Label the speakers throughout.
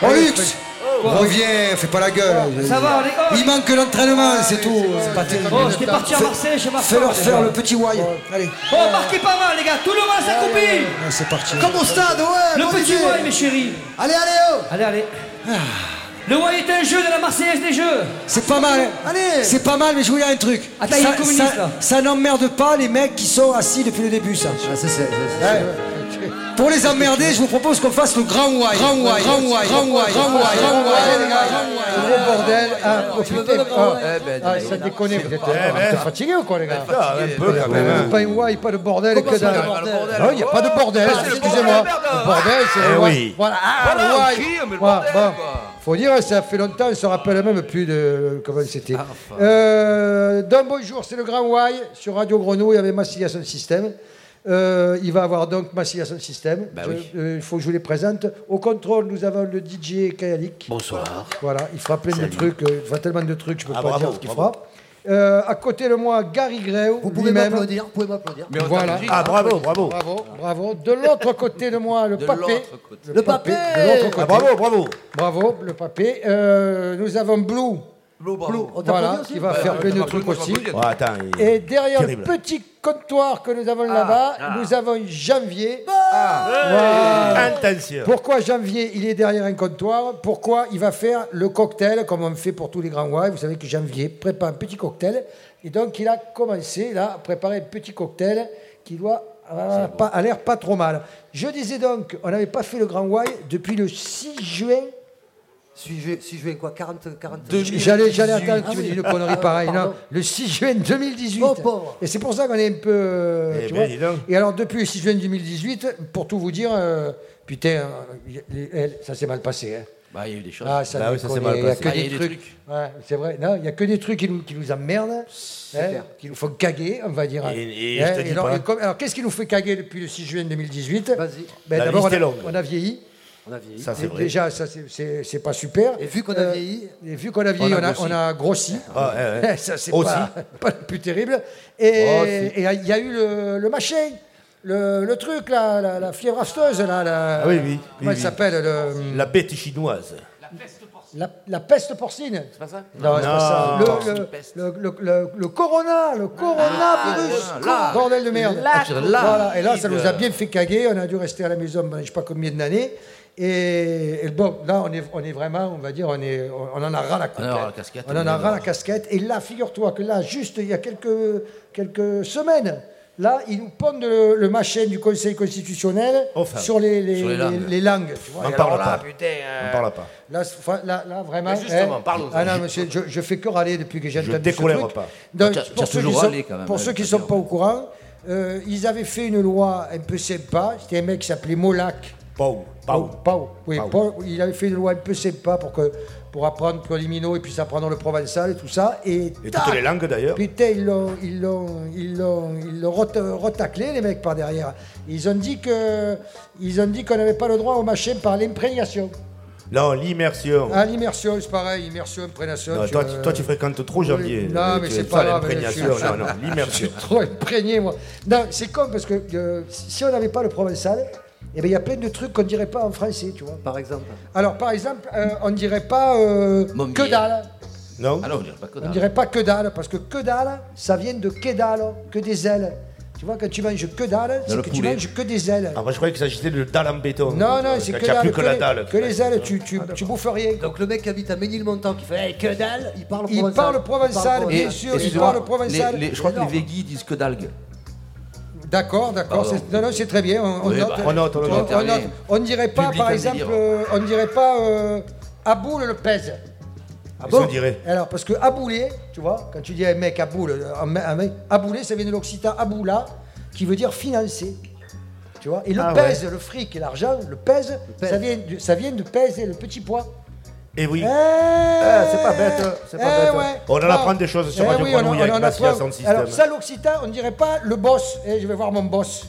Speaker 1: Bon, Lux Oh, Reviens, fais pas la gueule.
Speaker 2: Ça va, on est- oh,
Speaker 1: Il manque l'entraînement, c'est tout.
Speaker 2: C'est pas terrible. Oh, j'étais parti à Marseille chez Marseille.
Speaker 1: Fais-leur faire le petit why. Allez,
Speaker 2: Bon, marquez pas mal, les gars. Tout le monde à sa copine.
Speaker 1: Ah, c'est parti.
Speaker 3: Comme au stade, ouais
Speaker 2: Le
Speaker 3: bonne
Speaker 2: petit
Speaker 3: idée.
Speaker 2: why, mes chéris.
Speaker 3: Allez,
Speaker 4: oh.
Speaker 2: Allez,
Speaker 3: allez,
Speaker 2: allez.
Speaker 4: Ah.
Speaker 2: Le why est un jeu de la Marseillaise des jeux.
Speaker 1: C'est pas mal. hein.
Speaker 3: Allez.
Speaker 1: C'est pas mal, mais je voulais un truc.
Speaker 2: Attends, il est communiste, là.
Speaker 1: ça n'emmerde pas les mecs qui sont assis depuis le début, ça.
Speaker 3: oh C'est ça.
Speaker 1: Ouais. Pour les emmerder, je vous propose qu'on fasse le grand why. Grand why, grand why, grand why, grand why, grand why, les gars, grand why.
Speaker 4: Le gros bordel, hein, oh, putain, ah,
Speaker 1: ben,
Speaker 4: ah, ça déconne, vous êtes vous êtes fatigués ou quoi les gars
Speaker 5: Ah, un peu quand même. hein.
Speaker 4: Pas une why, pas de bordel que
Speaker 6: ça, il
Speaker 4: dalle.
Speaker 6: y a pas de bordel
Speaker 4: Non, il n'y a pas de
Speaker 1: Oh,
Speaker 4: bordel,
Speaker 6: Ah, c'est le
Speaker 2: Eh ben,
Speaker 4: excusez-moi.
Speaker 6: bordel, merde.
Speaker 4: Le bordel, c'est
Speaker 5: Eh
Speaker 4: le why.
Speaker 5: oui.
Speaker 4: Voilà, ah,
Speaker 6: Voilà,
Speaker 4: le
Speaker 6: on
Speaker 4: why.
Speaker 6: crie, mais le
Speaker 4: Voilà,
Speaker 6: bordel,
Speaker 4: bon.
Speaker 6: quoi.
Speaker 4: Faut dire, ça fait longtemps, on ne se rappelle même plus de comment c'était.
Speaker 6: Ah,
Speaker 4: Euh, D'un beau jour, c'est le grand why sur Radio Grenouille avec Massilia Sound System. Euh, il va avoir donc Massilia Sound System.
Speaker 6: Bah
Speaker 4: Je- euh, Il faut que je vous les présente. Au contrôle, nous avons le DJ Kayalik.
Speaker 5: Bonsoir.
Speaker 4: Voilà, il fera plein de trucs, euh, il fera tellement de trucs, je peux
Speaker 5: Ah,
Speaker 4: pas
Speaker 5: bravo,
Speaker 4: dire ce qu'il fera.
Speaker 5: bravo.
Speaker 4: Euh, à côté de moi, Gary Greu,
Speaker 3: Vous pouvez
Speaker 4: lui-même.
Speaker 3: m'applaudir, vous pouvez m'applaudir.
Speaker 6: Mais on
Speaker 4: Voilà.
Speaker 6: t'a dit.
Speaker 5: Ah, bravo, bravo.
Speaker 4: Bravo, bravo. De l'autre côté de moi, le
Speaker 6: De
Speaker 4: papé.
Speaker 6: l'autre côté.
Speaker 3: Le papé
Speaker 4: De l'autre côté.
Speaker 5: Ah, bravo, bravo.
Speaker 4: Bravo, le papé. Euh, nous avons Blue,
Speaker 6: Blue, bravo.
Speaker 3: On
Speaker 4: voilà,
Speaker 3: t'applaudit aussi
Speaker 4: qui va
Speaker 6: Ouais,
Speaker 4: faire
Speaker 6: ouais,
Speaker 4: plein de
Speaker 6: t'as
Speaker 4: trucs
Speaker 6: pas besoin
Speaker 4: aussi.
Speaker 6: de m'applaudir.
Speaker 5: Oh, attends, il-
Speaker 4: Et derrière
Speaker 5: Terrible.
Speaker 4: le petit comptoir que nous avons là-bas, nous avons Janvier.
Speaker 5: Intention.
Speaker 4: Pourquoi Janvier, il est derrière un comptoir Pourquoi il va faire le cocktail, comme on fait pour tous les grands rois Vous savez que Janvier prépare un petit cocktail. Et donc, il a commencé là, à préparer un petit cocktail qui doit euh, pas, a l'air pas trop mal. Je disais donc, on n'avait pas fait le grand why depuis le 6 juin.
Speaker 3: Suis-je suis je quoi 40, 40
Speaker 4: J'allais, j'allais attendre que
Speaker 3: Ah
Speaker 4: tu me
Speaker 3: oui.
Speaker 4: dises une connerie pareille.
Speaker 3: Pardon.
Speaker 4: Non, le 6 juin 2018.
Speaker 3: Oh, pauvre.
Speaker 4: Et c'est pour ça qu'on est un peu. euh,
Speaker 5: Eh
Speaker 4: tu
Speaker 5: ben,
Speaker 4: vois.
Speaker 5: dis donc.
Speaker 4: Et alors, depuis le 6 juin 2018, pour tout vous dire, euh, putain, euh, les- elle, ça s'est mal passé. hein.
Speaker 6: Bah, il y a eu des choses.
Speaker 4: Ah, ça
Speaker 5: Bah oui, ça
Speaker 4: déconne,
Speaker 5: s'est mal
Speaker 4: Il n'y a
Speaker 5: passé.
Speaker 4: que
Speaker 6: Ah, il y
Speaker 4: des
Speaker 6: a eu des
Speaker 4: trucs.
Speaker 6: trucs.
Speaker 4: Ouais, c'est vrai. Non, il n'y a que des trucs qui nous, qui nous emmerdent, hein,
Speaker 3: clair.
Speaker 4: qui nous font caguer, on va dire.
Speaker 5: Et- et je te dis
Speaker 4: alors,
Speaker 5: pas.
Speaker 4: et comme- alors, qu'est-ce qui nous fait caguer depuis le 6 juin 2018
Speaker 3: Vas-y.
Speaker 4: Ben,
Speaker 5: La
Speaker 4: D'abord, on,
Speaker 5: liste est
Speaker 4: a-
Speaker 5: longue.
Speaker 4: on a vieilli.
Speaker 3: On a vieilli.
Speaker 5: Ça, c'est
Speaker 4: Et
Speaker 5: vrai.
Speaker 4: Déjà, ça, c'est- c'est c'est pas super.
Speaker 3: Et vu qu'on a
Speaker 4: Euh,
Speaker 3: vieilli,
Speaker 4: Et vu qu'on a vieilli, on a, on a grossi.
Speaker 5: Ah, ouais, ouais.
Speaker 4: ça, c'est
Speaker 5: Aussi.
Speaker 4: pas, pas le plus terrible. Et
Speaker 5: Oh,
Speaker 4: et il y a eu le, le machin, le, le truc, là, la, la fièvre afteuse. Là, la,
Speaker 5: Ah oui, oui,
Speaker 4: Comment
Speaker 5: oui,
Speaker 4: il
Speaker 5: oui.
Speaker 4: s'appelle le-
Speaker 5: La bête chinoise.
Speaker 4: la, la peste porcine.
Speaker 6: C'est pas ça
Speaker 4: Non, c'est pas ça.
Speaker 5: Non.
Speaker 4: Le, le- le, le, le- le corona, le coronavirus.
Speaker 6: Ah, là. Ah,
Speaker 4: bordel de merde.
Speaker 6: Là, là.
Speaker 4: voilà. Et là, ça nous a
Speaker 6: Covid.
Speaker 4: bien fait caguer. On a dû rester à la maison pendant je ne sais pas combien d'années. Et, et bon, là, on est, on est vraiment, on va dire, on, est, on en a ras la,
Speaker 6: On en a ras la casquette, euh,
Speaker 4: On en
Speaker 6: on
Speaker 4: a
Speaker 6: est
Speaker 4: ras la casquette. Et là, figure-toi que là, juste il y a quelques, quelques semaines, là, ils nous pondent le, le machin du Conseil constitutionnel
Speaker 5: Enfin,
Speaker 4: sur les, les,
Speaker 6: sur les langues.
Speaker 4: les- les langues. tu vois.
Speaker 5: On
Speaker 4: Et
Speaker 5: n'en
Speaker 4: alors
Speaker 5: parle
Speaker 4: là,
Speaker 5: pas.
Speaker 6: Putain.
Speaker 5: On
Speaker 6: euh,
Speaker 5: n'en parle pas.
Speaker 4: Là, c'est- enfin, là, là, vraiment.
Speaker 6: Mais justement, parlons-en.
Speaker 4: Ah non, monsieur, je, je fais que râler depuis que j'ai
Speaker 5: Je
Speaker 4: entendu ce
Speaker 5: décolère
Speaker 4: truc.
Speaker 5: pas.
Speaker 4: Donc,
Speaker 6: T'as-
Speaker 4: pour
Speaker 6: t'as
Speaker 4: ceux qui
Speaker 6: toujours
Speaker 4: sont,
Speaker 6: râlé, quand même,
Speaker 4: pour
Speaker 6: hein,
Speaker 4: ceux qui
Speaker 6: je veux
Speaker 4: sont
Speaker 6: dire.
Speaker 4: pas au courant, euh, ils avaient fait une loi un peu sympa. C'était un mec qui s'appelait Molac.
Speaker 5: Pau, pau.
Speaker 4: Pau, oui, Pau, il avait fait une loi un peu sympa pour, que, pour apprendre que les minots et puis apprendre le provençal et tout ça. Et,
Speaker 5: Et
Speaker 4: tac,
Speaker 5: toutes les langues d'ailleurs.
Speaker 4: Putain, ils l'ont, ils l'ont, ils l'ont, ils l'ont reta- retaclé les mecs par derrière. Ils ont dit que, ils ont dit qu'on n'avait pas le droit au machin par l'imprégnation.
Speaker 5: Non, l'immersion.
Speaker 4: Ah, l'immersion, c'est pareil, immersion, imprégnation.
Speaker 5: Non, toi, tu- toi, tu fréquentes trop janvier. euh,
Speaker 4: oui, non,
Speaker 5: Tu
Speaker 4: mais
Speaker 5: aimes
Speaker 4: c'est
Speaker 5: ça,
Speaker 4: pas grave,
Speaker 5: l'imprégnation.
Speaker 4: monsieur.
Speaker 5: Non, non, l'immersion.
Speaker 4: Trop imprégné, moi. Non, c'est con parce que euh, si on n'avait pas le provençal, eh ben, il y a plein de trucs qu'on dirait pas en français, tu vois.
Speaker 3: par exemple.
Speaker 4: Alors, par exemple, euh, on dirait pas euh,
Speaker 6: Mommier.
Speaker 4: que dalle.
Speaker 5: Non
Speaker 6: Ah non, on dirait pas que
Speaker 4: On
Speaker 6: dalle.
Speaker 4: dirait pas que dalle parce que que dalle, ça vient de que dalle, que des ailes. Tu vois, quand tu manges que dalle, c'est
Speaker 6: le
Speaker 4: que tu
Speaker 6: poulet.
Speaker 4: manges que des ailes.
Speaker 5: Ah, moi, je croyais qu'il s'agissait de dalle en béton.
Speaker 4: non, non,
Speaker 5: Quand
Speaker 4: c'est
Speaker 5: il
Speaker 4: que,
Speaker 5: y a
Speaker 4: dalle,
Speaker 5: plus que la
Speaker 4: les-
Speaker 5: dalle.
Speaker 4: que les ailes, tu, tu, tu bouffes rien.
Speaker 3: Ah, Donc le mec qui habite à Ménilmontant qui fait hey, que dalle, il parle
Speaker 4: Il
Speaker 3: provençal.
Speaker 4: parle
Speaker 6: Oh,
Speaker 4: provençal,
Speaker 3: Il parle
Speaker 4: bien
Speaker 3: provençal.
Speaker 4: sûr, il
Speaker 6: excusez-moi,
Speaker 4: parle provençal.
Speaker 6: les- les- Je crois que les
Speaker 3: Énorme.
Speaker 6: Veggies disent que d'algues.
Speaker 4: D'accord, d'accord.
Speaker 6: Pardon.
Speaker 4: c'est- Non, non, c'est très bien. On, on
Speaker 6: Oui,
Speaker 4: note,
Speaker 6: bah,
Speaker 5: on note, on note.
Speaker 4: on note. On ne dirait pas,
Speaker 6: Public
Speaker 4: par
Speaker 6: en
Speaker 4: exemple,
Speaker 6: délire.
Speaker 4: euh, on ne dirait pas euh, Aboul le pèse. Ah
Speaker 5: bon dirait.
Speaker 4: Alors, parce que abouler, tu vois, quand tu dis à un mec aboule, euh, un me- un mec, abouler, ça vient de l'occitan aboula, qui veut dire financer. Tu vois Et le
Speaker 5: Ah
Speaker 4: pèse, le fric et l'argent, le pèse,
Speaker 3: pèse.
Speaker 4: Ça, vient de, ça vient de pèse, le petit poids.
Speaker 5: Et oui.
Speaker 4: Eh,
Speaker 5: Ah, c'est pas bête, hein, c'est pas
Speaker 4: eh
Speaker 5: bête, hein.
Speaker 4: ouais.
Speaker 5: On en
Speaker 4: Ah.
Speaker 5: apprend des choses sur
Speaker 4: Eh
Speaker 5: Radio
Speaker 4: oui, on en-
Speaker 5: Grenouille
Speaker 4: on
Speaker 5: avec
Speaker 4: en
Speaker 5: Massilia
Speaker 4: apprend.
Speaker 5: Sound System.
Speaker 4: Alors ça, l'Occitan, on dirait pas le boss. Eh, je vais voir mon boss.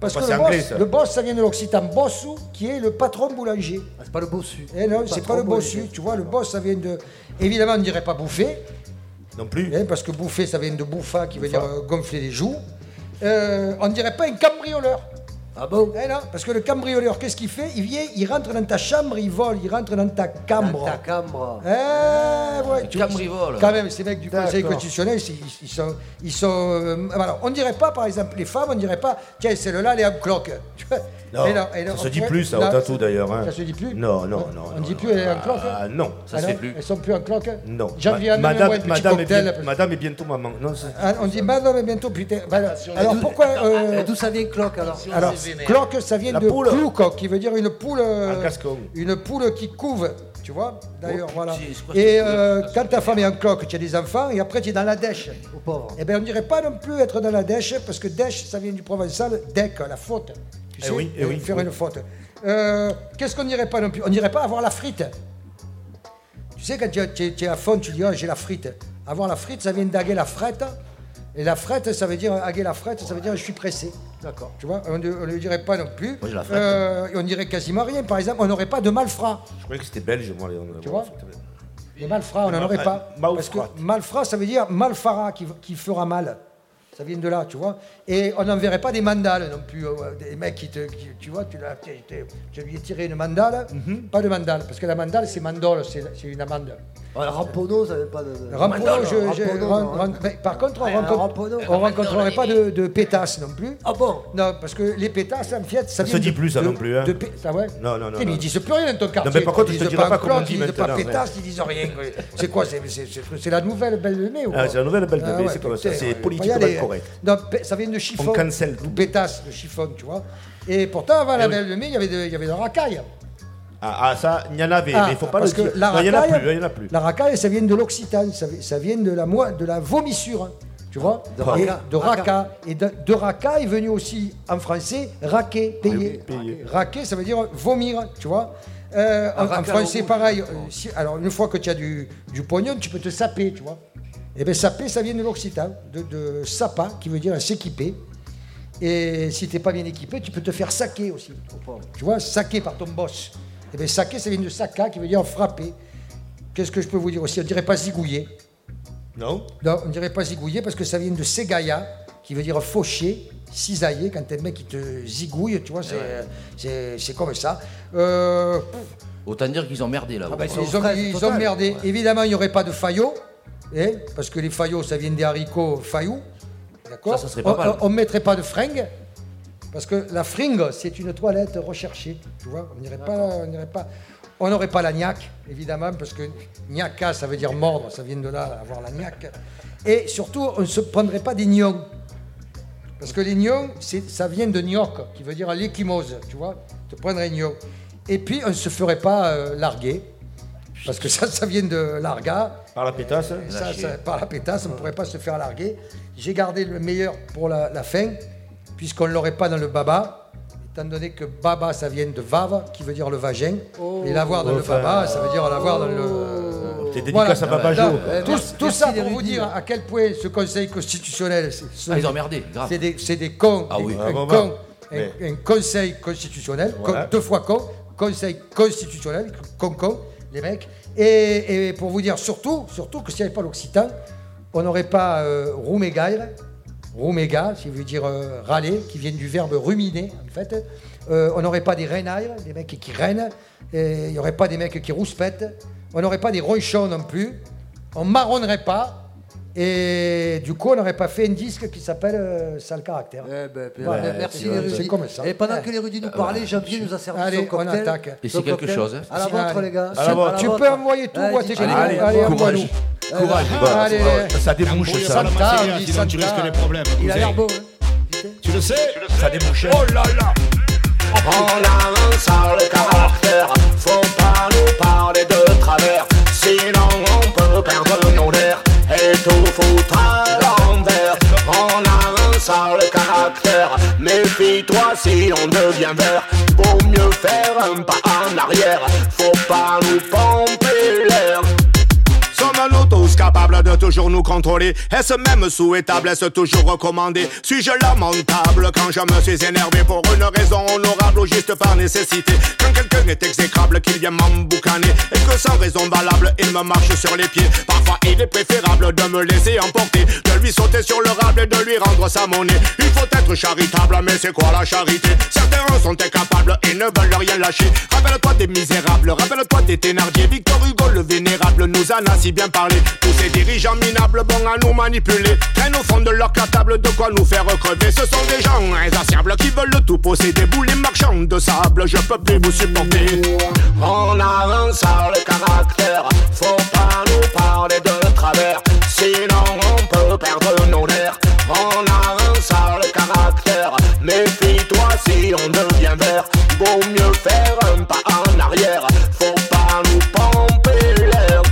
Speaker 4: Parce
Speaker 5: Bah,
Speaker 4: que
Speaker 5: c'est
Speaker 4: le boss,
Speaker 5: anglais, ça.
Speaker 4: le boss, ça vient de l'Occitan bossou, qui est le patron boulanger.
Speaker 3: Ah, C'est pas le bossu.
Speaker 4: Eh non, c'est pas le
Speaker 3: boulanger.
Speaker 4: bossu, tu vois, le boss, ça vient de... Évidemment, on dirait pas bouffer,
Speaker 5: Non plus.
Speaker 4: hein, parce que bouffer, ça vient de bouffa, qui veut dire euh, gonfler les joues. Euh, on dirait pas un cambrioleur.
Speaker 3: Ah bon
Speaker 4: Eh non, parce que le cambrioleur, qu'est-ce qu'il fait Il vient, il rentre dans ta chambre, il vole, il rentre dans ta cambre.
Speaker 3: Ta cambre.
Speaker 4: Eh ouais, tu-
Speaker 6: Cambrivole.
Speaker 4: Quand même, ces mecs du Conseil
Speaker 5: D'accord.
Speaker 4: constitutionnel, c'est- ils, ils sont. Ils sont euh, alors, on dirait pas, par exemple, les femmes, on dirait pas, tiens, celle-là, elle est en cloque. Tu vois
Speaker 5: Non,
Speaker 4: Mais et
Speaker 5: ça
Speaker 4: on
Speaker 5: se dit
Speaker 4: pourrait-
Speaker 5: plus, ça, au
Speaker 4: non,
Speaker 5: tatou, d'ailleurs, hein.
Speaker 4: Ça se dit plus
Speaker 5: Non, non, non,
Speaker 4: On
Speaker 5: non,
Speaker 4: dit
Speaker 5: non.
Speaker 4: plus, elle est en cloque
Speaker 5: Ah,
Speaker 4: hein
Speaker 5: non, ça
Speaker 4: Ah
Speaker 5: se
Speaker 4: non,
Speaker 5: fait plus.
Speaker 4: Elles sont plus en cloque hein
Speaker 5: Non.
Speaker 4: J'en
Speaker 5: Ma-
Speaker 4: viens à même
Speaker 5: madame,
Speaker 4: un petit
Speaker 5: madame, est
Speaker 4: cocktail.
Speaker 5: bien- madame est bientôt maman. Non, c'est-
Speaker 4: Ah, on dit madame et bientôt putain. Voilà. Alors pourquoi euh,
Speaker 3: D'où ça vient Cloque alors
Speaker 4: alors cloque ça vient
Speaker 5: La
Speaker 4: de
Speaker 5: poule.
Speaker 4: cloucoq qui veut dire une poule euh,
Speaker 5: En gascon.
Speaker 4: une poule qui couve tu vois d'ailleurs voilà
Speaker 6: c'est
Speaker 3: Oh.
Speaker 6: quoi
Speaker 4: et
Speaker 6: cette couleur
Speaker 4: euh, quand ta femme est en cloque tu as des enfants et après tu es dans la dèche
Speaker 3: Au Oh, pauvre.
Speaker 4: Eh bien, on dirait pas non plus être dans la dèche, parce que dèche, ça vient du provençal, dec, la faute. Tu
Speaker 5: Eh
Speaker 4: sais,
Speaker 5: oui, eh
Speaker 4: euh,
Speaker 5: oui,
Speaker 4: faire
Speaker 5: oui.
Speaker 4: une faute. Euh, Qu'est-ce qu'on dirait pas non plus On dirait pas avoir la frite. Tu sais, quand tu tu- tu es à fond, tu dis, oh, j'ai la frite. Avoir la frite, ça vient d'aguer la frette. Et la frette, ça veut dire, aguer la frette, ça veut dire, je suis pressé. D'accord. Tu vois, on ne on ne le dirait pas non plus.
Speaker 6: Moi, j'ai la frette.
Speaker 4: Euh, et on dirait quasiment rien. Par exemple, on n'aurait pas de malfrat.
Speaker 5: Je croyais que c'était belge, moi. les- les-
Speaker 4: vois Les malfrats, on n'en aurait pas.
Speaker 5: Malfrat.
Speaker 4: Parce que malfrat, ça veut dire malfara qui, qui fera mal. Ça vient de là, tu vois. Et on n'enverrait pas des mandales non plus. euh, Des mecs qui te. qui- tu vois, tu, l'as- t'es- t'es- je lui ai tiré une mandale.
Speaker 5: Mhm.
Speaker 4: Pas de mandale. Parce que la mandale, c'est mandole, c'est c'est une amende.
Speaker 3: Ouais, Rampono, ça avait pas de. de-
Speaker 4: Rampono,
Speaker 3: Mandale,
Speaker 4: Oh, je- je-
Speaker 3: Rampono,
Speaker 4: ran-
Speaker 3: non,
Speaker 4: ran-
Speaker 3: hein.
Speaker 4: mais par contre, on
Speaker 3: Ouais, un
Speaker 4: rencontre-
Speaker 3: rampono.
Speaker 4: on rencontrerait pas de, de pétasses non plus.
Speaker 3: Ah bon
Speaker 4: Non, parce que les pétasses, en fait, ça,
Speaker 5: se
Speaker 4: vient
Speaker 5: dit
Speaker 4: de-
Speaker 5: plus, ça
Speaker 4: de-
Speaker 5: non plus, hein.
Speaker 4: de pé- ça, ouais.
Speaker 5: Non, non, non,
Speaker 4: Mais
Speaker 5: non.
Speaker 4: ils disent plus rien dans ton quartier.
Speaker 5: par contre,
Speaker 4: ils
Speaker 5: je te
Speaker 4: disent
Speaker 5: dirais
Speaker 4: pas
Speaker 5: pas comment on
Speaker 4: cloque,
Speaker 5: dit
Speaker 4: ils disent pas
Speaker 5: maintenant, ouais.
Speaker 4: pétasse, ils disent rien. quoi. C'est quoi c'est- c'est- c'est- C'est la nouvelle belle de nez ou
Speaker 5: Ah,
Speaker 4: quoi
Speaker 5: c'est la nouvelle belle de nez, c'est
Speaker 4: putain,
Speaker 5: comme ça, c'est
Speaker 4: ouais.
Speaker 5: politiquement
Speaker 4: Regardez,
Speaker 5: correct.
Speaker 4: non, pe- ça vient de chiffon.
Speaker 5: On cancel tout. Eh
Speaker 4: Ou pétasse, le chiffon, tu vois. Et pourtant, avant la
Speaker 5: oui.
Speaker 4: belle de nez, il y avait de- il y avait de la racaille.
Speaker 5: Ah, ah, ça, il y en avait,
Speaker 4: Ah,
Speaker 5: mais il faut pas le
Speaker 4: parce
Speaker 5: dire.
Speaker 4: que la
Speaker 5: Non, Il
Speaker 4: racaille,
Speaker 5: n'y en a plus, il y en a plus.
Speaker 4: La racaille, ça vient de l'Occitane, ça, vi- ça vient de la, moi- de la vomissure, hein, tu vois
Speaker 3: De
Speaker 4: Et-
Speaker 3: raca.
Speaker 4: de raca. Et de, de raca est venu aussi, en français, raquer, payer.
Speaker 5: payer.
Speaker 4: Raquer, ça veut dire vomir, tu vois Euh, en, en
Speaker 6: raca,
Speaker 4: français,
Speaker 6: au bout,
Speaker 4: pareil. euh, si- alors, une fois que tu as du, du pognon, tu peux te saper, tu vois Et bien, saper, ça vient de l'Occitan, de, de sapa, qui veut dire s'équiper. Et si t'es pas bien équipé, tu peux te faire saquer aussi. Tu vois, saquer par ton boss. Et bien saquer, ça vient de saka, qui veut dire frapper. Qu'est-ce que je peux vous dire aussi On dirait pas zigouiller.
Speaker 5: Non
Speaker 4: Non, on dirait pas zigouiller parce que ça vient de segaya, qui veut dire faucher, cisailler. Quand t'es le mec qui te zigouille, tu vois, c'est, c'est, c'est comme ça. Euh,
Speaker 6: Autant dire qu'ils Ah bah, ont merdé là.
Speaker 4: Ah, bah, ils, ont, ils ont merdé. Évidemment, il n'y aurait pas de faillot, hein, parce que les faillots, ça vient des haricots faillots. D'accord
Speaker 6: Ça, ça serait pas
Speaker 4: On-
Speaker 6: mal.
Speaker 4: On ne mettrait pas de fringue, parce que la fringue, c'est une toilette recherchée. Tu vois, on n'irait pas. On n'irait pas. On n'aurait pas la gnaque, évidemment, parce que gnaka, ça veut dire mordre, ça vient de là, avoir la gnaque. Et surtout, on ne se prendrait pas des gnons. Parce que les gnons, c'est- ça vient de gnocque, qui veut dire l'échymose, tu vois. Te prendre un gnon. Et puis, on ne se ferait pas euh, larguer. Parce que ça, ça vient de larga.
Speaker 5: Par la pétasse
Speaker 4: Et ça, ça, par la pétasse, on ne pourrait pas se faire larguer. J'ai gardé le meilleur pour la, la fin, puisqu'on ne l'aurait pas dans le baba, étant donné que baba, ça vient de vava, qui veut dire le vagin. Et l'avoir dans le
Speaker 5: Enfin.
Speaker 4: baba, ça veut dire l'avoir dans le.
Speaker 5: T'es dédicace à Papa
Speaker 4: Donc,
Speaker 5: Jo.
Speaker 6: Euh,
Speaker 4: tout, tout ça pour vous dire à quel point ce conseil constitutionnel. c'est- ce-
Speaker 6: Ah, ils ont merdé, grave.
Speaker 4: C'est des, c'est des cons.
Speaker 6: Ah
Speaker 4: des-
Speaker 6: oui.
Speaker 4: un,
Speaker 5: Ah, bon,
Speaker 4: con,
Speaker 5: bah.
Speaker 4: un-
Speaker 5: Mais-
Speaker 4: un conseil constitutionnel,
Speaker 5: Voilà.
Speaker 4: con- deux fois con, conseil constitutionnel, con con, les mecs. Et, et pour vous dire surtout, surtout que s'il n'y avait pas l'Occitan, on n'aurait pas euh, Roumégail, Rouméga, si vous voulez dire euh, râler, qui vient du verbe ruminer, en fait. Euh, on n'aurait pas des renailles, des mecs qui rènent. Et Il n'y aurait pas des mecs qui rouspètent. On n'aurait pas des ronchons non plus. On marronnerait pas. Et du coup, on n'aurait pas fait un disque qui s'appelle euh, Sale Caractère.
Speaker 3: Eh ben, ben,
Speaker 4: Voilà.
Speaker 3: merci
Speaker 4: Ouais,
Speaker 3: les
Speaker 4: c'est
Speaker 3: Rudis.
Speaker 4: comme ça.
Speaker 3: Et pendant
Speaker 4: Ouais.
Speaker 3: que les Rudis nous parlaient, Jean-Pierre nous a servi
Speaker 4: Allez,
Speaker 3: son
Speaker 4: on
Speaker 3: cocktail.
Speaker 4: attaque.
Speaker 6: Et
Speaker 3: Son
Speaker 6: c'est quelque
Speaker 3: cocktail.
Speaker 6: chose, hein.
Speaker 3: À la vôtre, les gars.
Speaker 5: À la vôtre.
Speaker 4: Tu
Speaker 3: vôtre.
Speaker 4: peux envoyer tout,
Speaker 3: Allez,
Speaker 4: boîte et
Speaker 3: DJ,
Speaker 4: connais. Allez,
Speaker 3: allez,
Speaker 4: envoie
Speaker 6: courage.
Speaker 4: nous.
Speaker 6: Courage.
Speaker 5: Bon,
Speaker 4: Allez.
Speaker 5: bon, Ça débouche,
Speaker 7: Embrouille
Speaker 5: ça.
Speaker 7: pas la
Speaker 4: Santa,
Speaker 7: Marseillaise,
Speaker 4: dit
Speaker 7: sinon tu
Speaker 4: Santa.
Speaker 7: risques des problèmes.
Speaker 3: Il a
Speaker 7: cousin.
Speaker 3: l'air beau, hein. Putain.
Speaker 7: Tu le sais
Speaker 5: Ça débouche.
Speaker 7: Oh là là
Speaker 8: On a un sale caractère, faut pas nous parler de travers, sinon on peut perdre nos nerfs et tout foutre à l'envers. On a un sale caractère, méfie-toi si on devient vert, vaut mieux faire un pas en arrière, faut pas nous pomper l'air. Sommes à l'auto, tous capables de toujours nous contrôler Est-ce même sous étable, est-ce toujours recommandé Suis-je lamentable quand je me suis énervé Pour une raison honorable ou juste par nécessité Quand quelqu'un est exécrable, qu'il vient m'emboucaner Et que sans raison valable, il me marche sur les pieds Parfois il est préférable de me laisser emporter De lui sauter sur le rable et de lui rendre sa monnaie Il faut être charitable, mais c'est quoi la charité Certains sont incapables et ne veulent rien lâcher Rappelle-toi des misérables, rappelle-toi des Thénardier Victor Hugo le vénérable nous en a si bien parlé Tous ces dirigeants minables, bons à nous manipuler Traînent au fond de leur catable, de quoi nous faire crever Ce sont des gens insatiables qui veulent tout posséder Vous les marchands de sable, je peux plus vous supporter On a un sale caractère, faut pas nous parler de travers Sinon on peut perdre nos nerfs On a un sale caractère, méfie-toi si on devient vert Vaut mieux faire un pas en arrière, faut pas nous pomper l'air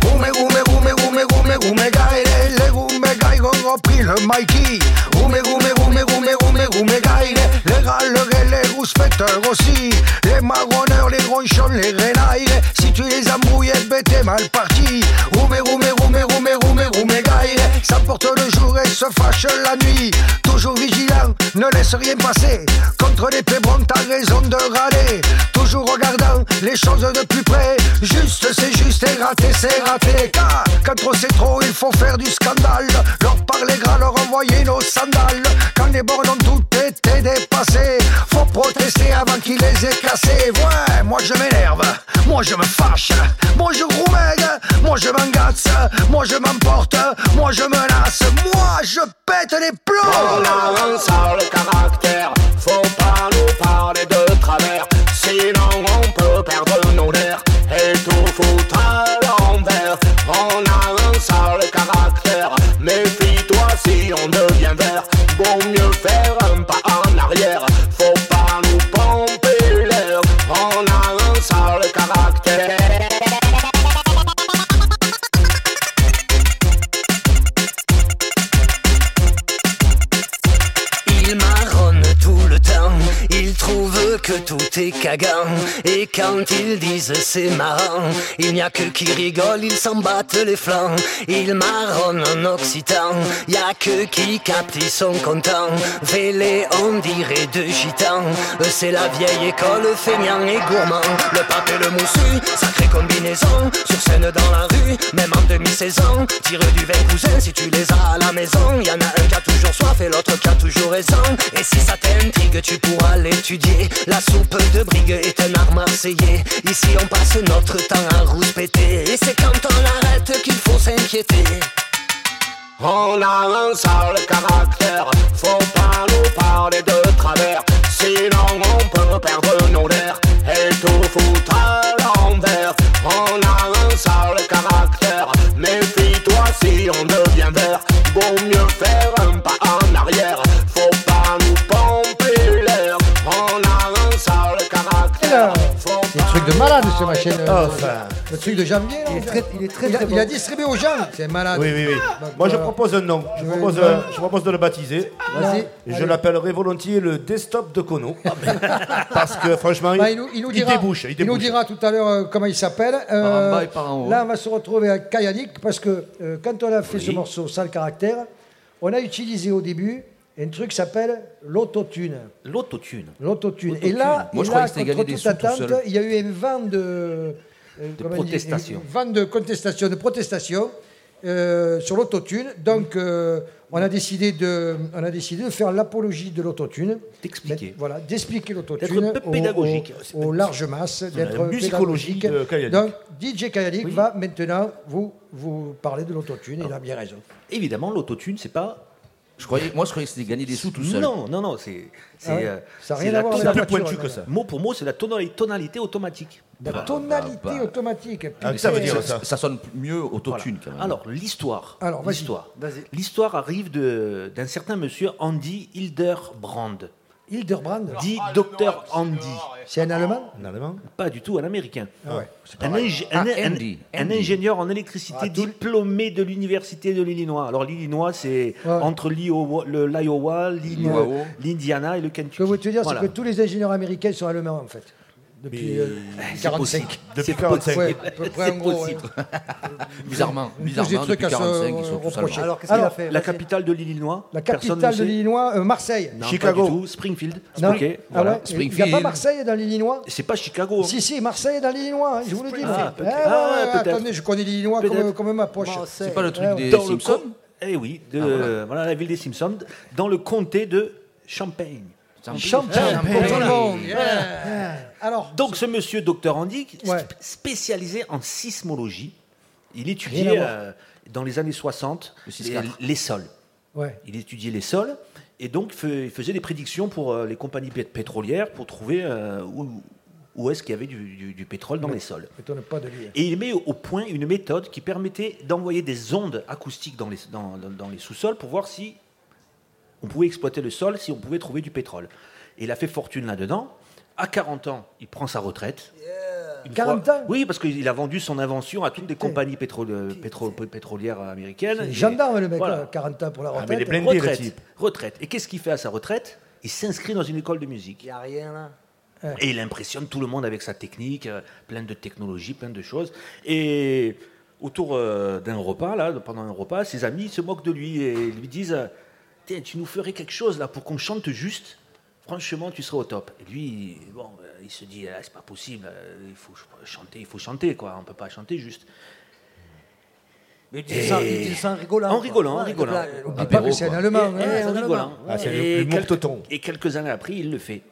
Speaker 7: Gume, gume, gume, gume, gume, gume, gaire, le gume, gai, gongo, pile, maiki. Gume, gume, gume, gume, gume, gume, gaire, le gars, le guet, les rouspecteurs aussi. Les marronneurs, les ronchons, les renailles, si tu les embrouilles, bête est mal parti. Gume, gume, gume, gume, gume, gume, gaire, ça porte le jour et se fâche la nuit. Toujours vigilant, ne laisse rien passer. Contre les pébrons, t'as raison de râler. Toujours regardant les choses de plus près. Juste, c'est juste et raté, c'est raté. Car quand trop c'est trop, il faut faire du scandale. Leur parler gras, leur envoyer nos sandales. Quand les bornes ont tout été dépassées, faut protester avant qu'ils les aient cassées. Ouais, moi je m'énerve, moi je me fâche, moi je groumègue, moi je m'engasse, moi je m'emporte, moi je menace, moi je pète les plombs.
Speaker 8: On a un sale caractère, faut pas nous parler de travers, sinon on peut perdre nos nerfs et tout foutre à l'envers. On a un sale caractère, méfie-toi si on devient vert, vaut mieux faire un pas en arrière, faut pas nous pomper l'air. On a un sale caractère.
Speaker 9: Il marronne tout le temps, il trouve que tout est cagant. Et quand ils disent c'est marrant, il n'y a que qui rigole, ils s'en battent les flancs. Il marronne en occitan, y a que qui capte, ils sont contents. Vélé, on dirait deux gitans, Eux, c'est la vieille école, feignant et gourmand. Le pape et le moussu, sacrée combinaison, sur scène dans la rue, même en demi-saison. Tire du vin cousin si tu les as à la maison. Y en a un qui a toujours soif et l'autre qui a toujours raison. Et si ça t'intrigue, tu pourras l'étudier. La soupe de brigue est un art marseillais. Ici, on passe notre temps à rouspéter. Et c'est quand on arrête qu'il faut s'inquiéter.
Speaker 8: On a un sale caractère, faut pas nous parler de travers, sinon on peut perdre nos nerfs et tout foutre à l'envers. On a un sale caractère, méfie-toi si on devient vert, vaut mieux faire un pas en arrière, faut pas nous pomper l'air. On a un sale caractère, faut
Speaker 4: C'est un truc de malade, ce machin. euh, Le truc de janvier, là,
Speaker 3: Il est
Speaker 4: on
Speaker 3: très,
Speaker 4: dirait.
Speaker 3: il est très,
Speaker 4: Il a,
Speaker 3: très
Speaker 4: il a
Speaker 3: bon.
Speaker 4: distribué aux gens. C'est malade. euh,
Speaker 5: Oui, oui, oui. Moi, je propose un nom. Je propose, euh, je propose de le baptiser.
Speaker 3: Vas-y.
Speaker 5: Et je l'appellerai volontiers le desktop de Kono. Parce que, franchement,
Speaker 4: Ah, Bah, il, nous, il nous dira,
Speaker 5: débouche. Il
Speaker 4: il nous
Speaker 5: débouche.
Speaker 4: dira tout à l'heure euh, comment il s'appelle. Euh,
Speaker 6: Par en bas et par en haut.
Speaker 4: Là, on va se retrouver à Kayanik parce que euh, quand on a fait ce morceau Sale Caractère, on a utilisé au début un truc qui s'appelle l'autotune.
Speaker 6: L'autotune.
Speaker 4: L'autotune. Et là,
Speaker 6: Moi,
Speaker 4: et
Speaker 6: je croyais
Speaker 4: là
Speaker 6: que c'était
Speaker 4: contre
Speaker 6: gagner des
Speaker 4: toute
Speaker 6: sous tout
Speaker 4: attente,
Speaker 6: seul.
Speaker 4: il y a eu un vent de... euh, comment on dit,
Speaker 6: protestation.
Speaker 4: un vent de contestation, de protestation euh, sur l'autotune. Donc, euh, on, a décidé de, on a décidé de faire l'apologie de l'autotune.
Speaker 6: D'expliquer.
Speaker 4: Mais, Voilà, d'expliquer l'autotune.
Speaker 5: D'être un peu
Speaker 4: au-
Speaker 5: pédagogique.
Speaker 4: Au, aux larges masses, d'être
Speaker 5: la musicologie
Speaker 4: pédagogique.
Speaker 5: de Kayalik.
Speaker 4: Donc, DJ Kayalik va maintenant vous, vous parler de l'autotune. et Il a bien raison.
Speaker 10: Évidemment, l'autotune, c'est pas.
Speaker 6: Je croyais, moi, je croyais que c'était gagner des sous tout seul.
Speaker 10: Non, non, non, c'est. c'est,
Speaker 4: Ah ouais
Speaker 10: euh,
Speaker 4: Ça n'a
Speaker 10: c'est
Speaker 4: rien
Speaker 10: la
Speaker 4: à voir avec
Speaker 5: C'est
Speaker 4: la
Speaker 5: plus
Speaker 4: voiture,
Speaker 5: pointu que
Speaker 4: madame.
Speaker 5: ça.
Speaker 10: Mot pour mot, c'est la tonali- tonalité automatique.
Speaker 4: La tonalité
Speaker 6: bah, bah.
Speaker 4: automatique.
Speaker 5: Ah,
Speaker 4: putain.
Speaker 5: ça veut dire ça.
Speaker 6: Ça, ça sonne mieux
Speaker 10: Voilà.
Speaker 6: autotune quand même.
Speaker 10: Alors, l'histoire.
Speaker 4: Alors, vas-y.
Speaker 10: l'histoire. L'histoire arrive de- d'un certain monsieur Andy Hilderbrand,
Speaker 4: Hildebrand,
Speaker 10: dit docteur Andy.
Speaker 4: c'est un Allemand
Speaker 5: En allemand
Speaker 10: Pas du tout un américain.
Speaker 4: Ah Ah, ouais.
Speaker 10: Un, ingé-
Speaker 6: Ah,
Speaker 10: un- un-
Speaker 6: Andy.
Speaker 10: un
Speaker 6: Andy.
Speaker 10: ingénieur en électricité diplômé de l'université de l'Illinois. Alors l'Illinois, c'est
Speaker 4: Ouais.
Speaker 10: entre l'Iowa, le- l'Iowa, l'In-
Speaker 6: L'Iowa.
Speaker 10: l'Indiana et le
Speaker 4: Ce
Speaker 10: Kentucky.
Speaker 4: que je veux te dire,
Speaker 10: Voilà.
Speaker 4: c'est que tous les ingénieurs américains sont allemands, en fait. depuis
Speaker 5: Mais
Speaker 4: euh,
Speaker 5: c'est
Speaker 4: 45.
Speaker 5: possible. Depuis C'est 45.
Speaker 4: Ouais, à peu près
Speaker 6: C'est
Speaker 4: en gros.
Speaker 6: possible.
Speaker 4: ouais. euh,
Speaker 6: Bizarrement,
Speaker 4: Tous des
Speaker 6: bizarrement,
Speaker 4: trucs
Speaker 6: depuis
Speaker 4: à se,
Speaker 6: 45,
Speaker 4: euh,
Speaker 6: ils sont tous à
Speaker 4: reprocher.
Speaker 6: l'heure.
Speaker 4: Alors, qu'est-ce qu'il a fait
Speaker 10: La
Speaker 4: Vas-y.
Speaker 10: capitale de l'Illinois
Speaker 4: La
Speaker 10: personne ne
Speaker 4: capitale de
Speaker 10: sait.
Speaker 4: l'Illinois, euh, Marseille.
Speaker 10: Non,
Speaker 4: Chicago.
Speaker 10: Pas du tout. Springfield.
Speaker 4: Non.
Speaker 10: Ok,
Speaker 4: Ah
Speaker 10: voilà.
Speaker 4: ouais, il- Il n'y a pas Marseille dans l'Illinois
Speaker 10: C'est pas Chicago. hein.
Speaker 4: Si, si, Marseille est dans l'Illinois, hein, je vous le dis.
Speaker 10: Ah,
Speaker 4: moi.
Speaker 10: peut-être.
Speaker 4: Eh, ouais,
Speaker 10: Ah,
Speaker 4: ouais,
Speaker 10: peut-être.
Speaker 4: attendez, je connais l'Illinois comme,
Speaker 10: Peut-être.
Speaker 4: comme ma poche.
Speaker 3: Marseille.
Speaker 6: C'est pas le truc
Speaker 4: Eh, ouais.
Speaker 6: des
Speaker 10: Dans le
Speaker 6: Simpsons
Speaker 10: com- Eh oui, de,
Speaker 6: voilà.
Speaker 10: voilà. la ville des Simpsons, dans le comté de Champagne.
Speaker 4: Champagne,
Speaker 6: Champagne.
Speaker 4: pour tout le monde.
Speaker 6: Champagne.
Speaker 4: Yeah. Alors,
Speaker 10: Donc ce monsieur docteur Andy, sp-
Speaker 4: Ouais.
Speaker 10: spécialisé en sismologie, il
Speaker 4: Rien à
Speaker 10: étudiait
Speaker 4: voir.
Speaker 10: euh, dans les années 60
Speaker 6: Le
Speaker 10: les,
Speaker 6: 6-4.
Speaker 10: les sols.
Speaker 4: ouais.
Speaker 10: Il étudiait les sols et donc fe- il faisait des prédictions pour euh, les compagnies pét- pétrolières pour trouver euh, où, où est-ce qu'il y avait du, du- du pétrole dans les sols.
Speaker 4: M'étonne pas de lui.
Speaker 10: Et il met au point une méthode qui permettait d'envoyer des ondes acoustiques dans les, dans, dans- dans les sous-sols pour voir si on pouvait exploiter le sol, si on pouvait trouver du pétrole. Et il a fait fortune là-dedans. À 40 ans, il prend sa retraite. Une
Speaker 4: 40
Speaker 10: fois-
Speaker 4: ans
Speaker 10: Oui, parce qu'il a vendu son invention à toutes les compagnies pétrole- euh, pétro- pétrolières américaines.
Speaker 4: Il est
Speaker 10: Et-
Speaker 4: Gendarme, le mec,
Speaker 10: voilà. Ah,
Speaker 4: là, 40 ans pour la
Speaker 5: Ah, mais il est
Speaker 4: retraite.
Speaker 5: blindé. le
Speaker 10: Retraite,
Speaker 5: type.
Speaker 10: retraite. Et qu'est-ce qu'il fait à sa retraite Il s'inscrit dans une école de musique.
Speaker 3: Il n'y a rien là.
Speaker 10: Et il impressionne tout le monde avec sa technique, euh, plein de technologies, plein de choses. Et autour euh, d'un repas, là, pendant un repas, ses amis se moquent de lui et lui disent euh, Tiens, tu nous ferais quelque chose là pour qu'on chante juste Franchement, tu serais au top. Et lui, bon, euh, il se dit Ah, C'est pas possible, euh, il faut ch- chanter, il faut chanter, quoi, on peut pas chanter juste.
Speaker 3: Mais il dit ça- il dit ça en rigolant.
Speaker 10: En
Speaker 3: quoi.
Speaker 10: rigolant, en
Speaker 3: Ouais,
Speaker 10: rigolant.
Speaker 3: blague.
Speaker 4: N'oublie pas que c'est un Allemand.
Speaker 10: Et-
Speaker 4: hein.
Speaker 10: et en rigolant.
Speaker 5: Ah, c'est
Speaker 10: Et
Speaker 5: l'humour
Speaker 10: quelques-
Speaker 5: teuton.
Speaker 10: Et quelques années après, il le fait.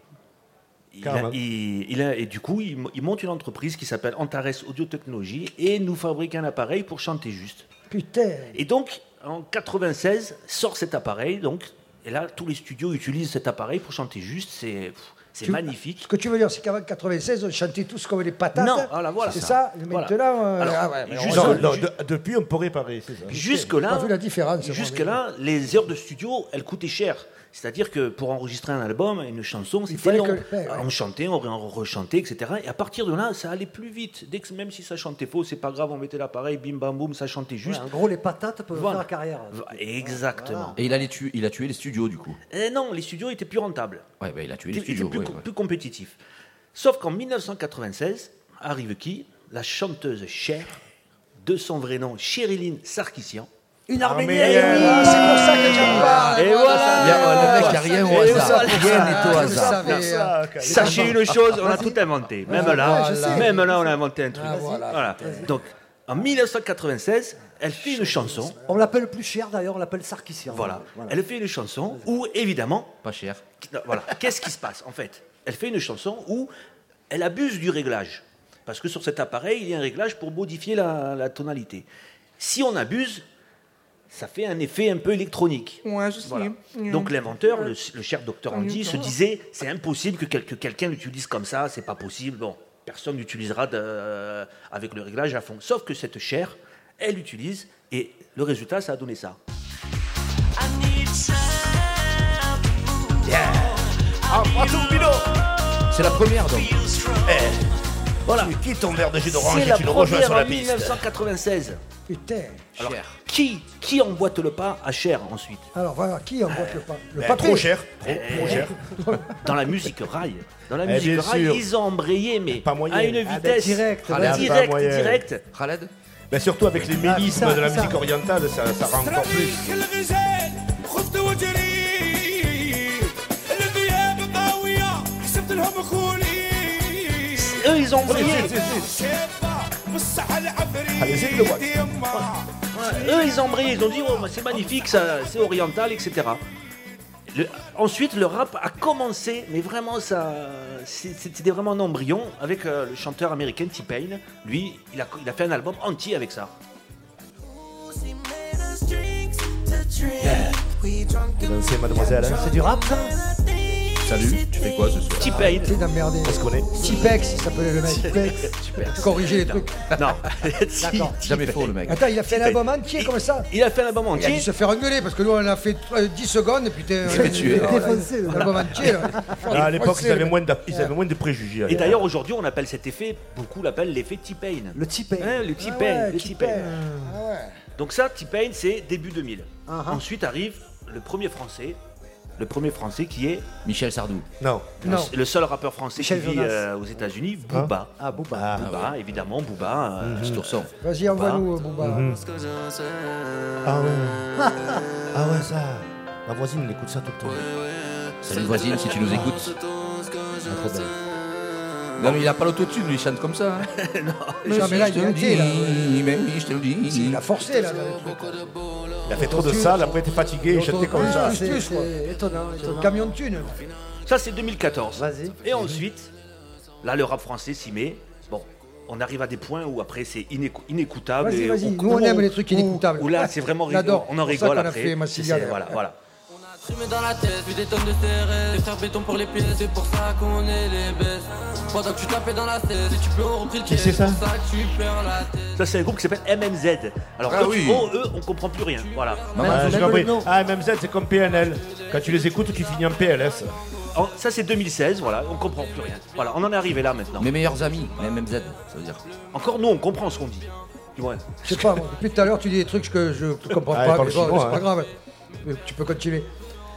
Speaker 10: Il a-
Speaker 5: Carrément.
Speaker 10: il- il a- et du coup, il, mo- il monte une entreprise qui s'appelle Antares Audio Technologie et nous fabrique un appareil pour chanter juste.
Speaker 4: Putain.
Speaker 10: Et donc, en 96, sort cet appareil. Donc, et là, tous les studios utilisent cet appareil pour chanter juste. C'est pff, c'est
Speaker 4: Tu-
Speaker 10: magnifique.
Speaker 4: Ce que tu veux dire, c'est qu'avant 96, on chantait tous comme des patates.
Speaker 10: Non, voilà, voilà.
Speaker 4: C'est ça,
Speaker 10: Voilà.
Speaker 4: maintenant. euh,
Speaker 10: Alors,
Speaker 4: ah ouais, mais on-
Speaker 10: juste-
Speaker 5: Non,
Speaker 10: Ju-
Speaker 5: non, de- depuis, on peut réparer, c'est ça.
Speaker 4: Ah, J'ai
Speaker 10: Jusque-là,
Speaker 4: pas vu la différence, moi,
Speaker 10: jusque-là, les heures de studio, elles coûtaient cher. C'est-à-dire que pour enregistrer un album, une chanson, c'était
Speaker 4: fallait
Speaker 10: long.
Speaker 4: que- ouais, ouais.
Speaker 10: On chantait, on, on rechantait, etc. Et à partir de là, ça allait plus vite. Dès que, même si ça chantait faux, c'est pas grave, on mettait l'appareil, bim bam boum, ça chantait
Speaker 3: Ouais,
Speaker 10: juste.
Speaker 3: En gros, les patates peuvent
Speaker 10: Voilà.
Speaker 3: faire carrière.
Speaker 10: Va- Exactement.
Speaker 6: Et il a, les tu- il a tué les studios, du coup.
Speaker 10: Et eh non, les studios étaient plus rentables.
Speaker 6: Ouais, bah, il a tué
Speaker 10: Ils
Speaker 6: les
Speaker 10: étaient
Speaker 6: studios.
Speaker 10: plus,
Speaker 6: ouais,
Speaker 10: com-
Speaker 6: ouais.
Speaker 10: plus compétitifs. Sauf qu'en 1996, arrive qui La chanteuse Cher, de son vrai nom, Chériline Sarkissian. Eh
Speaker 3: Une
Speaker 5: Arménienne.
Speaker 3: arménienne.
Speaker 4: Ah, c'est pour ça que j'aime pas.
Speaker 10: Et voilà
Speaker 6: Il y a- euh, le mec, il y a rien au
Speaker 4: Tout ça
Speaker 6: hasard.
Speaker 4: pour
Speaker 6: Rien n'est au
Speaker 4: ça, tout
Speaker 6: hasard.
Speaker 4: ça, mais, euh,
Speaker 10: Sachez une chose, on a tout inventé. Même là, même là, on a inventé un truc.
Speaker 4: voilà.
Speaker 10: Voilà. Donc, en 1996, elle fait une chanson.
Speaker 3: On l'appelle plus cher d'ailleurs, on l'appelle Sarkissian.
Speaker 10: Voilà. Elle fait une chanson où, évidemment,
Speaker 6: Pas cher.
Speaker 10: non, voilà. Qu'est-ce qui se passe en fait Elle fait une chanson où elle abuse du réglage. Parce que sur cet appareil, il y a un réglage pour modifier la, la tonalité. Si on abuse, ça fait un effet un peu électronique. Voilà. Donc l'inventeur, le, le cher docteur Andy, se disait c'est impossible que quel- que quelqu'un l'utilise comme ça, c'est pas possible. Bon, personne n'utilisera de- euh, avec le réglage à fond. Sauf que cette chair, elle l'utilise et le résultat, ça a donné ça.
Speaker 6: C'est la première, donc.
Speaker 10: Voilà.
Speaker 5: Eh, Tu quittes ton verre de jus d'orange
Speaker 10: C'est
Speaker 5: et
Speaker 10: la
Speaker 5: tu le rejoins
Speaker 10: première
Speaker 5: sur la
Speaker 10: en
Speaker 5: piste.
Speaker 10: 1996.
Speaker 4: Putain.
Speaker 10: Alors,
Speaker 6: Cher.
Speaker 10: qui, qui emboîte le pas à Cher ensuite Eh,
Speaker 4: Alors, voilà, qui envoie le pas Le Eh,
Speaker 5: Ben,
Speaker 4: papier.
Speaker 5: trop cher, trop, trop cher.
Speaker 10: Dans la musique rail. Dans la
Speaker 5: Eh
Speaker 10: musique
Speaker 5: bien
Speaker 10: rail,
Speaker 5: sûr.
Speaker 10: ils ont embrayé, mais
Speaker 5: Pas moyen.
Speaker 10: à une
Speaker 5: Ah
Speaker 10: vitesse.
Speaker 3: ben, direct,
Speaker 10: Ah,
Speaker 5: vas-y. Pas
Speaker 10: direct,
Speaker 5: moyen.
Speaker 10: direct.
Speaker 6: Khaled
Speaker 5: Ben, surtout avec
Speaker 4: Ah,
Speaker 5: les mélismes
Speaker 3: ça,
Speaker 5: de la
Speaker 3: ça.
Speaker 5: musique orientale, ça, ça rend encore plus.
Speaker 9: bah ah,
Speaker 10: Eux, ils ont embrayé.
Speaker 5: Allez-y, le voit.
Speaker 10: Eux, ils ont brillé, ils ont dit Oh, bah, c'est magnifique, ça, c'est oriental, etc. Le- ensuite, le rap a commencé, mais vraiment, ça, c'est- c'était vraiment un embryon avec euh, le chanteur américain T-Pain. Lui, il a, il a fait un album entier avec ça.
Speaker 5: Danser, mademoiselle, hein.
Speaker 3: C'est du rap ça
Speaker 6: Salut, tu fais quoi ce soir
Speaker 10: T-Pain,
Speaker 4: C'est d'emmerder.
Speaker 5: on se connaît.
Speaker 4: Tipex, il s'appelait le mec. Tipex. Corriger les trucs.
Speaker 10: non,
Speaker 4: D'accord.
Speaker 6: Jamais faux, le mec.
Speaker 4: Attends, il a fait un album entier comme ça
Speaker 10: il a fait un album
Speaker 4: Il a dû
Speaker 10: entier.
Speaker 4: se faire engueuler parce que nous on a fait euh, 10 secondes et euh, putain.
Speaker 6: s'est fait tuer.
Speaker 3: Défoncé, le
Speaker 4: L'album entier. là.
Speaker 5: Ah, à l'époque,
Speaker 4: Français,
Speaker 5: ils avaient
Speaker 4: le-
Speaker 5: moins d'app- ils avaient moins de préjugés.
Speaker 10: Et d'ailleurs, aujourd'hui, on appelle cet effet, beaucoup l'appellent l'effet T-Pain.
Speaker 3: Le type est-
Speaker 10: Hein, le T-Pain,
Speaker 4: Ah ouais,
Speaker 10: le
Speaker 4: T-Pain.
Speaker 10: T-Pain.
Speaker 4: Ah
Speaker 10: Donc ça, T-Pain, c'est début 2000. Ensuite arrive le premier français, Le premier français qui est.
Speaker 6: Michel Sardou.
Speaker 5: Non.
Speaker 10: Le-
Speaker 5: Non.
Speaker 10: Le seul rappeur français
Speaker 5: Michel
Speaker 10: qui vit
Speaker 5: Jonas.
Speaker 10: euh, aux États-Unis, Booba.
Speaker 4: Ah, Booba.
Speaker 10: Booba, évidemment, Booba. euh,
Speaker 5: Mhm. Stourson.
Speaker 4: Vas-y, envoie-nous, euh, Booba.
Speaker 5: Ah ouais. ah ouais, ça. Ma voisine, elle écoute ça tout le temps.
Speaker 6: Salut voisine, si tu nous écoutes.
Speaker 5: Trop belle.
Speaker 6: Non, mais il a pas l'autotune, lui, il chante comme ça. hein.
Speaker 4: Non, mais là,
Speaker 6: je te
Speaker 4: il
Speaker 6: le
Speaker 4: a été, là.
Speaker 6: dis, mais oui, je te le dis.
Speaker 4: Il a forcé, là.
Speaker 5: Il a fait trop de salles, après, il était fatigué, il chantait comme ça.
Speaker 4: C'est c'est étonnant, étonnant. Camion de thunes.
Speaker 10: Ça, c'est 2014. Et ensuite, là, le rap français s'y met. Bon, on arrive à des points où après, c'est inécou- inécoutable.
Speaker 4: Vas-y,
Speaker 10: et
Speaker 4: vas-y.
Speaker 10: on-
Speaker 4: Nous, on
Speaker 10: où-
Speaker 4: aime les trucs
Speaker 10: où-
Speaker 4: inécoutables.
Speaker 10: Où là, c'est vraiment
Speaker 4: On
Speaker 10: rigolo.
Speaker 4: adore.
Speaker 10: On en
Speaker 4: C'est pour ça
Speaker 10: rigole
Speaker 4: qu'on a
Speaker 10: après.
Speaker 4: fait ma
Speaker 10: C'est-
Speaker 4: cigale.
Speaker 10: c'est- Voilà, voilà.
Speaker 11: Fumé dans la tête, puis des tonnes de CRS, des frères béton pour les pièces, c'est pour ça qu'on est les best. Pendant que tu tapais dans la tête, si tu peux, on reprit le
Speaker 10: Qui c'est
Speaker 11: caisse,
Speaker 10: ça
Speaker 11: pour ça que tu perds la tête.
Speaker 10: Ça, c'est un groupe qui s'appelle MMZ. Alors,
Speaker 5: Ah
Speaker 10: quand
Speaker 5: oui.
Speaker 10: ils vont, eux, on comprend plus rien. Voilà.
Speaker 11: Bah,
Speaker 4: Bah,
Speaker 5: Ah, j'ai compris. Ah, MMZ, c'est comme PNL. Quand tu les écoutes, tu finis en PLS.
Speaker 10: Oh, Ça, c'est 2016, voilà, on comprend plus rien. Voilà, on en est arrivé là maintenant.
Speaker 6: Mes meilleurs amis, les MMZ, ça veut dire.
Speaker 10: Encore nous, on comprend ce qu'on dit. Tu vois
Speaker 4: Je sais pas, moi, depuis tout à l'heure, tu dis des trucs que je comprends
Speaker 10: Ah, il
Speaker 4: pas,
Speaker 10: parle
Speaker 4: mais bon,
Speaker 10: chinois,
Speaker 4: c'est pas
Speaker 10: hein.
Speaker 4: grave. Mais Tu peux continuer.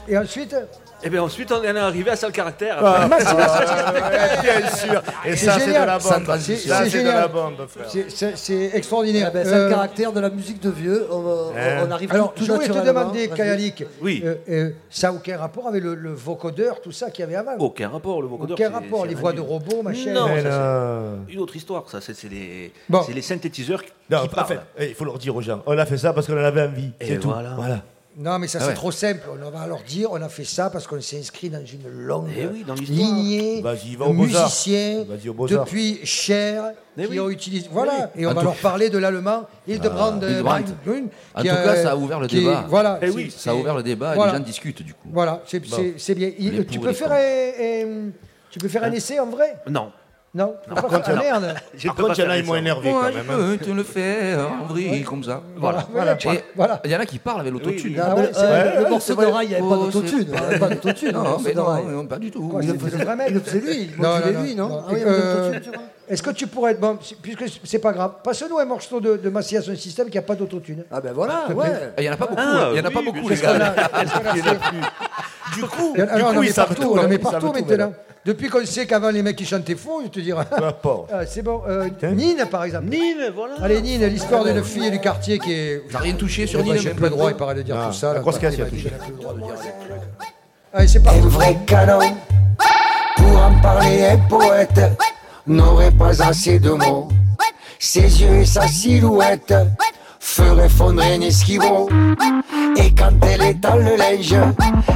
Speaker 4: Et ensuite
Speaker 10: Et Eh bien ensuite, on en est arrivé à sale caractère.
Speaker 4: Ah,
Speaker 10: Après.
Speaker 4: Massive Attack.
Speaker 5: Ah, bien sûr. Et
Speaker 4: C'est
Speaker 5: ça, c'est de
Speaker 4: génial.
Speaker 5: la
Speaker 4: Ça
Speaker 5: bombe.
Speaker 4: me va,
Speaker 5: Ça,
Speaker 4: c'est-
Speaker 5: c'est
Speaker 4: c'est
Speaker 5: de la
Speaker 4: génial.
Speaker 5: bombe, frère.
Speaker 4: C'est- C'est c'est extraordinaire.
Speaker 3: Eh ben, c'est le
Speaker 4: Euh,
Speaker 3: caractère de la musique de vieux. On, on-
Speaker 5: Hein.
Speaker 3: on arrive
Speaker 4: Alors,
Speaker 3: tout
Speaker 4: je voulais te
Speaker 3: naturellement.
Speaker 4: demander,
Speaker 3: Vas-y.
Speaker 4: Kayalik, euh, euh, ça n'a aucun rapport avec le, le vocodeur, tout ça qu'il y avait avant
Speaker 10: Aucun rapport, le vocodeur.
Speaker 4: Aucun
Speaker 10: c'est-
Speaker 4: rapport,
Speaker 10: c'est
Speaker 4: les
Speaker 10: un
Speaker 4: voix de
Speaker 10: individu.
Speaker 4: robots, machin.
Speaker 10: Non,
Speaker 5: Mais
Speaker 10: ça,
Speaker 5: non.
Speaker 10: c'est une autre histoire, ça. C'est c'est les,
Speaker 5: Bon.
Speaker 10: c'est les synthétiseurs qui
Speaker 5: Non,
Speaker 10: parlent.
Speaker 5: en fait, eh, il faut leur dire aux gens. On a fait ça parce qu'on en avait envie.
Speaker 10: Et
Speaker 5: C'est tout.
Speaker 10: voilà.
Speaker 5: Voilà.
Speaker 4: Non, mais ça,
Speaker 5: Ah
Speaker 4: c'est
Speaker 5: ouais.
Speaker 4: trop simple. On va leur dire, on a fait ça parce qu'on s'est inscrit dans une longue
Speaker 5: Eh oui, dans l'histoire.
Speaker 4: lignée
Speaker 5: Vas-y, va
Speaker 4: de
Speaker 5: aux Beaux-Arts.
Speaker 4: musiciens
Speaker 5: Vas-y aux Beaux-Arts.
Speaker 4: depuis Cher qui ont utilisé. Voilà,
Speaker 5: oui.
Speaker 4: et on
Speaker 5: En
Speaker 4: va
Speaker 5: tout-
Speaker 4: leur parler de l'allemand Hildebrand.
Speaker 6: Ah,
Speaker 4: euh,
Speaker 6: Hildebrand.
Speaker 4: Brandbrun,
Speaker 6: En
Speaker 4: qui
Speaker 6: tout
Speaker 4: a-
Speaker 6: cas, ça a ouvert le
Speaker 4: qui-
Speaker 6: débat.
Speaker 4: Voilà,
Speaker 6: Eh
Speaker 4: c'est-
Speaker 6: oui. Ça a
Speaker 4: c'est-
Speaker 6: ouvert le débat et
Speaker 4: voilà.
Speaker 6: les gens discutent, du coup.
Speaker 4: Voilà, c'est
Speaker 6: Bon.
Speaker 4: c'est- c'est bien. Il-
Speaker 6: Les
Speaker 4: tu,
Speaker 6: pour,
Speaker 4: peux
Speaker 6: les Hein
Speaker 4: faire
Speaker 6: contre.
Speaker 4: un, un- tu peux faire un essai en vrai
Speaker 10: Non.
Speaker 4: Non
Speaker 10: Non.
Speaker 4: Faut pas faire- ah, merde.
Speaker 6: Par
Speaker 5: contre, il y en a,
Speaker 6: faire
Speaker 5: ils m'ont
Speaker 6: ça.
Speaker 5: énervé,
Speaker 6: Ouais,
Speaker 5: quand
Speaker 6: je
Speaker 5: même,
Speaker 6: peux
Speaker 5: hein.
Speaker 6: te le faire en vrille, comme ça. Voilà.
Speaker 4: Voilà, tu vois,
Speaker 6: Et Il y en a qui parlent avec l'autotune.
Speaker 4: oui. Ah ouais, c'est vrai, le morceau
Speaker 6: c'est vrai.
Speaker 4: d'oreille, il y avait pas
Speaker 6: Oh,
Speaker 4: d'autotune,
Speaker 6: c'est-
Speaker 4: il y avait pas d'autotune, le
Speaker 6: Non,
Speaker 4: morceau
Speaker 6: hein. mais non,
Speaker 4: d'oreille.
Speaker 6: non, pas du tout.
Speaker 4: Il le faisait vraiment.
Speaker 3: il le faisait lui, il modulait lui, non Ah oui, il y avait
Speaker 4: Euh,
Speaker 3: une autotune, tu vois.
Speaker 4: Est-ce que tu pourrais être bon, c'est- puisque c'est- c'est pas grave, passe-nous un morceau de, de Massias un système qui a pas d'autotune.
Speaker 3: Ah ben voilà,
Speaker 4: S'il te plaît.
Speaker 3: ouais.
Speaker 6: Il y en a pas beaucoup.
Speaker 4: Ah,
Speaker 6: Il y en a pas
Speaker 4: oui,
Speaker 6: beaucoup, les
Speaker 4: parce qu'on
Speaker 6: gars.
Speaker 4: a- parce qu'on a
Speaker 6: Il y en a
Speaker 4: fait-
Speaker 6: plus.
Speaker 5: Du coup,
Speaker 4: Il y en a-
Speaker 5: du
Speaker 4: non,
Speaker 5: coup,
Speaker 4: on en
Speaker 5: ils
Speaker 4: met
Speaker 5: savent
Speaker 4: partout,
Speaker 5: tout,
Speaker 4: on en
Speaker 5: maintenant.
Speaker 4: met
Speaker 5: Ils savent
Speaker 4: partout
Speaker 5: tout,
Speaker 4: maintenant. Depuis qu'on sait qu'avant les mecs qui chantaient faux, je te dirai.
Speaker 5: Rapport.
Speaker 4: Ah, c'est bon. euh, Nine, par exemple.
Speaker 10: Nine, voilà.
Speaker 4: Allez, Nine, l'histoire d'une fille du quartier qui est.
Speaker 6: T'as rien touché sur
Speaker 4: Eh ben,
Speaker 6: Nine,
Speaker 4: J'ai
Speaker 6: même
Speaker 4: plus le
Speaker 6: pas
Speaker 4: droit,
Speaker 6: de-
Speaker 4: il paraît, de dire
Speaker 5: Ah,
Speaker 4: tout ça.
Speaker 5: la
Speaker 4: là,
Speaker 5: grosse casse,
Speaker 4: parce
Speaker 5: il
Speaker 4: qu'il
Speaker 5: a
Speaker 4: m'a dit,
Speaker 5: touché.
Speaker 4: j'ai plus le droit de dire ces trucs. Allez, c'est parti.
Speaker 12: Un vrai canon pour en parler un poète n'aurait pas assez de mots. Ses yeux et sa silhouette feraient fondre un esquimau. Et quand elle est dans le linge,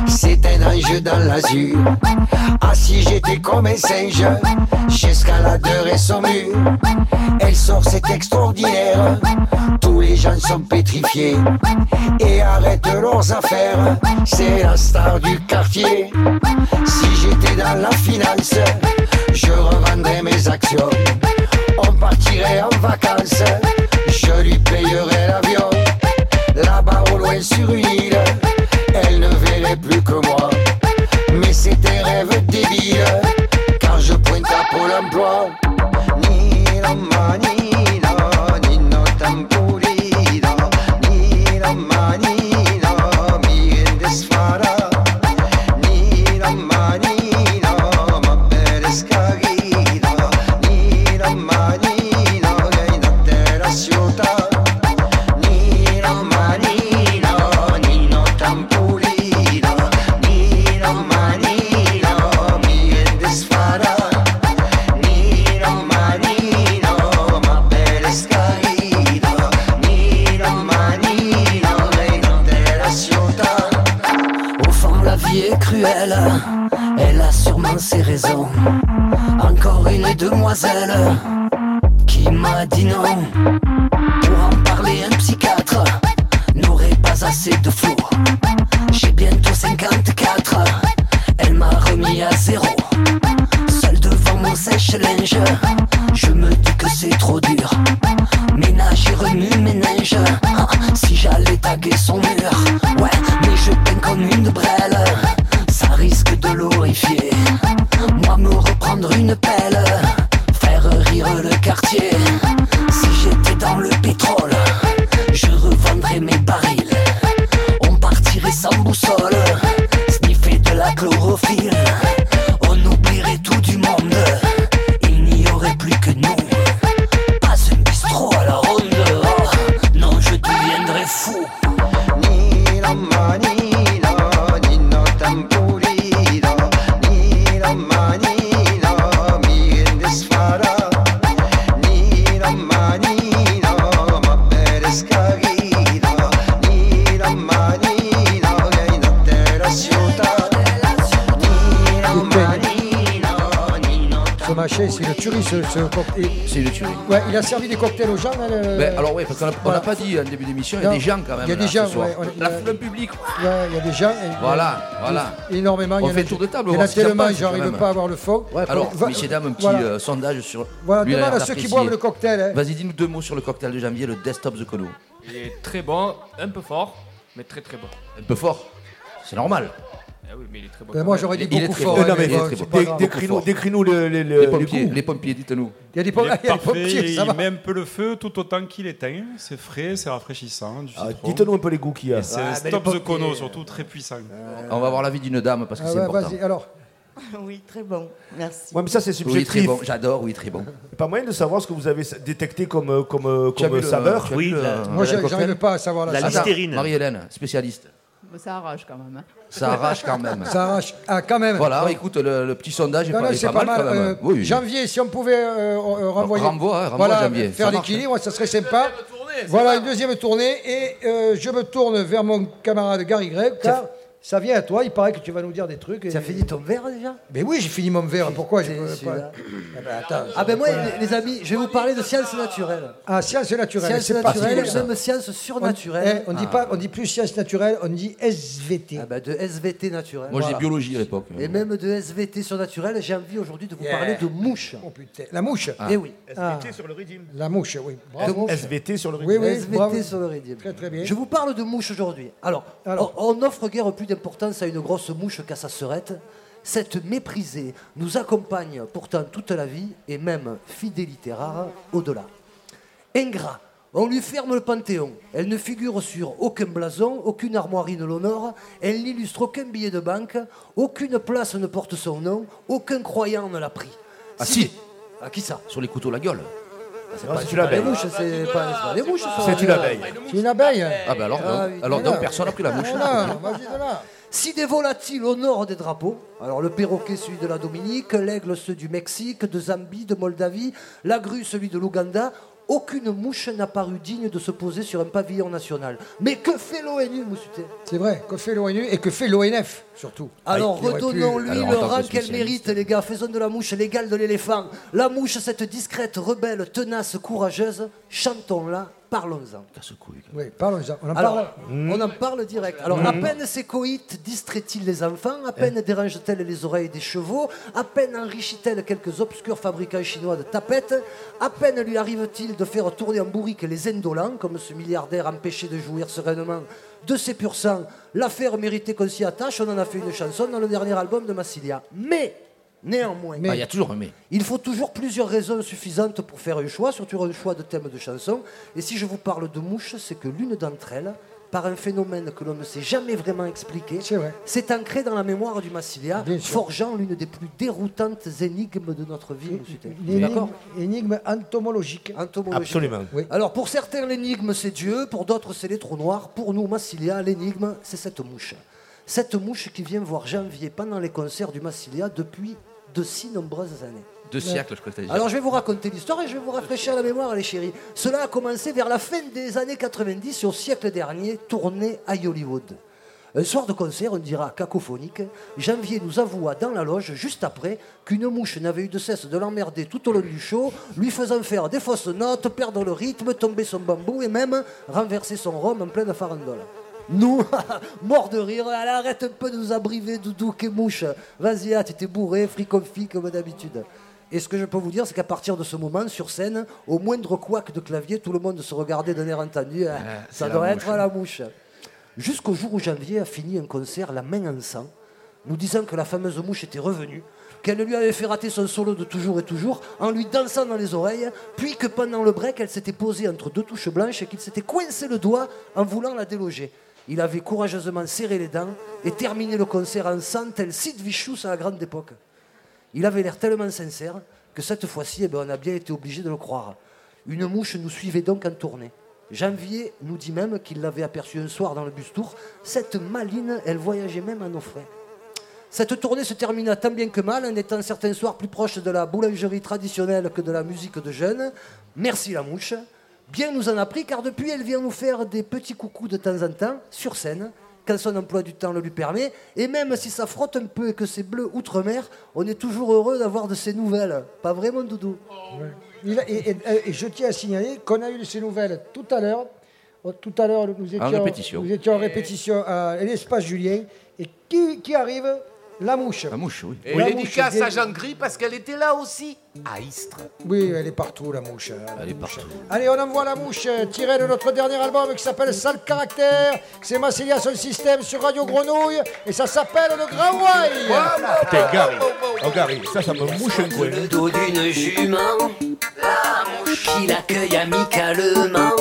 Speaker 12: c'est un ange dans l'azur. Ah si j'étais comme un singe, j'escaladerais son mur. Elle sort, c'est extraordinaire. Tous les gens sont pétrifiés et arrêtent leurs affaires. C'est la star du quartier. Si j'étais dans la finance, je revendrais mes actions. On partirait en vacances, je lui payerais l'avion. Là-bas au loin sur une île, elle ne verrait plus que moi. Mais c'est un rêve débile, car je pointe à Pôle emploi. Ni la manila, ni no tan pulida, ni la manila, mi desfara. Ni la manila, ma peres cagida, ni la manila, gaina de la ciutat. Ni la manila, ni no tan pulida, ni la manila, mi desfara. Mira, manino, ma bella scaglido. Mira, manino, reino della città. Au fond, la vie est cruelle, elle a sûrement ses raisons. Encore une demoiselle qui m'a dit non. Pour en parler, un psychiatre n'aurait pas assez de fou. J'ai bientôt 54, elle m'a remis à zéro. Seul devant mon sèche-linge, je me dis que c'est trop dur. Ménage et remue ménage, Ah, si j'allais taguer son mur. Ouais, mais je peins comme une brêle, ça risque de l'horrifier. Moi, me reprendre une pelle, faire rire le quartier. Si j'étais dans le pétrole, je revendrais mes barils. On partirait sans boussole, sniffer
Speaker 4: mâché, c'est une tuerie ce, ce cocktail.
Speaker 6: C'est une tuerie.
Speaker 4: Ouais, il a servi des cocktails aux gens. hein, le-
Speaker 6: Ben, alors oui, parce qu'on n'a
Speaker 4: Voilà.
Speaker 6: pas dit en début d'émission, il y a
Speaker 4: Non,
Speaker 6: des gens quand même.
Speaker 4: Il y a
Speaker 6: là,
Speaker 4: des
Speaker 6: ce
Speaker 4: gens,
Speaker 6: soir.
Speaker 4: ouais, on-
Speaker 6: La foule publique.
Speaker 4: Ouais, il y a des gens. et-
Speaker 6: Voilà,
Speaker 4: et-
Speaker 6: voilà.
Speaker 4: Énormément.
Speaker 6: On
Speaker 4: il y en a-
Speaker 6: fait le tour de table,
Speaker 4: Il y en
Speaker 6: voir
Speaker 4: a
Speaker 6: ce qu'ils en
Speaker 4: tellement,
Speaker 6: pensent, quand
Speaker 4: j'arrive
Speaker 6: même.
Speaker 4: pas à voir le fond.
Speaker 6: Alors,
Speaker 4: Va-
Speaker 6: messieurs, dames, un petit
Speaker 4: voilà.
Speaker 6: euh, sondage sur.
Speaker 4: Voilà,
Speaker 6: lui, il a
Speaker 4: demande
Speaker 6: l'air
Speaker 4: à ceux qui
Speaker 6: d'apprécier.
Speaker 4: boivent le cocktail, hein.
Speaker 6: Vas-y, dis-nous deux mots sur le cocktail de janvier, le Desktop The Cono.
Speaker 13: Il est très bon, un peu fort, mais très très bon.
Speaker 6: Un peu fort, c'est normal.
Speaker 13: Ah oui, mais il est très bon.
Speaker 4: Ben,
Speaker 13: quand
Speaker 4: moi,
Speaker 13: même.
Speaker 4: j'aurais dit
Speaker 13: Il est
Speaker 4: beaucoup
Speaker 13: très
Speaker 4: fort,
Speaker 13: bon.
Speaker 4: hein, mais bon, c'est pas grave.
Speaker 5: Décris-nous décris-nous le, le, le-
Speaker 6: Les
Speaker 5: le
Speaker 6: pompiers,
Speaker 5: goût.
Speaker 6: les pompiers, dites-nous.
Speaker 4: Il y a des pommes-
Speaker 14: Il est
Speaker 4: il y a des
Speaker 14: parfait,
Speaker 4: pompiers, ça
Speaker 14: il
Speaker 4: va.
Speaker 14: met un peu le feu tout autant qu'il éteint. C'est frais, c'est rafraîchissant. du
Speaker 5: Ah,
Speaker 14: citron.
Speaker 5: dites-nous un peu les goûts qu'il y a.
Speaker 14: Et C'est
Speaker 5: Ah, ben, les
Speaker 14: Stop the
Speaker 5: pompiers,
Speaker 14: Cono,
Speaker 5: euh,
Speaker 14: surtout très puissant.
Speaker 4: Euh,
Speaker 6: On va voir l'avis d'une dame parce que
Speaker 14: Ah
Speaker 6: c'est
Speaker 14: ouais,
Speaker 6: important.
Speaker 14: vas-y,
Speaker 4: alors.
Speaker 15: Oui, très bon. Merci.
Speaker 5: Ouais, mais ça, c'est
Speaker 6: Oui,
Speaker 5: subjectif.
Speaker 6: très bon, j'adore, oui, très bon.
Speaker 5: Pas moyen de savoir ce que vous avez détecté comme, euh, comme, euh,
Speaker 6: Tu as
Speaker 5: comme
Speaker 6: vu
Speaker 5: euh,
Speaker 6: le-
Speaker 5: saveur
Speaker 6: tu as vu Oui, le- la-
Speaker 4: Moi, j'ai- j'arrive pas à savoir
Speaker 6: Attends,
Speaker 4: saveur.
Speaker 6: Marie-Hélène, spécialiste.
Speaker 16: Ça arrache quand même. hein.
Speaker 6: Ça arrache quand même.
Speaker 4: Ça arrache. Ah, quand même.
Speaker 6: Voilà,
Speaker 4: Bon.
Speaker 6: écoute, le, le petit sondage est
Speaker 4: Non,
Speaker 6: pas,
Speaker 4: non,
Speaker 6: est
Speaker 4: c'est
Speaker 6: pas
Speaker 4: pas mal.
Speaker 6: quand même.
Speaker 4: euh,
Speaker 6: Oui, oui.
Speaker 4: Janvier, si on pouvait euh, euh, euh, renvoyer.
Speaker 6: Renvoie, hein, renvoie
Speaker 4: Voilà,
Speaker 6: janvier,
Speaker 4: Faire
Speaker 6: ça marche.
Speaker 4: l'équilibre, ça serait sympa. voilà, une deuxième tournée. Et euh, je me tourne vers mon camarade Gary Gray, car ça vient à toi. Il paraît que tu vas nous dire des trucs. Tu as fini ton verre déjà Mais oui, j'ai fini mon verre. Pourquoi je peux pas-
Speaker 3: celui-là. Ah ben moi, les, les amis, je vais vous parler de science naturelle.
Speaker 4: Ah, science naturelle.
Speaker 3: Science
Speaker 4: c'est pas
Speaker 3: naturelle,
Speaker 4: fini, ça.
Speaker 3: même science surnaturelle.
Speaker 4: On, eh, on dit pas, on dit plus science naturelle, on dit SVT. Ah
Speaker 3: bah de SVT naturelle.
Speaker 6: Moi, j'ai
Speaker 3: Voilà.
Speaker 6: biologie à l'époque.
Speaker 3: Et même de SVT surnaturelle, j'ai envie aujourd'hui de vous
Speaker 4: Yeah.
Speaker 3: parler de mouches.
Speaker 4: Oh putain, la mouche.
Speaker 6: Ah.
Speaker 3: Eh oui.
Speaker 4: SVT
Speaker 5: sur le rythme.
Speaker 4: La mouche, oui. Bravo.
Speaker 5: SVT sur le
Speaker 4: Oui, oui,
Speaker 3: SVT
Speaker 4: bravo.
Speaker 3: sur le rythme.
Speaker 4: Très, très bien.
Speaker 3: Je vous parle de mouches aujourd'hui. Alors, on on n'offre guère plus d'importance à une grosse mouche qu'à sa serette. Cette méprisée nous accompagne pourtant toute la vie et même, fidélité rare, au-delà. Ingrat, on lui ferme le panthéon. Elle ne figure sur aucun blason, aucune armoirie ne l'honore, elle n'illustre aucun billet de banque, aucune place ne porte son nom, aucun croyant ne l'a pris.
Speaker 6: Ah si
Speaker 3: À qui ça
Speaker 6: Sur les couteaux la gueule.
Speaker 3: C'est
Speaker 5: pas-
Speaker 6: c'est
Speaker 5: c'est
Speaker 6: pas
Speaker 5: l'abeille.
Speaker 6: les
Speaker 16: Ah,
Speaker 3: mouches,
Speaker 16: bah,
Speaker 3: c'est pas- c'est pas Euh, les mouches, ça.
Speaker 6: C'est une abeille.
Speaker 4: C'est une abeille.
Speaker 6: Ah bah alors,
Speaker 3: Ah
Speaker 6: non.
Speaker 3: oui,
Speaker 6: alors
Speaker 3: voilà.
Speaker 6: donc personne n'a pris la mouche.
Speaker 3: Voilà.
Speaker 4: Vas-y, de là.
Speaker 3: Si des volatiles honorent des drapeaux, alors le perroquet celui de la Dominique, l'aigle ceux du Mexique, de Zambie, de Moldavie, la grue celui de l'Ouganda, aucune mouche n'a paru digne de se poser sur un pavillon national. Mais que fait l'ONU, Moussuté
Speaker 4: C'est vrai, que fait l'ONU et que fait l'ONF surtout
Speaker 3: alors
Speaker 4: Ah, Il aurait pu-
Speaker 3: Ah redonnons-lui
Speaker 4: Alors,
Speaker 3: le
Speaker 4: en tant que
Speaker 3: rang qu'elle mérite,
Speaker 4: spécialiste.
Speaker 3: les gars. Faisons de la mouche l'égale de l'éléphant. La mouche, cette discrète, rebelle, tenace, courageuse, chantons-la, parlons-en.
Speaker 4: Oui, parlons-en. On en
Speaker 3: Alors, hmm. on
Speaker 4: parle.
Speaker 3: en parle direct. Alors,
Speaker 4: Mm.
Speaker 3: à peine ces coïts distraient-ils les enfants, à peine dérangent-elles les oreilles des chevaux, à peine enrichit-elles quelques obscurs fabricants chinois de tapettes, à peine lui arrive-t-il de faire tourner en bourrique les indolents, comme ce milliardaire empêché de jouir sereinement de ses purs sangs. L'affaire méritait qu'on s'y attache, on en a fait une chanson dans le dernier album de Massilia. Mais, néanmoins,
Speaker 6: Ah, il y a toujours un mais.
Speaker 3: il faut toujours plusieurs raisons suffisantes pour faire un choix, surtout un choix de thème de chanson. Et si je vous parle de mouches, c'est que l'une d'entre elles, par un phénomène que l'on ne sait jamais vraiment expliquer, s'est ancrée dans la mémoire du Massilia, forgeant l'une des plus déroutantes énigmes de notre vie. monsieur Tain.
Speaker 4: L'énigme
Speaker 3: D'accord
Speaker 4: énigme entomologique.
Speaker 3: Entomologique. Alors pour certains, l'énigme c'est Dieu, pour d'autres c'est les trous noirs. Pour nous, Massilia, l'énigme c'est cette mouche. Cette mouche qui vient voir janvier pendant les concerts du Massilia depuis de si nombreuses années.
Speaker 6: Deux siècles, je crois que t'as dit.
Speaker 3: Alors je vais vous raconter l'histoire et je vais vous rafraîchir la mémoire, les chéris. Cela a commencé vers la fin des années 90 au siècle dernier, tourné à Hollywood. Un soir de concert, on dira cacophonique, Janvier nous avoua dans la loge, juste après, qu'une mouche n'avait eu de cesse de l'emmerder tout au long du show, lui faisant faire des fausses notes, perdre le rythme, tomber son bambou et même renverser son rhum en pleine farandole. Nous, morts de rire, allez, arrête un peu de nous abriver, doudou, et mouche. Vas-y, ah, t'étais bourré, fricomfi comme d'habitude. Et ce que je peux vous dire, c'est qu'à partir de ce moment, sur scène, au moindre couac de clavier, tout le monde se regardait d'un air entendu. Ah,
Speaker 17: c'est
Speaker 3: ça
Speaker 17: la
Speaker 3: doit
Speaker 17: mouche. hein.
Speaker 3: être la mouche. Jusqu'au jour où Janvier a fini un concert, la main en sang, nous disant que la fameuse mouche était revenue, qu'elle lui avait fait rater son solo de toujours et toujours, en lui dansant dans les oreilles, puis que pendant le break, elle s'était posée entre deux touches blanches et qu'il s'était coincé le doigt en voulant la déloger. Il avait courageusement serré les dents et terminé le concert en sang, tel Sid Vicious à la grande époque. Il avait l'air tellement sincère que cette fois-ci, eh ben, on a bien été obligé de le croire. Une mouche nous suivait donc en tournée. Janvier nous dit même qu'il l'avait aperçue un soir dans le bus tour. Cette maline, elle voyageait même à nos frais. Cette tournée se termina tant bien que mal en étant certains soirs plus proche de la boulangerie traditionnelle que de la musique de jeunes. Merci la mouche. Bien nous en a pris car depuis elle vient nous faire des petits coucous de temps en temps sur scène quand son emploi du temps le lui permet. Et même si ça frotte un peu et que c'est bleu outre-mer, on est toujours heureux d'avoir de ses nouvelles. Pas vraiment, Doudou
Speaker 4: Il a- et, et- et je tiens à signaler qu'on a eu de ces nouvelles tout à l'heure. Oh, Tout à l'heure, nous étions
Speaker 6: répétition.
Speaker 4: nous étions en répétition à l'espace Julien. Et qui, qui arrive La mouche. La
Speaker 6: mouche, oui.
Speaker 16: Et dédicace à Jean Gris parce qu'elle était là aussi,
Speaker 4: Ah,
Speaker 16: à Istres.
Speaker 4: Oui, elle est partout, la mouche.
Speaker 6: Elle est partout.
Speaker 4: Allez, on envoie la mouche euh, tirée de notre dernier album qui s'appelle Sale Caractère. C'est Massilia Son Système sur Radio Grenouille et ça s'appelle Le Grand Ouaille.
Speaker 5: Putain, Gary. Oh, Gary, ça, ça me mouche un coin.
Speaker 9: Le dos d'une jument, la mouche qui l'accueille amicalement,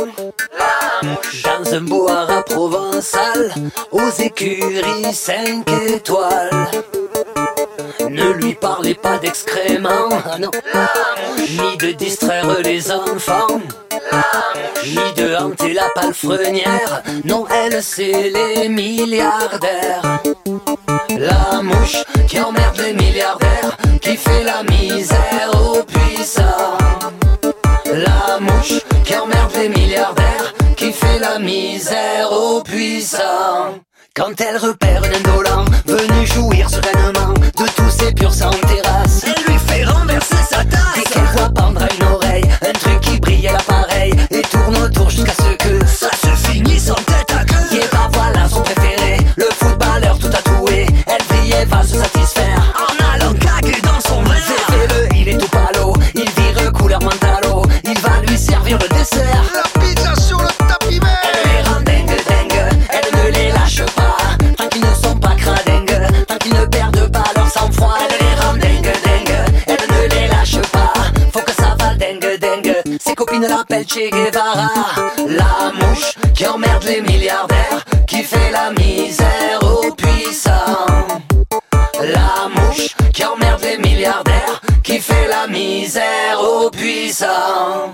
Speaker 9: la mouche dans un beau haras provençal, aux écuries 5 étoiles. Ne lui parlez pas d'excréments, ah non, la mouche, ni de distraire les enfants, la mouche, ni de hanter la palefrenière, non, elle c'est les milliardaires. La mouche qui emmerde les milliardaires, qui fait la misère aux puissants. La mouche qui emmerde les milliardaires, qui fait la misère aux puissants. Quand elle repère un indolent, venu jouir sereinement de tous ses purs sans terrasse, elle lui fait renverser sa tasse. Dès qu'elle voit pendre à une oreille, un truc qui brille à l'appareil, et tourne autour jusqu'à ce que ça se finisse en tête à queue. Et bah voilà son préféré, le footballeur tout tatoué. Elle brille et va se satisfaire en allant caguer dans son verre. Fais-le, il est tout palo, il vire couleur mentalo, il va lui servir le dessert. La pizza sur le tapis vert. Elle les rend dingue dingue, elle ne les lâche pas. Tant qu'ils ne sont pas cradingues, tant qu'ils ne perdent pas leur sang-froid. Elle les rend dingue dingue, elle ne les lâche pas. Faut que ça va dingue dingue. Ses copines l'appellent Che Guevara. La mouche qui emmerde les milliardaires, qui fait la misère aux puissants. La mouche qui emmerde les milliardaires, qui fait la misère aux puissants.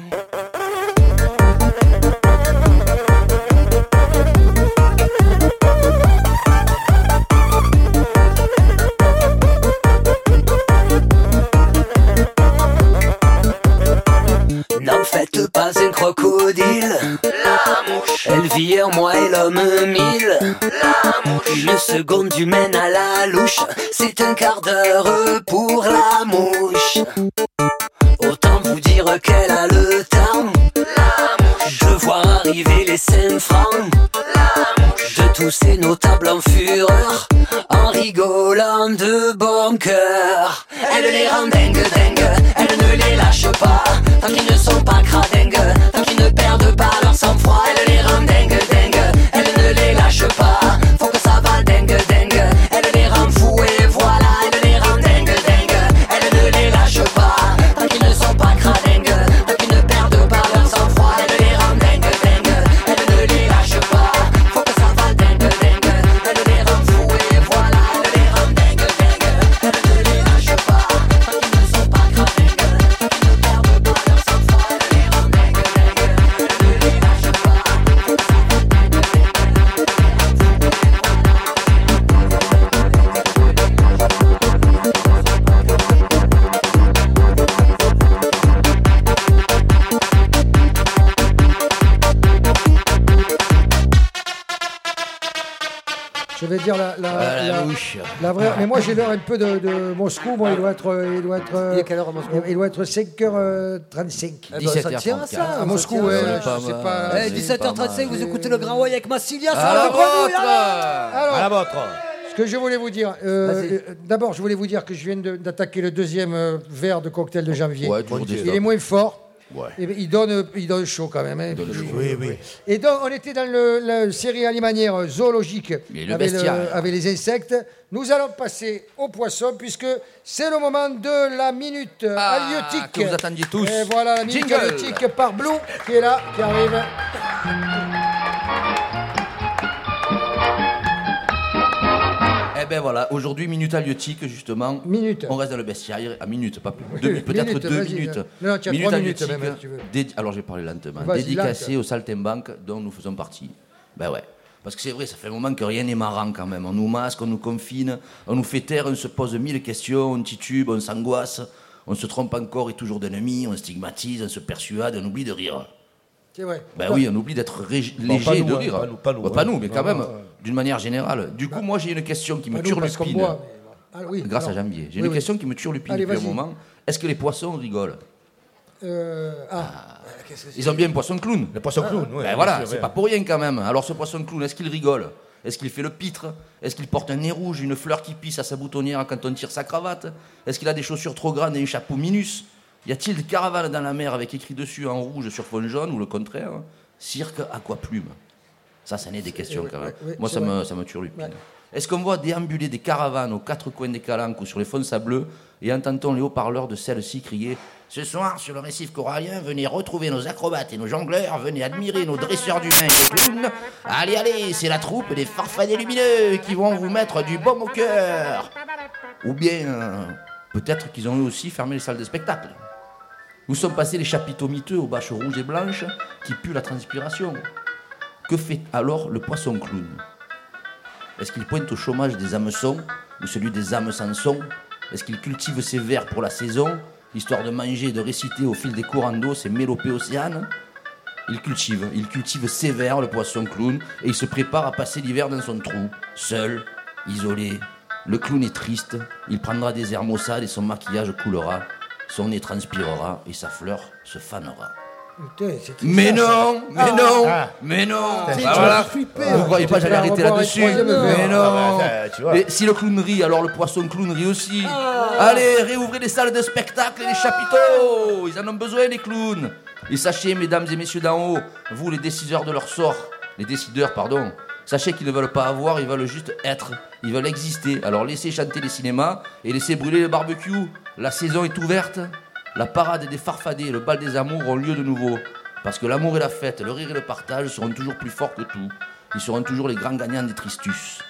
Speaker 9: N'en faites pas un crocodile. La mouche. Elle vit en moi et l'homme mille. La mouche. Une seconde humaine à la louche. C'est un quart d'heure pour la mouche. Autant vous dire qu'elle a le temps. La mouche. De voir arriver les cinq francs. La mouche. De tous ces notables en fureur. En rigolant de bon cœur. Elle les rend dingue, dingue. Elle ne les lâche pas. Tant qu'ils ne sont pas cradingues. Tant qu'ils ne perdent pas leur sang-froid. Elle les rend dingue, dingue. Elle ne les lâche pas. Faut que ça va dingue, dingue. Elle les rend fous et voilà. Elle les rend dingue, dingue. Elle ne les lâche pas. Tant qu'ils ne sont pas cradingues. Tant qu'ils ne perdent pas leur sang-froid. Elle les rend dingue, dingue. Elle ne les lâche pas. Faut que ça va dingue, dingue. Elle les rend fous et voilà. Elle les rend dingue, dingue. Elle ne les lâche pas. Tant qu'ils ne sont pas cradingues.
Speaker 4: Je vais dire la, la,
Speaker 6: Ah, la
Speaker 4: la-
Speaker 6: mouche.
Speaker 4: la vraie. Mais moi, j'ai l'heure un peu de, de Moscou. Moi, il doit être. euh, Il, doit être, euh,
Speaker 3: Il est quelle heure à Moscou
Speaker 4: Il doit être 5h35.
Speaker 3: Eh ben, ça 17h34. tient, ça,
Speaker 4: À
Speaker 3: ça
Speaker 4: Moscou,
Speaker 3: tient.
Speaker 4: ouais,
Speaker 3: Ouais,
Speaker 4: euh, je sais pas.
Speaker 3: Eh, 17h35, vous écoutez le Grand Way avec Massilia sur
Speaker 4: À la
Speaker 3: le Grenouille.
Speaker 4: vôtre
Speaker 3: alors
Speaker 4: À la
Speaker 5: vôtre
Speaker 4: Ce que je voulais vous dire, euh,
Speaker 3: Vas-y.
Speaker 4: euh, d'abord, je voulais vous dire que je viens de- d'attaquer le deuxième euh, verre de cocktail de janvier.
Speaker 6: Ouais, toujours des
Speaker 4: il
Speaker 6: stocks.
Speaker 4: est moins fort.
Speaker 6: Ouais.
Speaker 4: Eh ben, il, donne, il donne chaud quand même. hein.
Speaker 6: Oui, oui.
Speaker 4: Et donc, on était dans le, la série alimentaire euh, zoologique
Speaker 6: Mais le
Speaker 4: avec,
Speaker 6: bestiaire.
Speaker 4: avec les insectes. Nous allons passer aux poissons puisque c'est le moment de la minute euh, halieutique.
Speaker 6: Ah, que vous attendiez tous.
Speaker 4: Et voilà la minute
Speaker 6: Jingle.
Speaker 4: halieutique par Blue qui est là, qui arrive.
Speaker 6: Eh ben voilà, aujourd'hui, minute halieutique, justement.
Speaker 4: Minute.
Speaker 6: On reste dans le bestiaire, à minute, pas plus. Deux, peut-être
Speaker 4: Minute,
Speaker 6: deux
Speaker 4: vas-y,
Speaker 6: minutes.
Speaker 4: là. Non, tu as trois minutes,
Speaker 6: halieutique,
Speaker 4: même, hein, si tu veux.
Speaker 6: dédi- Alors, j'ai parlé lentement.
Speaker 4: Vas-y,
Speaker 6: Dédicacé
Speaker 4: lente.
Speaker 6: aux saltimbanques dont nous faisons partie. Ben ouais. Parce que c'est vrai, ça fait un moment que rien n'est marrant quand même. On nous masque, on nous confine, on nous fait taire, on se pose mille questions, on titube, on s'angoisse, on se trompe encore et toujours d'ennemis, on stigmatise, on se persuade, on oublie de rire.
Speaker 4: C'est vrai.
Speaker 6: Ben oui, on oublie d'être rég-
Speaker 5: Bon,
Speaker 6: léger
Speaker 5: pas
Speaker 6: et
Speaker 5: nous,
Speaker 6: de
Speaker 5: hein,
Speaker 6: rire.
Speaker 5: pas nous, pas nous,
Speaker 6: Ouais, pas
Speaker 5: hein.
Speaker 6: nous, mais quand
Speaker 5: Non,
Speaker 6: même.
Speaker 5: non,
Speaker 6: d'une manière générale. Du coup, moi, j'ai une question qui me
Speaker 4: pas nous,
Speaker 6: tue
Speaker 4: parce qu'on
Speaker 6: lupine.
Speaker 4: boit, mais- Ah, oui,
Speaker 6: grâce
Speaker 4: alors.
Speaker 6: à Janvier. J'ai
Speaker 4: Oui,
Speaker 6: une
Speaker 4: oui.
Speaker 6: question qui me tue lupine
Speaker 4: Allez,
Speaker 6: depuis un
Speaker 4: vas-y.
Speaker 6: moment. Est-ce que les poissons rigolent
Speaker 4: Euh, ah. Qu'est-ce que c'est
Speaker 6: Ils ont bien le poisson clown. Le
Speaker 4: poisson clown, ouais, bien
Speaker 6: Ben voilà,
Speaker 4: sûr,
Speaker 6: c'est
Speaker 4: ouais.
Speaker 6: pas pour rien quand même. Alors ce poisson clown, est-ce qu'il rigole Est-ce qu'il fait le pitre Est-ce qu'il porte un nez rouge, une fleur qui pisse à sa boutonnière quand on tire sa cravate Est-ce qu'il a des chaussures trop grandes et un chapeau minus Y a-t-il des caravanes dans la mer avec écrit dessus en rouge sur fond jaune ou le contraire Cirque, aquaplume. Ça, ça n'est des questions
Speaker 4: ouais,
Speaker 6: quand même.
Speaker 4: ouais, ouais,
Speaker 6: Moi,
Speaker 4: c'est
Speaker 6: ça me,
Speaker 4: vrai.
Speaker 6: ça me tue lupine.
Speaker 4: Ouais.
Speaker 6: Est-ce qu'on voit déambuler des caravanes aux quatre coins des calanques ou sur les fonds sableux et entend-on les haut-parleurs de celles-ci crier Ce soir, sur le récif corallien, venez retrouver nos acrobates et nos jongleurs, venez admirer nos dresseurs d'humains et nos clowns. Allez, allez, c'est la troupe des farfadets lumineux qui vont vous mettre du baume au cœur Ou bien, euh, peut-être qu'ils ont eux aussi fermé les salles de spectacle. Nous sommes passés les chapiteaux miteux aux bâches rouges et blanches qui puent la transpiration. Que fait alors le poisson clown est-ce qu'il pointe au chômage des hameçons ou celui des âmes sans son Est-ce qu'il cultive ses vers pour la saison, histoire de manger et de réciter au fil des courants d'eau ses mélopées océanes Il cultive, il cultive ses vers, le poisson clown, et il se prépare à passer l'hiver dans son trou, seul, isolé. Le clown est triste, il prendra des airs maussades et son maquillage coulera, son nez transpirera et sa fleur se fanera.
Speaker 4: Putain, c'est triste,
Speaker 6: Mais
Speaker 4: ça.
Speaker 6: non, mais
Speaker 4: Ah.
Speaker 6: non,
Speaker 4: Ah.
Speaker 6: mais non.
Speaker 4: Ah.
Speaker 6: Bah
Speaker 4: Tu
Speaker 6: voilà.
Speaker 4: vas flipper.
Speaker 6: Vous croyez pas que j'allais
Speaker 4: Tu vas
Speaker 6: arrêter
Speaker 4: revoir un
Speaker 6: là-dessus
Speaker 4: troisième
Speaker 6: Mais
Speaker 4: verre.
Speaker 6: non.
Speaker 4: Ah bah, tu vois.
Speaker 6: Mais si le clown rit, alors le poisson clown rit aussi. Allez, réouvrez les salles de spectacle et les chapiteaux. Ils en ont besoin les clowns. Et sachez, mesdames et messieurs d'en haut, vous les décideurs de leur sort, les décideurs, pardon. Sachez qu'ils ne veulent pas avoir, ils veulent juste être. Ils veulent exister. Alors laissez chanter les cinémas et laissez brûler les barbecues. La saison est ouverte. La parade des farfadets et le bal des amours ont lieu de nouveau. Parce que l'amour et la fête, le rire et le partage seront toujours plus forts que tout. Ils seront toujours les grands gagnants des tristus.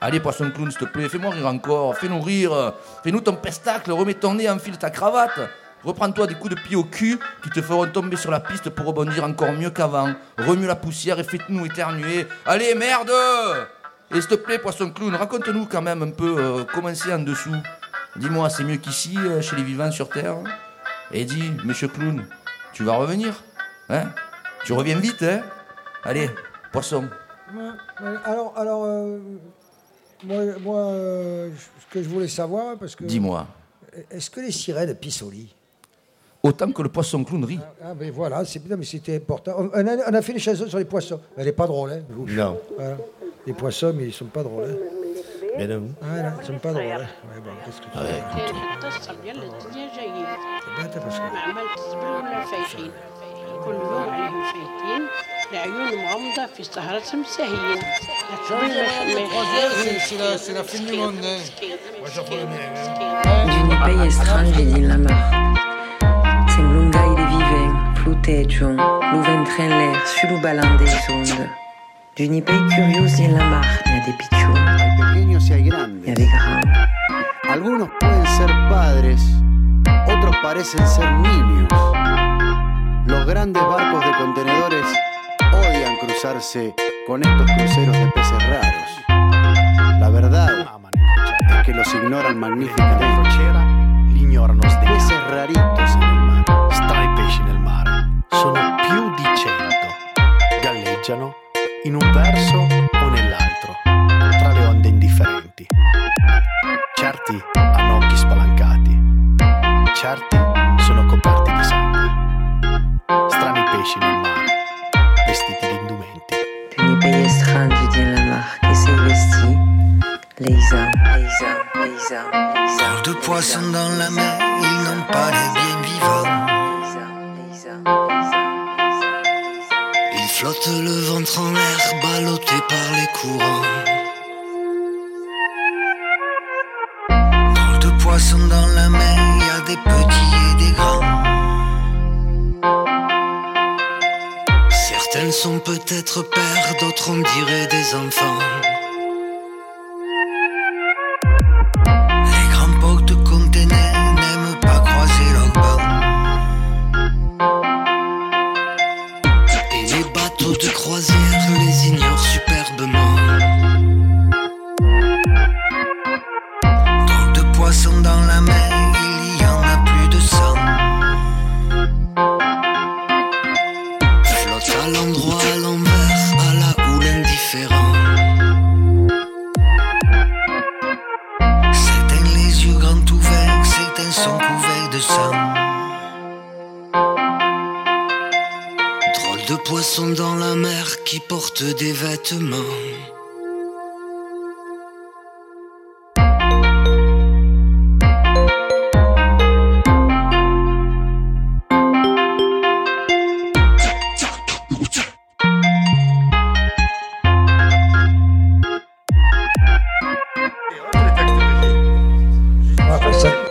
Speaker 6: Allez, poisson clown, s'il te plaît, fais-moi rire encore, fais-nous rire, fais-nous ton pestacle, remets ton nez, enfile ta cravate. Reprends-toi des coups de pied au cul qui te feront tomber sur la piste pour rebondir encore mieux qu'avant. Remue la poussière et fais-nous éternuer. Allez, merde Et s'il te plaît, poisson clown, raconte-nous quand même un peu euh, comment c'est en dessous. Dis-moi, c'est mieux qu'ici, euh, chez les vivants sur Terre Et dis, monsieur clown, tu vas revenir Hein Tu reviens vite, hein Allez, poisson.
Speaker 4: Ouais, ouais, Alors, alors euh, moi, moi, euh, ce que je voulais savoir, parce que.
Speaker 6: Dis-moi.
Speaker 4: Euh, Est-ce que les sirènes pissent au lit
Speaker 6: Autant que le poisson clown rit.
Speaker 4: Ah, mais voilà, c'est non, mais c'était important. On, on a, on a fait une chanson sur les poissons. Mais Elle n'est pas drôle, hein vous.
Speaker 5: Non.
Speaker 4: Voilà. Les poissons, mais ils sont pas drôles. hein.
Speaker 5: Mais non. Ah
Speaker 4: Ah, non, ils sont pas drôles. hein. Ouais, bon, qu'est-ce que tu veux بنت بس كده.
Speaker 1: c'est la fin du monde. hein.
Speaker 17: D'une pays étrange et d'une la mer. Semblunga il vivent, flutejum, l'ouventre en l'air, sur le ballon des ondes. D'une pays curieuse d'une la mar, il y a des
Speaker 18: pequeños y hay grandes. Algunos pueden ser padres, otros parecen ser niños. Los grandes barcos de contenedores odian cruzarse con estos cruceros de peces raros. La verdad es que los ignoran magníficamente. Peces raritos en el mar.
Speaker 19: Stai pesci nel mare, sono più di cento. Galleggiano in un verso o nell'altro, tra le onde indifferenti. Certi hanno occhi spalancati, certi Certo, sono coperti di sangue. Strani pesci nel mare, vestiti di indumenti.
Speaker 17: D'une pays étrange d'une la mar, qui s'est vestie, les uns, les uns, les uns, les uns.
Speaker 18: Parle de poissons dans la mer, ils n'ont pas les bien vivants. Ils flottent le ventre en l'air, ballottés par les courants. Parle de poissons dans la mer, il y a des petits et des grands. Certains sont peut-être pères, d'autres on dirait des enfants. Les grands pocs de containers n'aiment pas croiser leurs bancs. Et les bateaux de croisière les ignorent superbement. Drôle de poissons dans la mer, il y en a plus de cent. Flotte à l'endroit, à l'envers, à la houle indifférent.
Speaker 9: de ça. Drôle de poisson dans la mer qui porte des vêtements.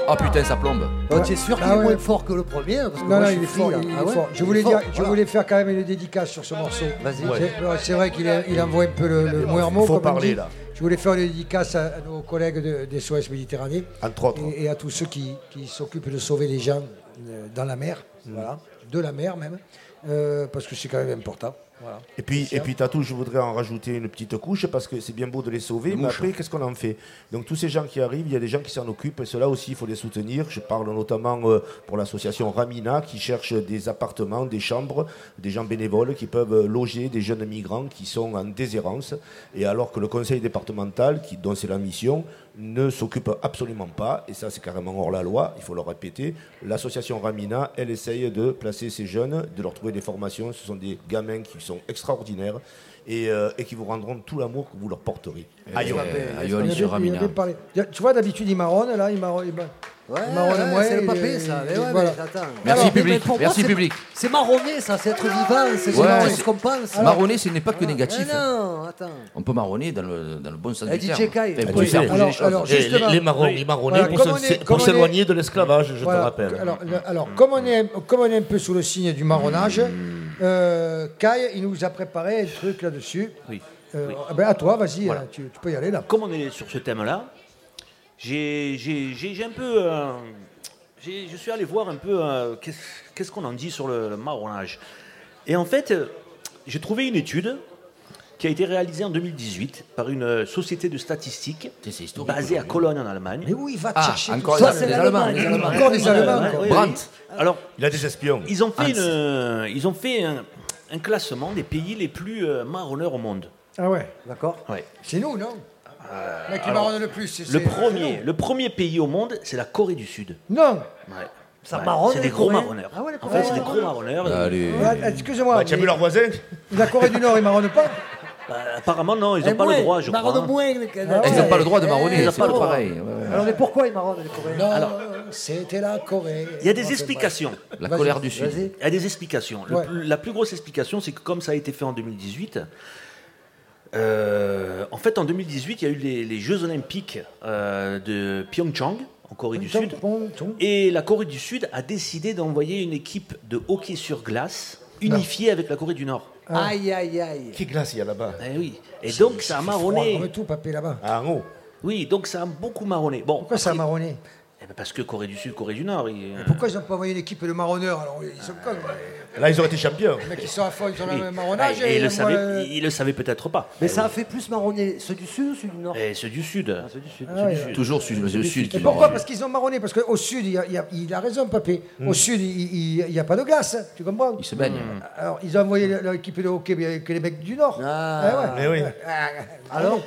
Speaker 6: Ah putain, ça plombe.
Speaker 3: Donc, tu es sûr qu'il
Speaker 4: Ah
Speaker 3: est
Speaker 4: ouais.
Speaker 3: moins fort que le premier parce que
Speaker 4: Non,
Speaker 3: moi,
Speaker 4: non,
Speaker 3: je
Speaker 4: il
Speaker 3: suis
Speaker 4: est fort.
Speaker 3: fille,
Speaker 4: il est
Speaker 3: ah ouais
Speaker 4: fort.
Speaker 3: Il
Speaker 4: Je
Speaker 3: est
Speaker 4: voulais,
Speaker 3: fort,
Speaker 4: dire, je
Speaker 3: voilà.
Speaker 4: voulais faire quand même une dédicace sur ce morceau.
Speaker 3: Vas-y.
Speaker 4: C'est-
Speaker 3: Ouais.
Speaker 4: alors, C'est vrai qu'il est- il envoie un peu le, le muermo.
Speaker 5: Faut
Speaker 4: comme on
Speaker 5: parler,
Speaker 4: dit.
Speaker 5: là.
Speaker 4: Je voulais faire une dédicace à, à nos collègues de- des SOS Méditerranée et, et à tous ceux qui, qui s'occupent de sauver les gens euh, dans la mer, voilà, de la mer même, euh, parce que c'est quand même important. Voilà.
Speaker 5: Et puis, et puis Tatou, je voudrais en rajouter une petite couche parce que c'est bien beau de les sauver,
Speaker 4: Des
Speaker 5: mais
Speaker 4: mouches.
Speaker 5: après, qu'est-ce qu'on en fait Donc, tous ces gens qui arrivent, il y a des gens qui s'en occupent, et ceux-là aussi, il faut les soutenir. Je parle notamment euh, pour l'association Ramina qui cherche des appartements, des chambres, des gens bénévoles qui peuvent loger des jeunes migrants qui sont en déshérence. Et alors que le conseil départemental, qui, dont c'est la mission, ne s'occupe absolument pas, et ça c'est carrément hors la loi, il faut le répéter, l'association Ramina, elle essaye de placer ces jeunes, de leur trouver des formations, ce sont des gamins qui sont extraordinaires et, euh, et qui vous rendront tout l'amour que vous leur porterez.
Speaker 6: Eh,
Speaker 5: Aïe, aïe,
Speaker 6: eh, aïe, aïe,
Speaker 5: aïe.
Speaker 6: aïe. Sur Amina.
Speaker 4: parlé. Tu vois, d'habitude, il marronne, là, il marronne. il ma- il marronne
Speaker 3: ouais,
Speaker 4: moins,
Speaker 3: c'est le
Speaker 4: il-
Speaker 3: papé, ça. Mais
Speaker 4: il-
Speaker 3: ouais,
Speaker 4: voilà.
Speaker 3: mais attends.
Speaker 6: Merci,
Speaker 3: mais-
Speaker 6: public.
Speaker 3: mais pour moi,
Speaker 6: Merci,
Speaker 3: c'est-
Speaker 6: public.
Speaker 3: C'est marronné, ça. C'est être vivant. C'est
Speaker 6: Ouais,
Speaker 3: ce qu'on-
Speaker 6: c'est-
Speaker 3: ce qu'on pense.
Speaker 6: marronner, ce n'est pas que
Speaker 3: Ah,
Speaker 6: négatif,
Speaker 3: mais Non, attends.
Speaker 6: On peut marronner dans le, dans le bon sens
Speaker 3: Eh,
Speaker 6: du
Speaker 3: DJ
Speaker 6: terme.
Speaker 3: Kai.
Speaker 6: Mais
Speaker 3: Ah,
Speaker 6: pour
Speaker 3: oui.
Speaker 6: faire bouger
Speaker 4: Alors,
Speaker 6: les choses.
Speaker 4: alors,
Speaker 5: Et Eh, les, les marrons,
Speaker 4: Oui.
Speaker 5: les marrons,
Speaker 4: Voilà,
Speaker 5: pour
Speaker 4: comme
Speaker 5: se-
Speaker 4: on est-
Speaker 5: pour
Speaker 4: comme on
Speaker 5: s'éloigner
Speaker 4: est-
Speaker 5: de
Speaker 10: Ah,
Speaker 5: l'esclavage, je
Speaker 4: Voilà.
Speaker 5: te rappelle.
Speaker 4: Alors, le- alors, comme, on est, comme on est un peu sous le signe du marronnage,
Speaker 10: Hmm.
Speaker 4: euh, Kai, il nous a préparé un truc là-dessus.
Speaker 10: Oui.
Speaker 4: Euh,
Speaker 10: Oui.
Speaker 4: ah ben, à toi, vas-y,
Speaker 10: Voilà.
Speaker 4: euh, tu, tu peux y aller là.
Speaker 10: Comme on est sur ce thème-là, j'ai j'ai- j'ai- j'ai un peu. euh, j'ai- je suis allé voir un peu euh, qu'est-ce qu'est-ce qu'on en dit sur le, le marronnage. Et en fait, euh, j'ai trouvé une étude qui a été réalisée en 2018 par une euh, société de statistiques basée à Cologne en Allemagne. Mais
Speaker 4: où il va
Speaker 6: te Ah, chercher encore tout les ça Allemands, les Allemands, les Allemands. Encore les Allemands, quoi. Brandt. Ah,
Speaker 10: Alors,
Speaker 5: il a des espions.
Speaker 10: Ils ont fait,
Speaker 5: Hans.
Speaker 10: une, euh, ils ont fait un, un classement des pays les plus euh, marronneurs au monde.
Speaker 4: Ah ouais,
Speaker 3: d'accord.
Speaker 10: Ouais. Euh,
Speaker 4: C'est nous, non Là, qui
Speaker 10: alors,
Speaker 4: marronne le plus, c'est-
Speaker 10: Le
Speaker 4: c'est-
Speaker 10: premier,
Speaker 4: c'est nous.
Speaker 10: le premier pays au monde, c'est la Corée du Sud.
Speaker 4: Non
Speaker 10: Ouais.
Speaker 4: Ça
Speaker 10: Ouais.
Speaker 4: marronne,
Speaker 10: C'est
Speaker 4: les
Speaker 10: des gros
Speaker 4: Coréens.
Speaker 10: marronneurs.
Speaker 4: Ah ouais, les
Speaker 10: en fait, c'est des
Speaker 4: Coréens.
Speaker 10: gros marronneurs.
Speaker 4: Allez. Ouais, excusez-moi, Bah, t'as mais- vu leurs
Speaker 5: voisins
Speaker 4: La Corée du Nord, ils marronnent pas
Speaker 10: Bah, Apparemment, non, ils
Speaker 3: Eh,
Speaker 10: n'ont pas
Speaker 3: moins,
Speaker 10: le droit, je crois.
Speaker 3: marronnent
Speaker 10: hein.
Speaker 3: moins, les- Ah
Speaker 10: Ils
Speaker 3: ouais.
Speaker 10: n'ont pas le droit de marronner,
Speaker 3: Eh,
Speaker 10: c'est pas
Speaker 3: le droit.
Speaker 10: pareil. ouais,
Speaker 4: eh,
Speaker 10: ouais.
Speaker 3: Alors, mais pourquoi ils marronnent, les Coréens
Speaker 4: Non,
Speaker 10: Alors-
Speaker 4: c'était la Corée.
Speaker 10: Il y a des explications.
Speaker 4: La Vas-y, colère du Sud. vas-y.
Speaker 10: Il y a des explications. Le
Speaker 4: Ouais.
Speaker 10: plus- la plus grosse explication, c'est que comme ça a été fait en 2018, euh, en fait, en 2018, il y a eu les, les Jeux Olympiques euh, de Pyeongchang, en Corée du Sud. Et la Corée du Sud a décidé d'envoyer une équipe de hockey sur glace unifiée avec la Corée du Nord.
Speaker 4: Ah.
Speaker 3: Aïe, aïe, aïe.
Speaker 5: Qui glace il y a là-bas
Speaker 10: Eh oui. Et donc, ça a marronné.
Speaker 4: Oh, tout, papé, là-bas.
Speaker 5: Ah, non.
Speaker 10: Oui, donc ça a beaucoup marronné. Bon,
Speaker 4: Pourquoi ça a marronné
Speaker 10: eh ben, Parce que Corée du Sud, Corée du Nord. il- euh,
Speaker 4: Pourquoi ils n'ont pas envoyé une équipe de marronneurs Alors, ils sont cons.
Speaker 5: Là, ils ont été champions.
Speaker 4: Les mecs, ils sont à fond, ils ont
Speaker 10: Ah, Oui.
Speaker 4: le marronnage.
Speaker 10: Ouais, et il le
Speaker 4: moi,
Speaker 10: savait,
Speaker 4: euh,
Speaker 10: il- il le savait peut-être pas.
Speaker 3: Mais ça a fait plus marronner ceux du Sud ou ceux du Nord
Speaker 10: Et ceux du Sud.
Speaker 4: Ah ouais. Sud.
Speaker 6: Toujours sud, le sud qui
Speaker 4: Et pourquoi
Speaker 6: marronne.
Speaker 4: Parce qu'ils ont marronné. Parce qu'au sud, il, y a, il y a- il a raison, papé. Au sud, il- il n'y a pas de glace. hein, Tu comprends Hmm.
Speaker 6: Ils se baignent.
Speaker 4: Alors, ils ont envoyé leur équipe de hockey avec les mecs du Nord. Ah
Speaker 10: Eh
Speaker 4: ouais.
Speaker 6: Eh
Speaker 4: Ah,
Speaker 3: Alors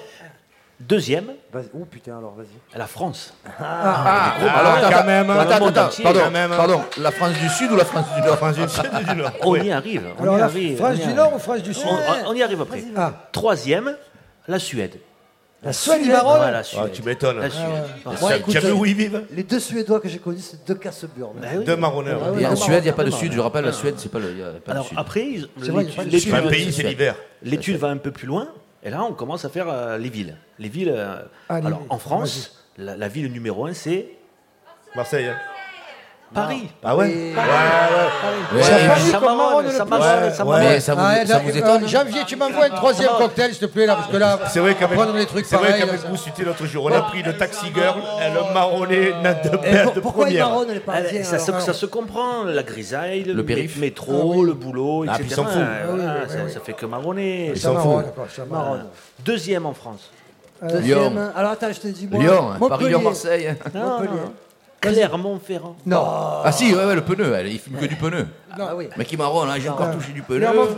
Speaker 10: Deuxième,
Speaker 3: Oh putain, alors vas-y.
Speaker 10: la France.
Speaker 6: Ah,
Speaker 10: Les gros
Speaker 6: alors,
Speaker 10: marronneurs.
Speaker 6: attends, attends,
Speaker 10: Dans le monde
Speaker 6: attends,
Speaker 10: entier.
Speaker 6: pardon, pardon, la France du Sud ou la France du Nord
Speaker 10: On y arrive. on
Speaker 4: Alors,
Speaker 10: y
Speaker 4: la
Speaker 10: arrive,
Speaker 4: France
Speaker 10: on y
Speaker 4: du
Speaker 10: arrive.
Speaker 4: Nord ou France du Sud
Speaker 10: On, on y arrive après.
Speaker 6: Ah.
Speaker 10: Troisième, la Suède.
Speaker 4: La Suède, ils marronnent
Speaker 10: Ouais, la Suède.
Speaker 5: Ah, tu m'étonnes.
Speaker 10: La
Speaker 5: Ah,
Speaker 10: Suède.
Speaker 5: ouais.
Speaker 10: Ouais.
Speaker 5: Ça- tu as vu où ils vivent
Speaker 3: Les deux Suédois que j'ai connus, c'est deux cassebures.
Speaker 5: Deux marronneurs.
Speaker 3: Ah ouais,
Speaker 6: Et en
Speaker 3: deux
Speaker 6: Suède, il n'y a
Speaker 3: marronneurs.
Speaker 6: pas de sud. Je rappelle, la Suède, c'est pas le, y a pas de
Speaker 10: Alors
Speaker 6: sud.
Speaker 10: après, ils-
Speaker 6: C'est vrai, il y a
Speaker 10: l'étude-
Speaker 6: pas de
Speaker 10: l'étude-
Speaker 6: sud. C'est un pays, c'est l'hiver.
Speaker 10: L'étude va un peu plus loin, et là, on commence à faire euh, les villes. Les villes. euh,
Speaker 5: Ah, les
Speaker 10: alors,
Speaker 5: villes.
Speaker 10: en France, la, la ville numéro un, c'est
Speaker 5: Marseille. hein.
Speaker 10: Paris.
Speaker 5: Ah ouais
Speaker 10: Ouais, mais
Speaker 4: Ça marronne,
Speaker 10: ça marronne,
Speaker 4: marronne
Speaker 10: ça
Speaker 4: le
Speaker 10: marronne,
Speaker 4: plus.
Speaker 10: ça marronne. Mais ça vous-
Speaker 4: Ah,
Speaker 10: ça
Speaker 4: là,
Speaker 10: vous
Speaker 4: euh,
Speaker 10: étonne
Speaker 4: Janvier, tu m'envoies un troisième cocktail, s'il te plaît, là, parce que là,
Speaker 5: Ah, C'est vrai qu'avec
Speaker 4: prendre les trucs
Speaker 5: c'est vrai
Speaker 4: pareils. euh, Bah,
Speaker 5: qu'avec vous, c'était l'autre jour, on a pris le taxi girl, elle a marronné notre
Speaker 4: Eh,
Speaker 5: de belle de première.
Speaker 10: Elle- Ah, ça, se, ça se comprend, la grisaille, le,
Speaker 5: Le périph'.
Speaker 10: mé- métro, le boulot,
Speaker 5: Ah,
Speaker 10: etc.
Speaker 5: puis ils s'en foutent.
Speaker 10: Ah,
Speaker 5: Ah oui,
Speaker 10: voilà,
Speaker 5: oui,
Speaker 10: ça,
Speaker 5: oui.
Speaker 10: ça fait que marronner.
Speaker 5: Ils s'en foutent.
Speaker 10: marronne.
Speaker 5: D'accord, ça
Speaker 10: Voilà.
Speaker 5: marronne.
Speaker 10: Deuxième en France.
Speaker 4: Euh,
Speaker 3: Deuxième. Alors attends, je te dis moi.
Speaker 6: Lyon, hein, Paris, Lyon,
Speaker 3: Montpellier.
Speaker 6: Marseille.
Speaker 3: Non, non, non.
Speaker 10: Clermont-Ferrand.
Speaker 6: Non. Ah si, ouais, ouais, le pneu, elle, il fume que du pneu.
Speaker 3: Ah oui.
Speaker 6: Mais qui marronne, hein, j'ai encore touché du pneu.
Speaker 3: Non,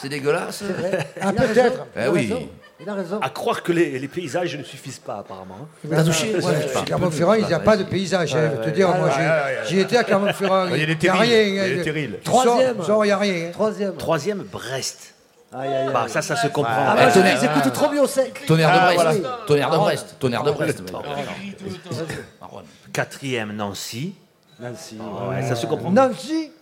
Speaker 6: C'est dégueulasse.
Speaker 3: vrai.
Speaker 4: Ah, peut-être.
Speaker 6: Eh oui.
Speaker 4: Il a raison.
Speaker 10: À croire que les, les paysages ne suffisent pas, apparemment. hein.
Speaker 4: T'as touché
Speaker 10: Ça
Speaker 4: Ouais,
Speaker 10: suffit pas.
Speaker 4: Clermont-Ferrand, il n'y a pas de paysage. hein, je vais te dire, moi, j'ai- j'y étais à Clermont-Ferrand.
Speaker 5: Ah,
Speaker 10: Il y a des
Speaker 4: a
Speaker 10: terrils,
Speaker 4: rien.
Speaker 10: il y a
Speaker 4: hein,
Speaker 10: des
Speaker 4: de-
Speaker 10: terrils.
Speaker 4: tu sors-
Speaker 10: Troisième.
Speaker 4: tu sors, il n'y a rien. hein.
Speaker 3: Troisième.
Speaker 10: Troisième, Brest.
Speaker 3: aïe,
Speaker 10: Bah, ça, ça se comprend.
Speaker 6: Ah, bah, tenez,
Speaker 3: Eh, Ils écoutent trop bien au sec.
Speaker 6: Tonnerre de
Speaker 10: Ah,
Speaker 6: Brest.
Speaker 10: voilà.
Speaker 6: Tonnerre de
Speaker 10: Ah,
Speaker 6: Brest. Tonnerre de Brest.
Speaker 10: Le temps.
Speaker 6: mais-
Speaker 10: Quatrième, Nancy. Ah,
Speaker 3: Nancy.
Speaker 10: ouais, ça se comprend.
Speaker 4: Nancy.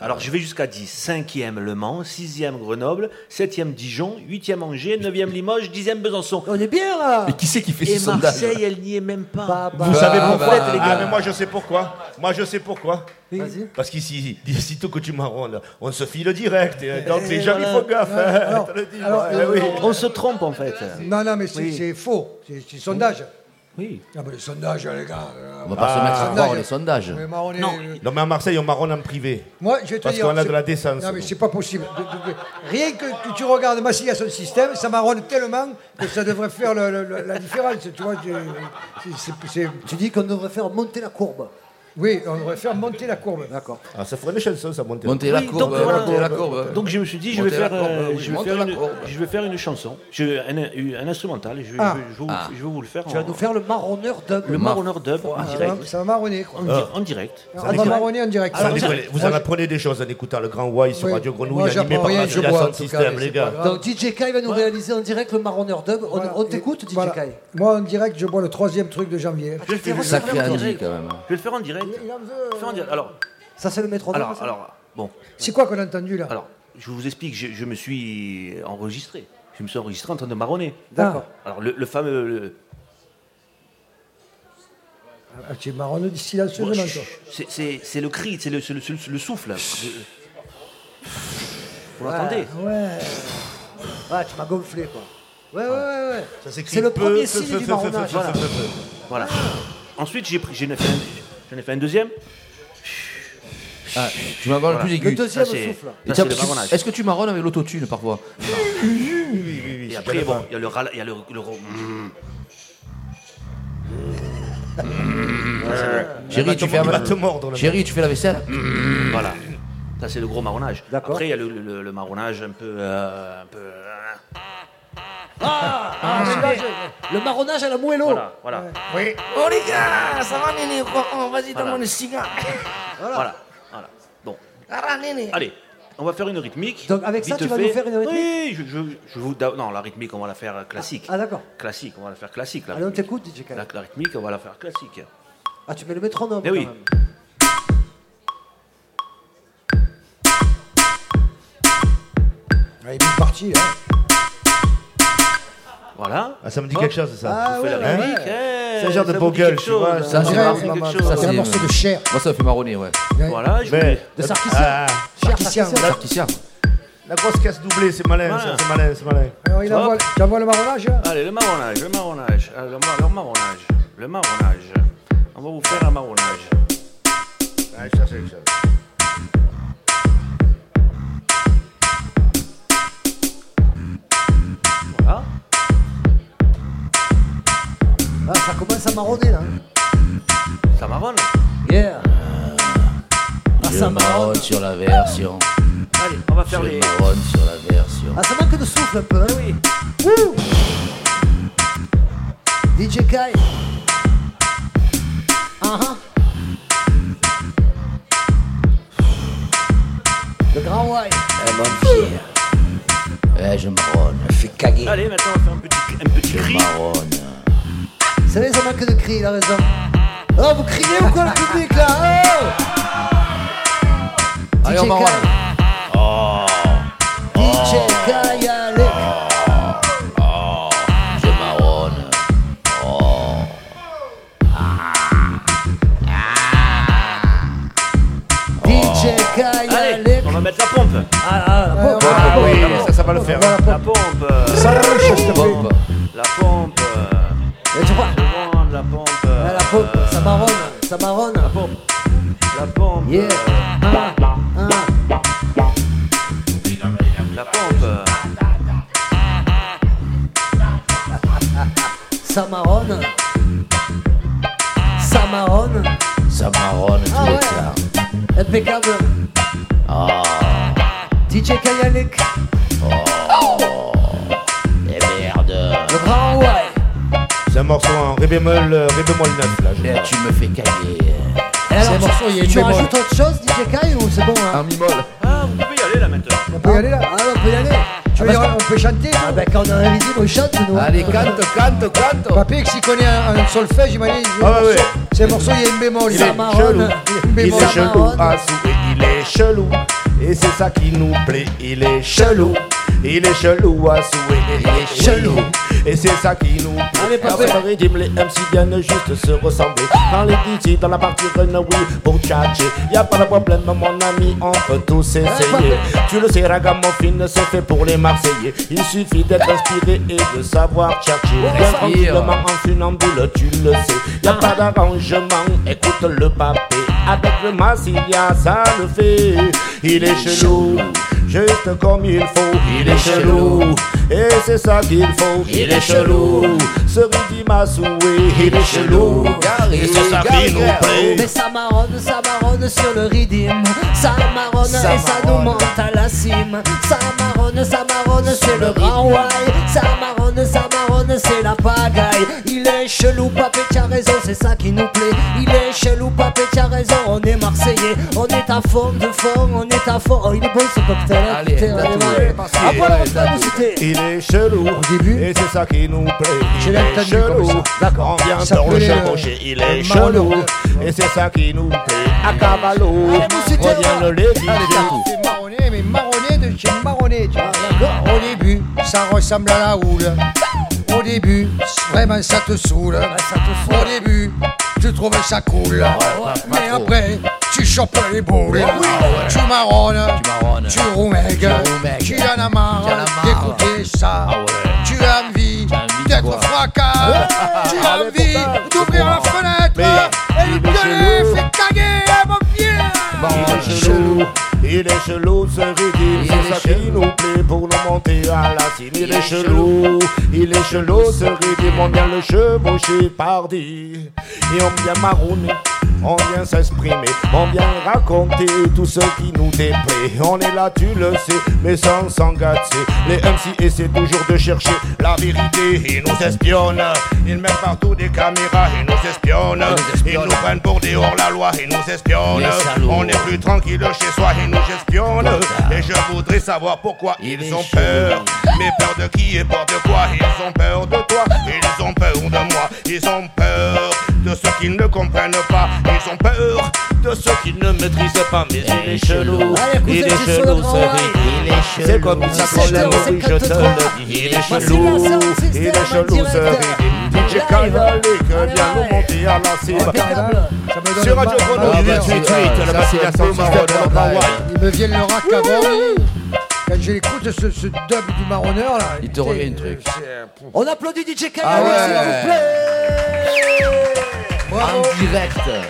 Speaker 10: Alors je vais jusqu'à 10. Cinquième Le Mans, sixième Grenoble, septième Dijon, huitième Angers, neuvième Limoges, dixième Besançon.
Speaker 3: On est bien là
Speaker 10: Mais qui c'est qui
Speaker 5: fait
Speaker 10: Et
Speaker 5: ce sondage,
Speaker 10: Marseille, elle n'y est même pas.
Speaker 4: bah,
Speaker 5: Vous savez pourquoi
Speaker 10: Vous êtes, les
Speaker 5: Ah,
Speaker 10: gars.
Speaker 5: mais moi je sais pourquoi. Moi je sais pourquoi.
Speaker 3: Vas-y.
Speaker 5: Parce qu'ici, sitôt que tu m'arrondes, on se file direct. et donc
Speaker 10: Et
Speaker 5: les gens, il
Speaker 10: voilà.
Speaker 5: faut gaffe.
Speaker 10: Ouais,
Speaker 5: hein,
Speaker 10: alors,
Speaker 5: te le dis,
Speaker 10: alors,
Speaker 5: ouais,
Speaker 10: euh,
Speaker 5: Eh oui.
Speaker 10: on se trompe en fait.
Speaker 4: Non, non, mais c'est
Speaker 10: Ah. Oui.
Speaker 4: c'est faux. C'est c'est sondage.
Speaker 10: Oui.
Speaker 4: Non, mais le sondage, les gars. euh, Ah.
Speaker 5: On va pas se mettre à
Speaker 4: sondage.
Speaker 5: voir les sondages.
Speaker 4: Mais marron, les-
Speaker 5: Non. Non, mais à Marseille, on marronne en privé.
Speaker 4: Moi, je vais te
Speaker 5: Parce
Speaker 4: dire.
Speaker 5: qu'on a
Speaker 4: c'est-
Speaker 5: de la décence.
Speaker 4: Non, mais
Speaker 5: nous.
Speaker 4: c'est pas possible. De- de- de- Rien que, que tu regardes Massy à son système, ça marronne tellement que ça devrait faire le- le- le- la différence. Tu vois, tu- c'est- c'est- c'est-
Speaker 3: Tu dis qu'on devrait faire monter la courbe.
Speaker 4: Oui, on devrait faire monter la courbe.
Speaker 3: D'accord.
Speaker 5: Ah, ça ferait une chanson, ça, monter, Euh,
Speaker 6: Monter la courbe,
Speaker 10: donc, voilà.
Speaker 6: monter la courbe.
Speaker 10: Donc je me suis dit, je
Speaker 6: Monter
Speaker 10: vais,
Speaker 6: la
Speaker 10: faire,
Speaker 6: courbe,
Speaker 10: euh,
Speaker 6: oui,
Speaker 10: je, vais
Speaker 6: monter
Speaker 10: faire
Speaker 6: la
Speaker 10: une,
Speaker 6: courbe.
Speaker 10: je vais faire une chanson, Je- un, un instrumental, je,
Speaker 4: Ah.
Speaker 10: je- je vous-
Speaker 4: Ah.
Speaker 10: je vais vous le faire.
Speaker 3: Tu vas
Speaker 10: en-
Speaker 3: nous faire le marronneur dub.
Speaker 10: le marronneur dub en
Speaker 4: Ah, ça
Speaker 10: direct.
Speaker 4: va- Ça va marronner, quoi.
Speaker 10: En,
Speaker 5: Ah.
Speaker 10: di- en direct.
Speaker 4: On va marronner Ah, en direct.
Speaker 5: Vous en apprenez- vous en apprenez des choses en écoutant le Grand Why sur
Speaker 4: Oui.
Speaker 5: Radio Grenouille,
Speaker 4: Moi,
Speaker 5: animé
Speaker 4: j'apprends
Speaker 5: par
Speaker 4: rien,
Speaker 5: Mathieu
Speaker 4: je bois, en
Speaker 5: Sound
Speaker 4: tout cas,
Speaker 5: System,
Speaker 4: mais
Speaker 5: les
Speaker 4: c'est
Speaker 5: gars.
Speaker 4: pas grave.
Speaker 3: Donc DJ Kai va nous réaliser en direct le marronneur dub. On, on t'écoute DJ
Speaker 4: Voilà.
Speaker 3: Kai.
Speaker 4: Moi, en direct, je bois le troisième truc de janvier.
Speaker 10: Je vais le faire, je vais le
Speaker 6: Sacré
Speaker 10: faire en
Speaker 6: Andy,
Speaker 10: direct.
Speaker 6: quand même.
Speaker 10: Je vais le faire en direct. Je vais le faire en direct. Alors,
Speaker 3: Ça c'est le métronome.
Speaker 10: alors,
Speaker 3: ça
Speaker 10: alors, bon,
Speaker 4: C'est quoi qu'on a entendu là
Speaker 10: alors, je vous explique, je, je me suis enregistré. Je me suis enregistré en train de marronner.
Speaker 4: D'accord.
Speaker 10: Alors, le, le fameux. le-
Speaker 4: Ah, Tu marronnes silencieusement, toi.
Speaker 10: c'est- C'est c'est le cri, c'est le, c'est le- c'est le- le souffle. Je- Vous l'entendez
Speaker 3: Ouais. Ah, ouais. Ouais, tu m'as gonflé quoi. Ouais, ouais, ouais. ouais.
Speaker 5: Ça s'écrit
Speaker 3: C'est le
Speaker 5: peu,
Speaker 3: premier
Speaker 5: peu,
Speaker 3: signe
Speaker 5: peu,
Speaker 3: du
Speaker 5: peu,
Speaker 3: marronnage.
Speaker 5: peu,
Speaker 3: voilà.
Speaker 5: peu, peu, peu.
Speaker 10: Voilà. Ensuite, j'ai pris- j'en ai, fait un- j'en ai fait un deuxième.
Speaker 6: Ah, tu m'as parlé
Speaker 10: Voilà.
Speaker 6: plus aigu.
Speaker 10: Le deuxième Ça, c'est- souffle. ça,
Speaker 6: Et
Speaker 10: c'est
Speaker 6: tiens,
Speaker 10: le
Speaker 6: parce que-
Speaker 10: marronnage.
Speaker 6: Est-ce que tu marronnes avec l'autotune parfois
Speaker 10: Et après, bon, il y a le râle, il y a le. le- le-
Speaker 6: Chérie, tu fais
Speaker 5: Il va
Speaker 6: la...
Speaker 5: te mordre, le
Speaker 6: Chérie, tu fais la vaisselle
Speaker 3: Mm.
Speaker 10: Voilà. Ça, c'est le gros marronnage. Après, il y a le, le- le marronnage un peu. euh, un peu euh,
Speaker 3: Ah, celui-là, je- Le marronnage à la moello.
Speaker 10: voilà, voilà.
Speaker 5: Oui.
Speaker 6: Oh les gars, ça va néné
Speaker 1: Oh,
Speaker 6: Vas-y,
Speaker 10: Voilà.
Speaker 6: donne-moi le cigare.
Speaker 10: Voilà. voilà. Bon,
Speaker 6: Ah, néné.
Speaker 10: allez, on va faire une rythmique.
Speaker 3: Donc, avec ça,
Speaker 10: Vite
Speaker 3: tu vas
Speaker 10: fait.
Speaker 3: nous faire une rythmique
Speaker 10: Oui, je, je- je vous. da- Non, la rythmique, on va la faire classique.
Speaker 3: Ah d'accord.
Speaker 10: Classique, on va la faire classique. La,
Speaker 3: Allez, on
Speaker 10: rythmique.
Speaker 3: t'écoute DJ Kai.
Speaker 10: La- la rythmique, on va la faire classique.
Speaker 3: Ah, tu mets le métronome.
Speaker 10: Mais
Speaker 3: quand
Speaker 10: oui.
Speaker 3: même.
Speaker 4: Ah, Il est parti, là.
Speaker 10: Voilà.
Speaker 5: Ah, ça me dit
Speaker 10: Hop.
Speaker 5: quelque chose, ça.
Speaker 10: On fait la
Speaker 5: ouais.
Speaker 10: rythmique. eh,
Speaker 5: C'est un genre
Speaker 10: ça vous
Speaker 5: de
Speaker 10: dit
Speaker 5: bogle,
Speaker 10: quelque
Speaker 5: tu vois.
Speaker 10: chose,
Speaker 5: ça,
Speaker 6: Ça,
Speaker 10: hein.
Speaker 6: c'est
Speaker 10: Ouais,
Speaker 6: marrant.
Speaker 10: c'est quelque
Speaker 6: Ça,
Speaker 10: chose. hein.
Speaker 4: C'est un morceau de chair.
Speaker 6: Moi, ça me fait marronner, ouais.
Speaker 10: Voilà, je
Speaker 5: Mais-
Speaker 10: voulais-
Speaker 3: De Sarkissian.
Speaker 5: Ah,
Speaker 3: Cher
Speaker 4: Sarkissian.
Speaker 6: Sarkissian.
Speaker 3: Sarkissian.
Speaker 5: La grosse casse doublée, c'est malin,
Speaker 10: Voilà.
Speaker 5: ça, c'est malin, c'est malin.
Speaker 4: Alors, il
Speaker 10: Hop.
Speaker 4: envoie, tu envoies le marronnage là
Speaker 10: Allez, le marronnage, le marronnage, Ah, le, mar- le marronnage, le marronnage. On va vous faire un marronnage.
Speaker 5: Ah, ça, c'est- ça.
Speaker 10: Voilà.
Speaker 3: Ah, ça commence à marronner là.
Speaker 10: Ça marronne.
Speaker 3: Yeah. Ah,
Speaker 6: Je
Speaker 3: ça marronne.
Speaker 6: marronne sur la version.
Speaker 10: Allez, on va faire
Speaker 6: Je
Speaker 10: les.
Speaker 6: marronne sur la version.
Speaker 3: Ah, ça manque de souffle un peu. hein.
Speaker 10: Oui.
Speaker 3: Wouh. DJ Kai. Ah ah. Le grand why.
Speaker 6: Eh, mon petit. Eh, je marronne. Je fais caguer.
Speaker 10: Allez, maintenant on va faire un petit, un petit cri.
Speaker 6: Marronne.
Speaker 3: C'est vrai, ça manque de cri, il a raison. Oh, vous criez ou quoi le public là oh
Speaker 6: Allez, on
Speaker 3: DJ
Speaker 6: marronne.
Speaker 3: Kai. DJ Kai, allez.
Speaker 6: Je marronne.
Speaker 3: DJ Kai,
Speaker 10: Allez,
Speaker 3: allez.
Speaker 10: on va mettre la pompe.
Speaker 3: Ah, ah,
Speaker 5: Ah oui, ça, ça va le faire.
Speaker 10: La pompe. euh,
Speaker 6: Pompe.
Speaker 10: La pompe. euh,
Speaker 3: Et tu vois,
Speaker 10: Seconde, la pompe.
Speaker 3: ah,
Speaker 10: euh,
Speaker 3: la pompe, ça marronne, ça marronne.
Speaker 10: La pompe. La pompe.
Speaker 3: Yeah.
Speaker 10: euh,
Speaker 3: Ah, ah.
Speaker 10: La pompe. euh,
Speaker 3: Ça marronne. Ça marronne.
Speaker 6: Ça marronne tout
Speaker 3: Ah
Speaker 6: le
Speaker 3: ouais.
Speaker 6: temps.
Speaker 3: Impeccable. DJ Kayalek.
Speaker 6: Et merde.
Speaker 8: C'est un morceau en ré bémol, euh, ré bémol 9 là.
Speaker 6: Là, tu me fais cailler.
Speaker 4: Alors, tu- tu rajoutes autre chose, DJ Kai, ou c'est bon hein
Speaker 6: Un mimol.
Speaker 10: Ah, vous pouvez y aller là maintenant.
Speaker 4: On peut y aller là Ah, on peut y aller tu veux dire, on peut chanter Ah ben quand on a un invité, on chante nous
Speaker 6: Allez, canto, canto, canto
Speaker 4: Papy, s'il connaît un, un solfège, il m'a dit
Speaker 8: Ah ouais, ouais.
Speaker 4: C'est un morceau, il y a une bémol
Speaker 8: Il est
Speaker 4: marronne,
Speaker 8: chelou,
Speaker 4: il y a une
Speaker 8: il
Speaker 4: bémol.
Speaker 8: est chelou, à souhait, il est chelou. Et c'est ça qui nous plaît, il est chelou. Il est chelou à souhait, il est chelou. Et c'est ça qui nous plaît. Allez,
Speaker 5: passez.
Speaker 8: les rimes, les MC viennent juste se ressembler. Quand les DJ dans la partie Renault, pour tchatcher. Y a pas de problème, mon ami, on peut tous essayer. Tu le sais, ragamuffin se fait pour les Marseillais. Il suffit d'être inspiré et de savoir tchatcher.
Speaker 5: Ouais,
Speaker 8: Bien
Speaker 5: ça.
Speaker 8: tranquillement, en funambule, tu le sais. Y a pas d'arrangement, écoute le papé. Avec le Massilia, ça le fait. Il est chelou, juste comme il faut. Il est chelou, et c'est ça qu'il faut. Il est chelou, ce rythme m'a soué. Il est chelou, et c'est ça qui nous plaît.
Speaker 9: Mais ça marronne, ça marronne sur le ridim. Ça marronne
Speaker 8: Ça
Speaker 9: et ça nous monte à la cime. Ça marronne, ça marronne, c'est le grand why. Ça marronne, ça marronne, c'est la pagaille. Il est chelou, papé, t'as raison, c'est ça qui nous plaît. Il est chelou, papé, t'as raison, on est marseillais. On est à fond de fond, on est à fond. Oh, il est beau ce cocktail. hein,
Speaker 6: Allez,
Speaker 9: putain,
Speaker 6: tatoué,
Speaker 9: allez, allez.
Speaker 6: tatoué,
Speaker 9: Ah, voilà, on se la
Speaker 6: tatoué.
Speaker 9: moussité.
Speaker 8: Il est chelou au début et c'est ça qui nous plaît. Il
Speaker 9: l'ai
Speaker 8: est
Speaker 9: entendu comme
Speaker 8: chelou,
Speaker 9: ça.
Speaker 8: d'accord. On vient
Speaker 9: Ça
Speaker 8: pour le
Speaker 9: s'appelait,
Speaker 8: chevaucher. Il
Speaker 9: euh,
Speaker 8: est
Speaker 9: Marlon.
Speaker 8: chelou et c'est ça qui nous plaît. À Cavallo, revient le Lévi.
Speaker 4: C'est marronné, mais marronné de chez marronné, tu vois. D'accord Au début, ça ressemble à la houle. Au début, vraiment ça te saoule. Au début, tu trouves ça cool. mais
Speaker 5: trop.
Speaker 4: après, tu chopes les boules. Tu marronnes, tu roumègues, tu en as marre d'écouter ça. Tu as envie d'être fracas, tu as envie d'ouvrir la fenêtre et de les faire caguer, mon vieux.
Speaker 8: Bon, il est chelou, il est chelou ce rythme, c'est ça qui nous plaît pour nous monter à la cime. Il est chelou, il est chelou ce rythme, on vient le chevaucher pardi. Et on vient marronner, on vient s'exprimer, on vient raconter tout ce qui nous déplaît. On est là, tu le sais, mais sans s'engasser. Les
Speaker 4: Ah.
Speaker 8: MC essaient toujours de chercher la vérité, ils nous espionnent. Ils mettent partout des caméras, ils nous espionnent. Ah, Ils nous prennent pour des hors-la-loi, ils nous espionnent.
Speaker 5: Les salauds.
Speaker 8: On est plus tranquille chez soi, ils nous espionnent. Et je voudrais savoir pourquoi ils ont peur. Mais peur de qui et peur de quoi Ils ont peur de toi, ils ont peur de moi. Ils ont peur de ceux qu'ils ne comprennent pas. Ils ont peur de ceux qu'ils ne maîtrisent pas. Mais il est chelou,
Speaker 5: Allez, écoutez,
Speaker 8: il est
Speaker 5: c'est sur le
Speaker 8: chelou,
Speaker 5: grand
Speaker 8: ce
Speaker 5: rail.
Speaker 8: riz. Il est C'est comme ça
Speaker 5: C'est
Speaker 8: qu'on l'aime,
Speaker 5: chelou,
Speaker 8: oui,
Speaker 5: c'est
Speaker 8: je te
Speaker 5: quatre-trois.
Speaker 8: le dis. Il est
Speaker 5: Voici
Speaker 8: chelou,
Speaker 5: la sound
Speaker 8: il est
Speaker 5: system en
Speaker 8: chelou, ce
Speaker 5: direct.
Speaker 8: riz. DJ Khaled, que vient nous monter à la cime. Oh, Sur Radio Chrono,
Speaker 4: Ah,
Speaker 8: il
Speaker 4: bah,
Speaker 8: est
Speaker 4: c'est-
Speaker 8: suite, la
Speaker 4: ça, c'est un
Speaker 8: vacillation
Speaker 4: peu
Speaker 8: système
Speaker 4: marronneur,
Speaker 8: de notre
Speaker 15: Bah
Speaker 4: là.
Speaker 8: Hawaï.
Speaker 4: Bah Ils me viennent le rack avant. Quand j'écoute ce, ce dub du marronneur là. euh,
Speaker 6: Il te revient un truc.
Speaker 15: On applaudit DJ Khaled,
Speaker 6: Ah ouais.
Speaker 15: s'il vous plaît
Speaker 4: Bravo.
Speaker 6: En direct.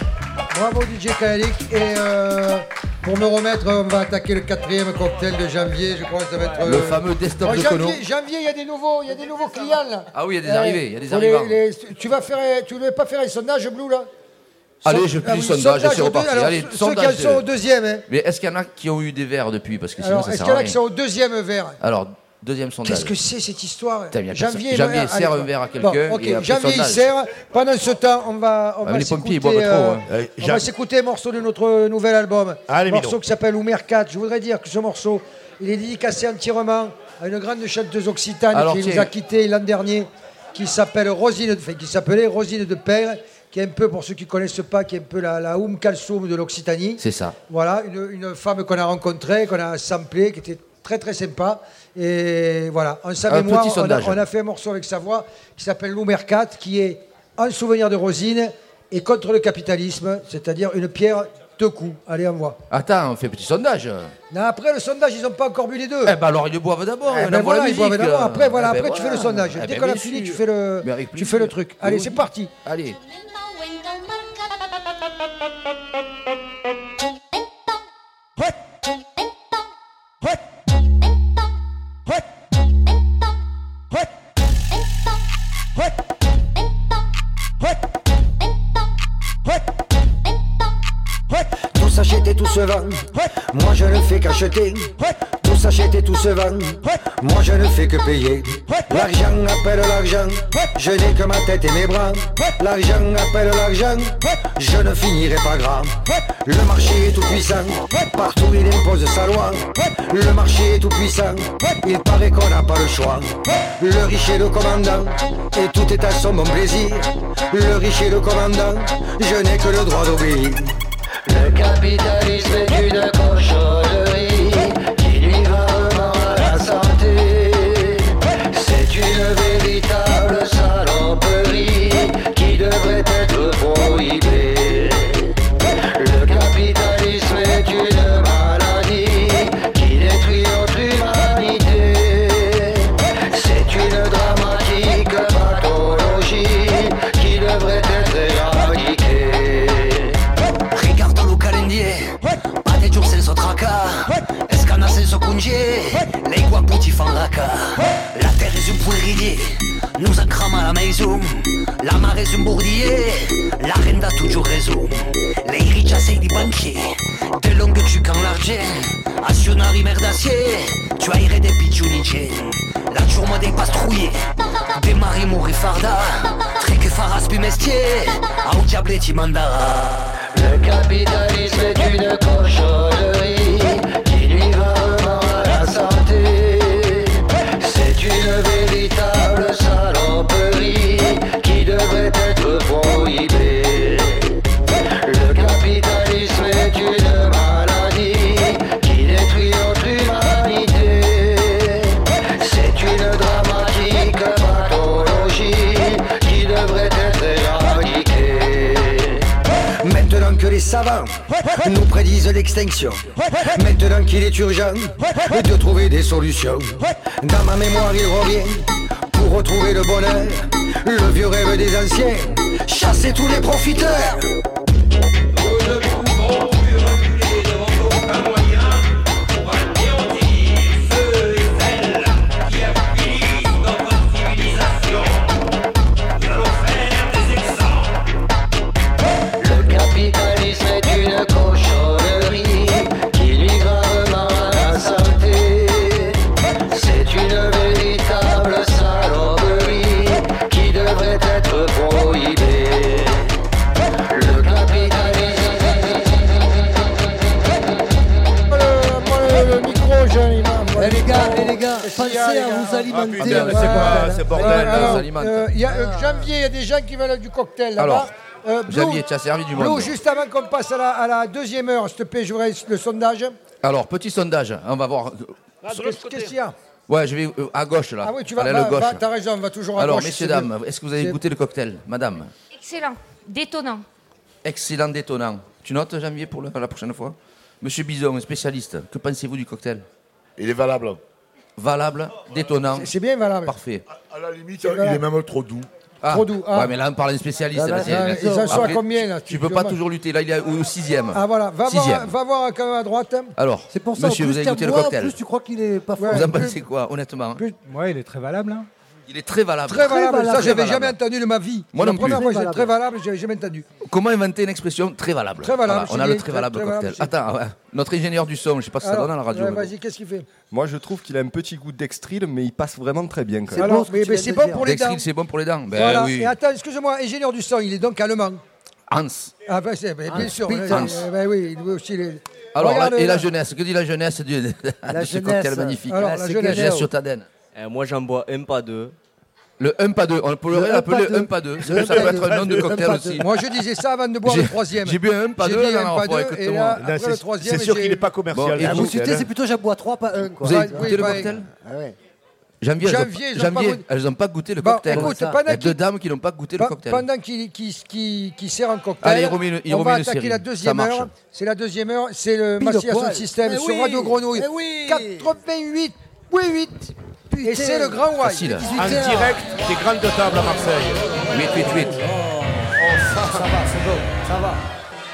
Speaker 4: Bravo DJ Khaled. Et euh, pour me remettre, on va attaquer le quatrième cocktail de janvier. Je crois que ça va être.
Speaker 6: Le
Speaker 4: euh,
Speaker 6: fameux desktop
Speaker 4: oh,
Speaker 6: de
Speaker 4: janvier,
Speaker 6: Cono.
Speaker 4: Janvier, il y a des nouveaux, il y a des nouveaux clients là.
Speaker 6: Ah oui, il y a des
Speaker 4: Euh,
Speaker 6: arrivées, il y a des
Speaker 4: pour les-
Speaker 6: arrivants.
Speaker 4: les- tu vas faire, tu voulais pas faire les sondages blue là
Speaker 6: Allez, je
Speaker 4: Ah oui,
Speaker 6: plie sondage,
Speaker 4: sondage
Speaker 6: c'est
Speaker 4: au deux-
Speaker 6: reparti.
Speaker 4: alors,
Speaker 6: Allez,
Speaker 4: ceux- ceux
Speaker 6: sondage,
Speaker 4: qui en sont
Speaker 6: c'est-
Speaker 4: au deuxième, hein.
Speaker 6: Mais est-ce qu'il y en a qui ont eu des verres depuis Parce que sinon,
Speaker 4: Alors,
Speaker 6: ça
Speaker 4: est-ce
Speaker 6: sert
Speaker 4: qu'il y en
Speaker 6: à
Speaker 4: a qui
Speaker 6: rien.
Speaker 4: sont au deuxième verre
Speaker 6: Alors, deuxième sondage.
Speaker 4: Qu'est-ce que c'est cette histoire
Speaker 6: Putain, mais y a
Speaker 4: Janvier,
Speaker 6: personne. Janvier,
Speaker 4: allez,
Speaker 6: serre
Speaker 4: allez,
Speaker 6: un verre à
Speaker 4: bon,
Speaker 6: quelqu'un
Speaker 4: ok,
Speaker 6: et après
Speaker 4: Janvier, il
Speaker 6: sondage.
Speaker 4: sert. Pendant ce temps, on va, on
Speaker 6: Ah,
Speaker 4: va
Speaker 6: mais les pompiers, ils boivent
Speaker 4: s'écouter,
Speaker 6: trop,
Speaker 4: euh,
Speaker 6: hein.
Speaker 8: Euh,
Speaker 4: on
Speaker 8: Jean-
Speaker 4: va s'écouter un morceau de notre nouvel album.
Speaker 8: Allez,
Speaker 4: un morceau
Speaker 8: Milo.
Speaker 4: qui s'appelle Oumer 4. Je voudrais dire que ce morceau, il est dédicacé entièrement à une grande chanteuse occitane
Speaker 6: Alors,
Speaker 4: qui
Speaker 6: tiens.
Speaker 4: nous a quittés l'an dernier, qui s'appelle Rosine, enfin, qui s'appelait Rosine de Père, qui est un peu, pour ceux qui ne connaissent pas, qui est un peu la, la Oum Kalsoum de l'Occitanie.
Speaker 6: C'est ça.
Speaker 4: Voilà, une, une femme qu'on a rencontrée, qu'on a samplée, qui était très très sympa. Et voilà, en sa
Speaker 6: Un
Speaker 4: mémoire,
Speaker 6: petit
Speaker 4: on a,
Speaker 6: sondage.
Speaker 4: on a fait un morceau avec sa voix qui s'appelle L'Oumercat, qui est un souvenir de Rosine et contre le capitalisme, c'est-à-dire une pierre deux coups. Allez, envoie.
Speaker 6: Attends, on fait petit sondage.
Speaker 4: Non, après le sondage, ils n'ont pas encore bu les deux.
Speaker 6: Eh ben alors, ils boivent d'abord.
Speaker 4: Eh
Speaker 6: on
Speaker 4: ben
Speaker 6: envoie
Speaker 4: voilà,
Speaker 6: la
Speaker 4: ils boivent
Speaker 6: musique.
Speaker 4: d'abord. Après, voilà,
Speaker 6: Eh ben
Speaker 4: après tu fais le
Speaker 6: voilà.
Speaker 4: sondage.
Speaker 6: Eh
Speaker 4: Dès
Speaker 6: ben
Speaker 4: qu'on a
Speaker 6: bien
Speaker 4: fini,
Speaker 6: sûr.
Speaker 4: tu fais le,
Speaker 6: Mais avec
Speaker 4: tu fais
Speaker 6: plaisir.
Speaker 4: le
Speaker 6: Eh
Speaker 4: truc. Allez,
Speaker 6: Oui.
Speaker 4: c'est parti.
Speaker 6: Allez.
Speaker 12: Tout s'achète et tout se vend. Moi je ne fais qu'acheter. Tout tous achètent et tout se vend. Moi je ne fais que payer. L'argent appelle l'argent. Je n'ai que ma tête et mes bras. L'argent appelle l'argent. Je ne finirai pas grand. Le marché est tout puissant. Partout il impose sa loi. Le marché est tout puissant. Il paraît qu'on n'a pas le choix. Le riche est le commandant. Et tout est à son bon plaisir. Le riche est le commandant. Je n'ai que le droit d'obéir.
Speaker 9: Le capitalisme est une cochonnerie qui lui va à la santé. C'est une véritable saloperie qui devrait être prohibée. Le capitalisme est une maladie qui détruit notre humanité. C'est une dramatique pathologie qui devrait être éradiquée. Regarde lo calendrier Pas de jours sans tracas Escana sans congé Les guapoutifs en raca La terre est un poirier Nous encrame à la maison La mare est un bourdier La renda toujours raison Les riches asseyent des banquiers De longues tuques en l'argent Actionnari merdacier Tu airais des pigeonniers La tourma des pastrouillers Des maris mourir farda Très que faras pumestier Au diable ti mandara le capitalisme est une cochonnerie qui lui va à la santé. C'est une véritable saloperie qui devrait être prohibée. Le capitalisme est une maladie qui détruit notre humanité. C'est une dramatique pathologie qui devrait être éradiquée.
Speaker 12: Maintenant que les savants nous prédisent l'extinction, maintenant qu'il est urgent de trouver des solutions, dans ma mémoire il revient pour retrouver le bonheur, le vieux rêve des anciens, chasser tous les profiteurs.
Speaker 9: Le capitalisme est une cochonnerie qui nuit gravement à la santé. C'est une véritable saloperie qui devrait être prohibée. Le
Speaker 4: Le micro, j'ai
Speaker 3: Eh, les gars, eh, les gars, pensez
Speaker 4: y a, les
Speaker 3: à
Speaker 4: gars
Speaker 3: vous alimenter. Ah,
Speaker 5: putain,
Speaker 1: euh,
Speaker 5: mais c'est pas- c'est bordel,
Speaker 4: Euh,
Speaker 5: là,
Speaker 4: alors,
Speaker 5: on s'alimente.
Speaker 4: euh, il y a, euh, janvier, il y a des gens qui veulent du cocktail là-bas.
Speaker 5: Alors,
Speaker 4: Euh,
Speaker 6: Xavier, tu as servi du
Speaker 4: Blue,
Speaker 6: monde.
Speaker 4: juste avant qu'on passe à la, à la deuxième heure, s'il te plaît, j'aurai le sondage.
Speaker 6: Alors, petit sondage, on va voir.
Speaker 4: Qu'est-ce qu'est-ce qu'il y a
Speaker 6: Ouais, je vais euh, à gauche là.
Speaker 4: Ah oui, tu vas,
Speaker 6: Allez, le
Speaker 4: va,
Speaker 6: gauche.
Speaker 4: va, t'as raison, on va toujours à
Speaker 6: Alors,
Speaker 4: gauche,
Speaker 6: messieurs,
Speaker 4: c'est
Speaker 6: dames,
Speaker 4: mieux.
Speaker 6: est-ce que vous avez
Speaker 4: C'est-
Speaker 6: goûté le cocktail Madame,
Speaker 20: Excellent, détonnant.
Speaker 6: excellent détonnant. Tu notes, Janvier, pour le- la prochaine fois Monsieur Bison, spécialiste, que pensez-vous du cocktail
Speaker 5: Il est valable.
Speaker 6: Valable, détonnant.
Speaker 4: C'est bien valable.
Speaker 6: Parfait.
Speaker 5: À la limite,
Speaker 4: C'est
Speaker 5: il
Speaker 4: valable.
Speaker 5: est même Ah, trop doux.
Speaker 4: Trop doux, ah.
Speaker 6: Ouais, mais là, on parle d'un spécialiste.
Speaker 4: Là, là,
Speaker 6: là, c'est-
Speaker 4: là,
Speaker 6: là,
Speaker 4: ils en sont à
Speaker 6: après,
Speaker 4: combien,
Speaker 6: tu-
Speaker 4: là,
Speaker 6: Tu peux
Speaker 4: excuse-moi.
Speaker 6: pas toujours lutter. Là, il est au sixième.
Speaker 4: Ah voilà, va voir,
Speaker 6: Sixième.
Speaker 4: va voir quand même à droite.
Speaker 6: Alors,
Speaker 4: C'est pour ça, en
Speaker 6: monsieur,
Speaker 4: plus,
Speaker 6: vous avez
Speaker 4: t'as
Speaker 6: goûté le
Speaker 4: bois, en
Speaker 6: cocktail
Speaker 4: plus, tu crois qu'il est pas
Speaker 6: Vous
Speaker 4: fort.
Speaker 6: en pensez quoi, honnêtement hein
Speaker 21: Ouais, il est très valable. hein.
Speaker 6: Il est très valable.
Speaker 4: Très valable, ça
Speaker 6: Très
Speaker 4: j'avais
Speaker 6: valable.
Speaker 4: jamais entendu de ma vie.
Speaker 6: Moi
Speaker 4: la
Speaker 6: non plus.
Speaker 4: première
Speaker 6: Très
Speaker 4: fois, j'ai
Speaker 6: valable.
Speaker 4: très valable, j'avais jamais entendu.
Speaker 6: Comment inventer une expression très valable
Speaker 4: Très valable,
Speaker 6: Voilà, On
Speaker 4: c'est
Speaker 6: a le
Speaker 4: bien,
Speaker 6: très valable
Speaker 4: très- très
Speaker 6: cocktail. Attends, ouais, notre ingénieur du son, je sais pas si ça
Speaker 4: Alors,
Speaker 6: donne à la radio.
Speaker 4: ouais,
Speaker 6: mais bon.
Speaker 4: Vas-y, qu'est-ce qu'il fait
Speaker 22: Moi, je trouve qu'il a un petit goût d'extril, mais il passe vraiment très bien. quand
Speaker 4: C'est
Speaker 22: même.
Speaker 4: bon, ce que tu viens de dire.
Speaker 6: Dextril,
Speaker 4: dents.
Speaker 6: c'est bon pour les dents. Ben
Speaker 4: Voilà,
Speaker 6: oui.
Speaker 4: et attends, excuse-moi, ingénieur du son, il est donc allemand.
Speaker 6: Hans.
Speaker 4: Ah, ben, c'est- ben, bien
Speaker 6: Hans
Speaker 4: sûr,
Speaker 6: Peter.
Speaker 4: eh, eh, ben oui, il veut aussi les.
Speaker 6: Alors,
Speaker 4: Regarde, euh,
Speaker 6: la- et la
Speaker 4: là.
Speaker 6: jeunesse Que dit la jeunesse du, de ce cocktail magnifique
Speaker 4: Alors, la jeunesse.
Speaker 6: ciotadène.
Speaker 23: Euh, moi, j'en bois un pas deux.
Speaker 6: Le 1 pas 2, on pourrait l'appeler le 1 pas 2. Ça peut être un nom de cocktail aussi.
Speaker 4: Moi, je disais ça avant de boire
Speaker 6: J'ai-
Speaker 4: le troisième.
Speaker 6: j'ai bu un pas
Speaker 4: J'ai
Speaker 6: deux,
Speaker 4: bu
Speaker 6: là,
Speaker 4: un
Speaker 6: non,
Speaker 4: pas
Speaker 6: faut
Speaker 4: deux,
Speaker 6: écouter
Speaker 4: et
Speaker 6: moi.
Speaker 4: là,
Speaker 6: Non,
Speaker 4: après
Speaker 6: c'est-
Speaker 4: le troisième.
Speaker 5: c'est sûr
Speaker 4: j'ai-
Speaker 5: qu'il est pas commercial,
Speaker 4: Bon,
Speaker 5: le
Speaker 4: ah, vous
Speaker 5: cocktail,
Speaker 4: citez,
Speaker 5: hein.
Speaker 4: c'est plutôt j'abois 3, pas 1.
Speaker 6: Vous avez goûté le cocktail Janvier, elles ont-
Speaker 4: Janvier, ils ont pas
Speaker 6: janvier,
Speaker 4: goûté.
Speaker 6: elles n'ont pas goûté le
Speaker 4: Bon,
Speaker 6: cocktail.
Speaker 4: écoute,
Speaker 6: Il y
Speaker 4: pendant
Speaker 6: a deux
Speaker 4: qu'il-
Speaker 6: dames qui n'ont pas goûté le
Speaker 4: Pe-
Speaker 6: cocktail.
Speaker 4: Pendant qu'il qu'il- qu'il- qu'il sert un cocktail,
Speaker 6: Allez, il remet une- il
Speaker 4: on
Speaker 6: remet
Speaker 4: va
Speaker 6: une
Speaker 4: attaquer
Speaker 6: série.
Speaker 4: la
Speaker 6: Ça
Speaker 4: deuxième
Speaker 6: marche.
Speaker 4: heure. C'est la deuxième heure, c'est le
Speaker 6: Pile
Speaker 4: Massiation
Speaker 6: poil.
Speaker 4: Système
Speaker 6: Eh
Speaker 4: sur
Speaker 6: oui,
Speaker 4: Radio Grenouille.
Speaker 6: eh oui. Eh
Speaker 4: 88, oui 8. Et c'est le Grand White.
Speaker 6: Facile.
Speaker 4: 18
Speaker 5: En
Speaker 4: heures.
Speaker 5: direct des grandes tables à Marseille.
Speaker 6: 8, 8, 8.
Speaker 2: Ça va, c'est bon, ça va.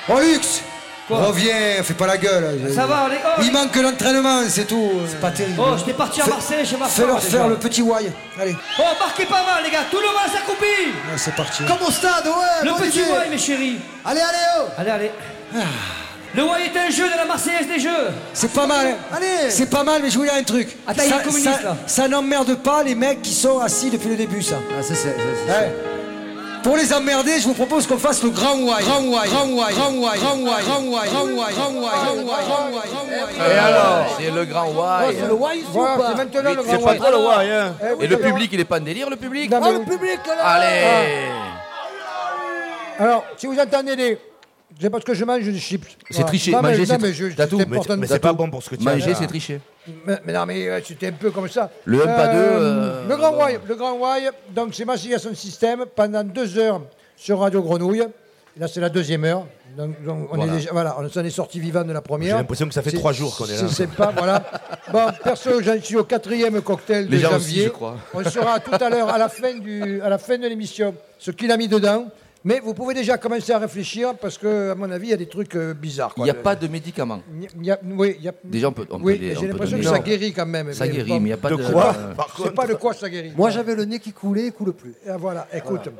Speaker 1: Oh Lux
Speaker 2: Quoi
Speaker 1: Reviens, fais pas la gueule.
Speaker 2: Ça va, les gars
Speaker 1: Il manque l'entraînement, c'est tout. C'est pas terrible.
Speaker 2: Oh, j'étais parti à
Speaker 1: Fais-
Speaker 2: Marseille chez Marseille.
Speaker 1: Fais-leur
Speaker 2: déjà.
Speaker 1: faire le petit why. Allez,
Speaker 2: Oh, marquez pas mal, les gars, tout le monde s'accroupit
Speaker 1: Ouais, c'est parti.
Speaker 2: Comme au stade,
Speaker 1: ouais,
Speaker 2: Le
Speaker 1: bonne
Speaker 2: petit
Speaker 1: idée.
Speaker 2: boy, mes chéris
Speaker 1: Allez, allez, oh
Speaker 2: Allez, allez Ah. Le Why est un jeu de la Marseillaise des Jeux.
Speaker 1: C'est pas mal. Allez C'est pas mal, mais je voulais un truc.
Speaker 2: Attends, il est
Speaker 1: ça,
Speaker 2: communiste,
Speaker 1: ça,
Speaker 2: là.
Speaker 1: ça n'emmerde pas les mecs qui sont assis depuis le début, ça.
Speaker 12: Ah,
Speaker 1: Ouais. Pour les emmerder, je vous propose qu'on fasse le grand why. Grand why, grand why, grand why, grand why, grand why, grand why, grand why, grand why, grand why, grand why.
Speaker 6: Et alors C'est le grand why.
Speaker 4: Oh, c'est le why, c'est
Speaker 6: Voilà,
Speaker 4: ou pas
Speaker 6: c'est maintenant le
Speaker 4: Oui,
Speaker 6: grand
Speaker 4: c'est
Speaker 6: why.
Speaker 4: pas trop le why, hein. Eh oui,
Speaker 6: Et le
Speaker 4: d'accord.
Speaker 6: public, il est pas en délire, le public
Speaker 4: Non, mais Ah, le oui. public, là Ah.
Speaker 6: Allez
Speaker 4: Alors, si vous entendez des. C'est parce que je mange des chips.
Speaker 6: C'est
Speaker 4: Voilà.
Speaker 6: triché.
Speaker 4: Non, mais-
Speaker 6: Manger,
Speaker 4: non,
Speaker 6: c'est
Speaker 4: mais je-
Speaker 6: tri- t'as tout.
Speaker 4: c'est important
Speaker 6: Mais
Speaker 4: de-
Speaker 6: c'est pas bon pour ce que tu as,
Speaker 4: Manger,
Speaker 6: là.
Speaker 4: c'est
Speaker 6: triché.
Speaker 4: Mais, mais non, mais euh, c'était un peu comme ça.
Speaker 6: Le un pas deux, euh,
Speaker 4: le Grand Why, le Grand Why, donc c'est Massilia son système pendant deux heures sur Radio Grenouille. Là, c'est la deuxième heure. Donc, donc, on
Speaker 5: Voilà.
Speaker 4: est déjà, voilà, on s'en est sorti vivant de la première.
Speaker 5: J'ai l'impression que ça fait
Speaker 4: C'est-
Speaker 5: trois jours qu'on est là.
Speaker 4: c'est- C'est pas, voilà. Bon, perso, j'en suis au quatrième cocktail
Speaker 5: Les
Speaker 4: de
Speaker 5: gens
Speaker 4: janvier.
Speaker 5: aussi, je crois.
Speaker 4: On saura tout à l'heure, à la fin du, à la fin de l'émission, ce qu'il a mis dedans. Mais vous pouvez déjà commencer à réfléchir parce que, à mon avis, il y a des trucs euh, bizarres.
Speaker 6: Il
Speaker 4: quoi.
Speaker 6: n'y a pas de médicaments.
Speaker 4: Il y a- oui, il y a-
Speaker 6: Déjà, on peut. on
Speaker 4: oui,
Speaker 6: peut les- on
Speaker 4: j'ai
Speaker 6: peut
Speaker 4: l'impression que
Speaker 6: donner-
Speaker 4: ça guérit quand même.
Speaker 6: Ça guérit, mais il n'y a pas de. euh,
Speaker 4: C'est pas de quoi ça guérit.
Speaker 3: Moi, j'avais le nez qui coulait, il coule plus. Ah
Speaker 4: Ah, voilà, écoute.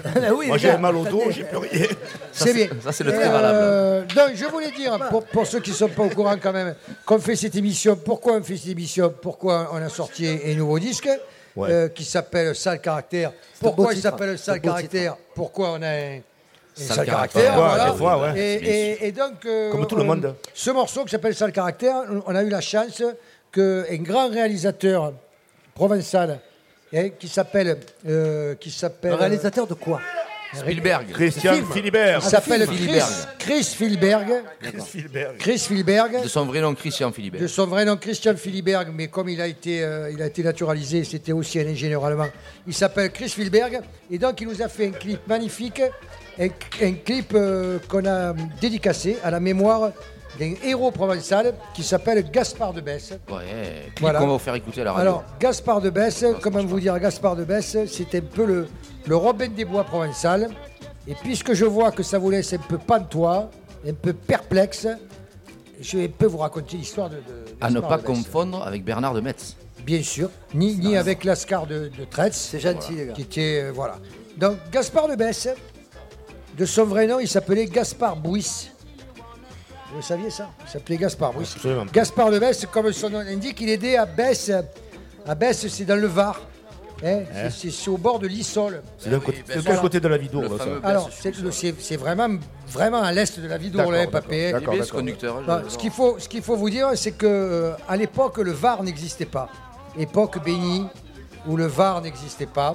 Speaker 3: Oui, Moi, j'avais mal au dos,
Speaker 4: j'ai plus rien. C'est bien.
Speaker 3: ça, c'est le
Speaker 4: Et,
Speaker 3: très valable.
Speaker 4: euh, donc, je voulais dire, pour, pour ceux qui ne sont pas au courant quand même, qu'on fait cette émission, pourquoi on fait cette émission, pourquoi on a sorti un nouveau disque
Speaker 5: Ouais.
Speaker 4: euh, qui s'appelle Sale Caractère.
Speaker 3: un beau
Speaker 4: Pourquoi il
Speaker 3: titre,
Speaker 4: s'appelle
Speaker 3: hein. C'est un
Speaker 4: Sale
Speaker 3: beau
Speaker 4: Caractère Pourquoi on a un. un
Speaker 5: Sale caractère,
Speaker 4: Sale, caractère,
Speaker 5: ouais,
Speaker 4: voilà.
Speaker 5: des fois, ouais.
Speaker 4: Et-
Speaker 5: Bien
Speaker 4: et, et donc, euh,
Speaker 5: Comme tout le
Speaker 4: on-
Speaker 5: monde.
Speaker 4: ce morceau qui s'appelle Sale Caractère, on- on a eu la chance qu'un grand réalisateur provençal eh, qui s'appelle. euh, qui s'appelle.
Speaker 3: Un réalisateur de quoi
Speaker 6: Spielberg.
Speaker 5: Christian
Speaker 4: Film.
Speaker 5: Philibert.
Speaker 4: Il s'appelle Chris,
Speaker 6: Philibert.
Speaker 4: Chris Philberg. Chris Philberg.
Speaker 6: De son vrai nom, Christian Philibert.
Speaker 4: De son vrai nom, Christian Philibert, mais comme il a été, euh, il a été naturalisé, c'était aussi un ingénieur allemand. Il s'appelle Chris Philberg, et donc il nous a fait un clip magnifique, un, un clip euh, qu'on a dédicacé à la mémoire d'un héros provençal qui s'appelle Gaspard de Besse.
Speaker 6: Ouais, clip
Speaker 4: Voilà.
Speaker 6: qu'on va vous faire écouter à la radio. Ah,
Speaker 4: Alors, Gaspard de Besse, comment vous dire, Gaspard de Besse, c'était un peu le, le Robin des Bois provençal. Et puisque je vois que ça vous laisse un peu pantois, un peu perplexe, je vais un peu vous raconter l'histoire de, de- de
Speaker 6: à ne
Speaker 4: Gaspard
Speaker 6: pas
Speaker 4: de Besse.
Speaker 6: confondre avec Bernard de Metz.
Speaker 4: Bien sûr, ni, ni avec l'ascar de, de Tretz. C'est
Speaker 6: gentil, Voilà. les gars.
Speaker 4: Qui était, euh, voilà. Donc, Gaspard de Besse, de son vrai nom, il s'appelait Gaspard Bouisse. Vous le saviez ça Il s'appelait Gaspard Bouisse.
Speaker 5: Absolument.
Speaker 4: Gaspard de Besse, comme son nom l'indique, il aidait à Besse. À Besse, c'est dans le Var. Hein, c'est- C'est c'est au bord de l'Issol.
Speaker 5: C'est d'un côté,
Speaker 4: ben
Speaker 5: c'est de
Speaker 4: voilà.
Speaker 5: quel côté de la vidéo, là, ça
Speaker 4: Alors, c'est le- c'est c'est vraiment, vraiment à l'est de la ville
Speaker 5: D'accord,
Speaker 4: d'Orléans,
Speaker 5: d'accord,
Speaker 4: Papé.
Speaker 5: d'accord, Il est bien, ce d'accord. conducteur, hein,
Speaker 4: Bah,
Speaker 5: je-
Speaker 4: ce qu'il faut, ce qu'il faut vous dire, c'est que euh, à l'époque, le Var n'existait pas. Époque bénie où le Var n'existait pas.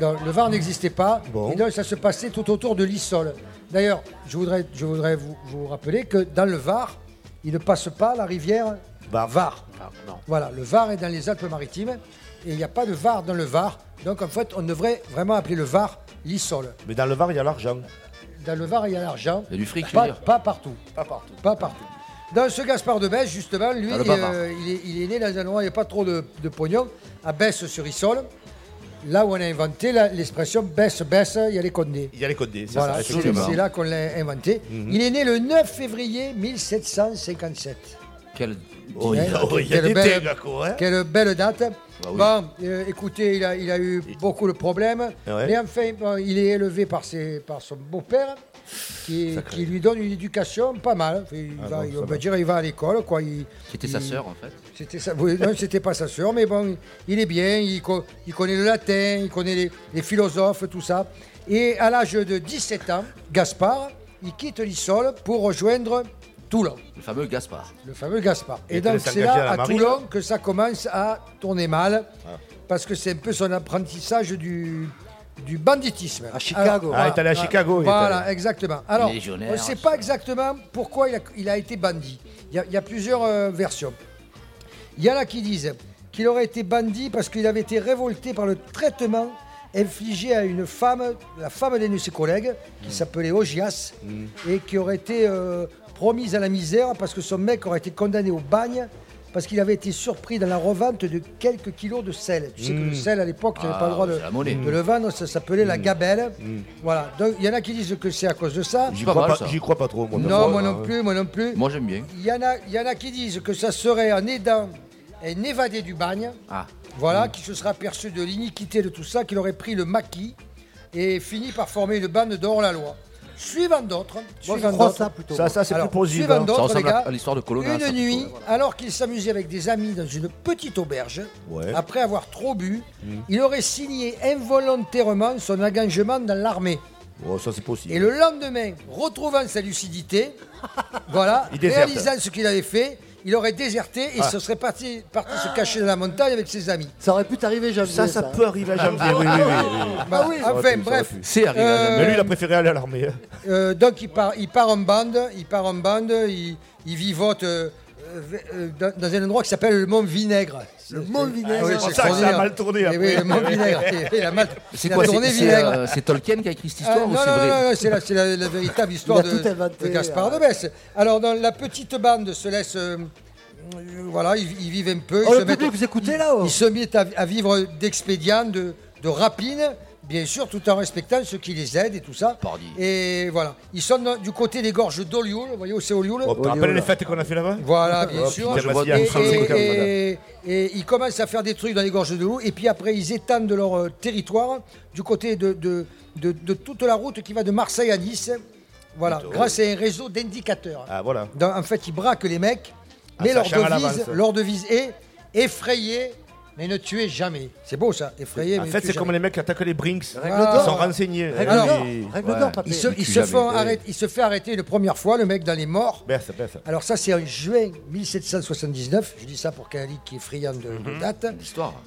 Speaker 4: Non, le Var n'existait pas. Et donc, ça se passait tout autour de l'Issol. D'ailleurs, je voudrais, je voudrais vous, vous rappeler que dans le Var, il ne passe pas la rivière
Speaker 5: Var.
Speaker 4: Var. Voilà, le Var est dans les Alpes-Maritimes et il n'y a pas de Var dans le Var. Donc en fait, on devrait vraiment appeler le Var l'Issol.
Speaker 5: Mais dans le Var, il y a l'argent.
Speaker 4: Dans le Var, il y a l'argent.
Speaker 5: Il y a du fric, tu veux
Speaker 4: pas,
Speaker 5: dire.
Speaker 4: pas partout. Pas partout. Pas partout. Dans ce Gaspard de Besse, justement, lui,
Speaker 5: Dans le
Speaker 4: il,
Speaker 5: Bavard.
Speaker 4: euh, il est, il est né dans un endroit où il n'y a pas trop de, de pognon, à Besse-sur-Issol. Là où on a inventé la- l'expression Besse-Besse, il y a les condés.
Speaker 5: Il y a les codes D, c'est
Speaker 4: Voilà,
Speaker 5: ça,
Speaker 4: c'est
Speaker 5: effectivement.
Speaker 4: c'est là qu'on l'a inventé.
Speaker 5: Mhm.
Speaker 4: Il est né le 9 février 1757.
Speaker 6: Quel.
Speaker 5: Oh, il y a- oh, il y a
Speaker 4: Quelle
Speaker 5: des
Speaker 4: belle-
Speaker 5: dingues, quoi, hein.
Speaker 4: Quelle belle date.
Speaker 6: Bah
Speaker 5: oui.
Speaker 4: Bon, euh, écoutez, il a, il a eu beaucoup de problèmes.
Speaker 6: Ah
Speaker 5: Ouais.
Speaker 4: Mais enfin, bon, il est élevé par, ses, par son beau-père, qui,
Speaker 6: Sacré.
Speaker 4: qui lui donne une éducation pas mal. Il
Speaker 6: Ah
Speaker 4: va-
Speaker 6: bon,
Speaker 4: il-
Speaker 6: ça
Speaker 4: on
Speaker 6: va.
Speaker 4: va dire, il va à l'école. quoi. Il-
Speaker 6: C'était
Speaker 4: il-
Speaker 6: sa sœur, en fait.
Speaker 4: C'était sa- oui, non, c'était pas sa sœur, mais bon, il est bien, il, co- il connaît le latin, il connaît les, les philosophes, tout ça. Et à l'âge de 17 ans, Gaspard, il quitte l'Issole pour rejoindre Toulon.
Speaker 6: Le fameux Gaspard.
Speaker 4: Le fameux Gaspard.
Speaker 6: Il
Speaker 4: Et
Speaker 6: était
Speaker 4: donc
Speaker 6: le
Speaker 4: c'est
Speaker 6: Saint-Gabriel à
Speaker 4: là,
Speaker 6: la
Speaker 4: à
Speaker 6: marine.
Speaker 4: Toulon, que ça commence à tourner mal,
Speaker 5: Ah.
Speaker 4: parce que c'est un peu son apprentissage du, du banditisme. À
Speaker 5: Chicago. Ah, il est allé à Chicago, il est
Speaker 4: Voilà,
Speaker 5: allé.
Speaker 4: exactement. Alors,
Speaker 5: Légionnaire,
Speaker 4: on ne sait pas exactement pourquoi il a, il a été bandit. Il y a, il y a plusieurs euh, versions. Il y en a qui disent qu'il aurait été bandit parce qu'il avait été révolté par le traitement infligé à une femme, la femme d'un de ses collègues, qui
Speaker 5: Mm.
Speaker 4: s'appelait Ogias, et qui aurait été euh, promise à la misère parce que son mec aurait été condamné au bagne parce qu'il avait été surpris dans la revente de quelques kilos de sel. Tu sais que
Speaker 5: Mm.
Speaker 4: le sel, à l'époque, tu n'avais pas
Speaker 5: Ah,
Speaker 4: le droit de,
Speaker 5: c'est la monnaie.
Speaker 4: de le vendre, ça s'appelait la
Speaker 5: Mm.
Speaker 4: gabelle.
Speaker 12: Hmm.
Speaker 5: Mm.
Speaker 4: Voilà, donc il y en a qui disent que c'est à cause de ça.
Speaker 5: J'y crois, pas, j'y crois pas trop, moi.
Speaker 4: Non, moi hein. non plus, moi non plus.
Speaker 6: Moi, j'aime bien.
Speaker 4: Il y, en a, il y en a qui disent que ça serait un aidant, un évadé du bagne,
Speaker 6: Ah.
Speaker 4: voilà,
Speaker 5: Mm.
Speaker 4: qui se serait aperçu de l'iniquité de tout ça, qu'il aurait pris le maquis et fini par former une bande dehors la loi. Suivant d'autres.
Speaker 5: Moi,
Speaker 4: suivant
Speaker 5: crois
Speaker 4: d'autres.
Speaker 5: ça plutôt. Ça- ça, c'est plus
Speaker 4: Alors,
Speaker 5: plausible.
Speaker 6: hein.
Speaker 4: Suivant
Speaker 5: Ça
Speaker 4: d'autres, les
Speaker 5: ressemble à-
Speaker 4: gars.
Speaker 5: à l'histoire de Colonna, ça,
Speaker 4: Une
Speaker 5: plutôt,
Speaker 4: nuit,
Speaker 6: Ah
Speaker 5: ouais, voilà.
Speaker 4: alors qu'il s'amusait avec des amis dans une petite auberge,
Speaker 5: Ouais.
Speaker 4: après avoir trop bu,
Speaker 5: Mm.
Speaker 4: il aurait signé involontairement son engagement dans l'armée.
Speaker 5: Oh, ça, c'est possible.
Speaker 4: Et le lendemain, retrouvant sa lucidité, voilà,
Speaker 5: Il déserte.
Speaker 4: réalisant ce qu'il avait fait, il aurait déserté et
Speaker 5: Ah.
Speaker 4: se serait parti, parti se cacher dans la montagne avec ses amis.
Speaker 3: Ça aurait pu t'arriver à
Speaker 4: Ah,
Speaker 5: Ça, ça peut arriver à janvier. Ah, Oui, oui, oui. oui.
Speaker 4: Bah,
Speaker 5: Ça aurait
Speaker 4: enfin,
Speaker 5: pu, ça aurait
Speaker 4: bref.
Speaker 5: pu. Mais lui, il a préféré aller à l'armée. hein.
Speaker 4: Euh, donc il part, il part en bande, il part en bande, il, il vivote euh, euh, euh, dans, dans un endroit qui s'appelle le Mont Ah Vinègre. Le Mont Vinègre.
Speaker 6: c'est pour ça que ça a mal tourné
Speaker 4: Eh
Speaker 6: après.
Speaker 4: Oui, le Mont Vinègre. Eh, il a mal-
Speaker 6: C'est
Speaker 4: il a
Speaker 6: quoi
Speaker 4: tourné
Speaker 6: c'est- C'est
Speaker 4: Vinègre.
Speaker 6: euh, c'est Tolkien qui a écrit cette
Speaker 4: Ah,
Speaker 6: histoire
Speaker 4: non,
Speaker 6: ou
Speaker 4: non,
Speaker 6: c'est vrai
Speaker 4: non, non, c'est la, c'est la- la véritable histoire
Speaker 6: Il
Speaker 4: de,
Speaker 6: a tout inventé,
Speaker 4: de Gaspard
Speaker 3: euh.
Speaker 4: de Besse. Alors, dans la petite bande se laisse. euh, euh, voilà, ils, ils vivent un peu.
Speaker 3: Oh,
Speaker 4: ils
Speaker 3: le
Speaker 4: se mettent,
Speaker 3: public, vous écoutez,
Speaker 4: ils-
Speaker 3: là, oh.
Speaker 4: Ils se mettent à, à vivre d'expédients, de, de rapines, bien sûr, tout en respectant ceux qui les aident et tout ça. Et voilà. Ils sont dans- du côté des gorges d'Olioul. Vous voyez où c'est Olioul
Speaker 5: Oh, tu te rappelles les fêtes qu'on a fait là-bas
Speaker 4: Voilà, bien
Speaker 5: Oh,
Speaker 4: sûr.
Speaker 5: putain, vas-y,
Speaker 4: et,
Speaker 5: Anne, prends le
Speaker 4: et-
Speaker 5: coca, madame.
Speaker 4: et- et ils commencent à faire des trucs dans les gorges de loup. Et puis après, ils étendent de leur euh, territoire du côté de, de, de- de toute la route qui va de Marseille à Nice. Voilà,
Speaker 5: Plutôt.
Speaker 4: grâce à un réseau d'indicateurs.
Speaker 5: Ah, voilà.
Speaker 4: Dans- en fait, ils braquent les mecs,
Speaker 5: Ah,
Speaker 4: mais
Speaker 5: ça
Speaker 4: leur
Speaker 5: chère à
Speaker 4: devise,
Speaker 5: l'avance.
Speaker 4: leur devise est effrayer, mais ne tuez jamais. C'est beau ça, effrayer,
Speaker 5: En
Speaker 4: mais ne
Speaker 5: fait,
Speaker 4: tuez
Speaker 5: c'est
Speaker 4: jamais.
Speaker 5: comme les mecs qui attaquent les Brinks.
Speaker 4: Voilà.
Speaker 5: Ils sont renseignés. Ah
Speaker 4: Alors,
Speaker 5: Et-
Speaker 4: il se, il se font arrêter- il se fait arrêter une première fois, le mec dans les morts.
Speaker 5: Baisse, baisse.
Speaker 4: Alors ça, c'est en juin 1779. Je dis ça pour Cali qui est friand de,
Speaker 5: Mhm.
Speaker 4: de date.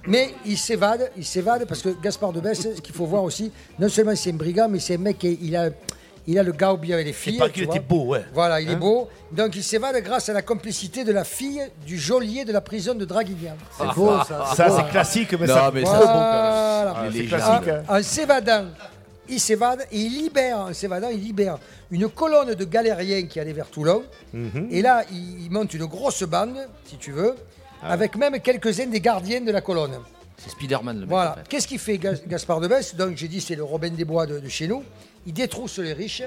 Speaker 4: Mais il s'évade, il s'évade parce que Gaspard de Besse, ce qu'il faut voir aussi, non seulement c'est un brigand, mais c'est un mec qui il a, il a le gars bien avec les filles.
Speaker 5: paraît
Speaker 4: tu
Speaker 5: qu'il
Speaker 4: vois.
Speaker 5: était beau, ouais.
Speaker 4: Voilà, il est
Speaker 5: Hein
Speaker 4: beau. Donc il s'évade grâce à la complicité de la fille du geôlier de la prison de Draguignan. Ah,
Speaker 5: C'est beau, ça. Ça, c'est classique, mais ça-
Speaker 6: mais
Speaker 5: Voilà.
Speaker 6: c'est bon quand
Speaker 4: Voilà.
Speaker 6: même.
Speaker 5: C'est
Speaker 6: Les
Speaker 5: classique,
Speaker 6: légendes.
Speaker 5: hein.
Speaker 4: En s'évadant, il s'évade et il libère, en s'évadant, il libère une colonne de galériens qui allait vers Toulon.
Speaker 5: Mhm.
Speaker 4: Et là, il, il monte une grosse bande, si tu veux,
Speaker 5: Ah.
Speaker 4: avec même quelques-uns des gardiens de la colonne.
Speaker 6: C'est Spider-Man le mec.
Speaker 4: Voilà. Qu'est-ce qu'il fait, Gas- Gaspard de Besse Donc, j'ai dit, c'est le Robin des Bois de, de chez nous. Il détrousse les riches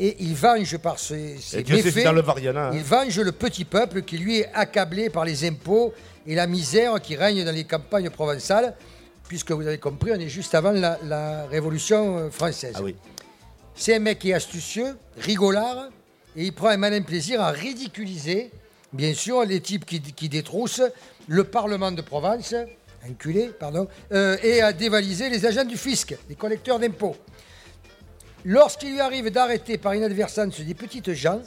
Speaker 4: et il venge par ses, ses
Speaker 5: Et Dieu sait si
Speaker 4: méfaits.
Speaker 5: dans le Variana, hein.
Speaker 4: Il venge le petit peuple qui, lui, est accablé par les impôts et la misère qui règne dans les campagnes provençales. Puisque vous avez compris, on est juste avant la, la Révolution euh,
Speaker 5: Ah
Speaker 4: française. C'est un mec qui est astucieux, rigolard, et il prend un malin plaisir à ridiculiser, bien sûr, les types qui, qui détroussent le Parlement de Provence, enculé, pardon, euh, et à dévaliser les agents du fisc, les collecteurs d'impôts. Lorsqu'il lui arrive d'arrêter par inadvertance des petites gens,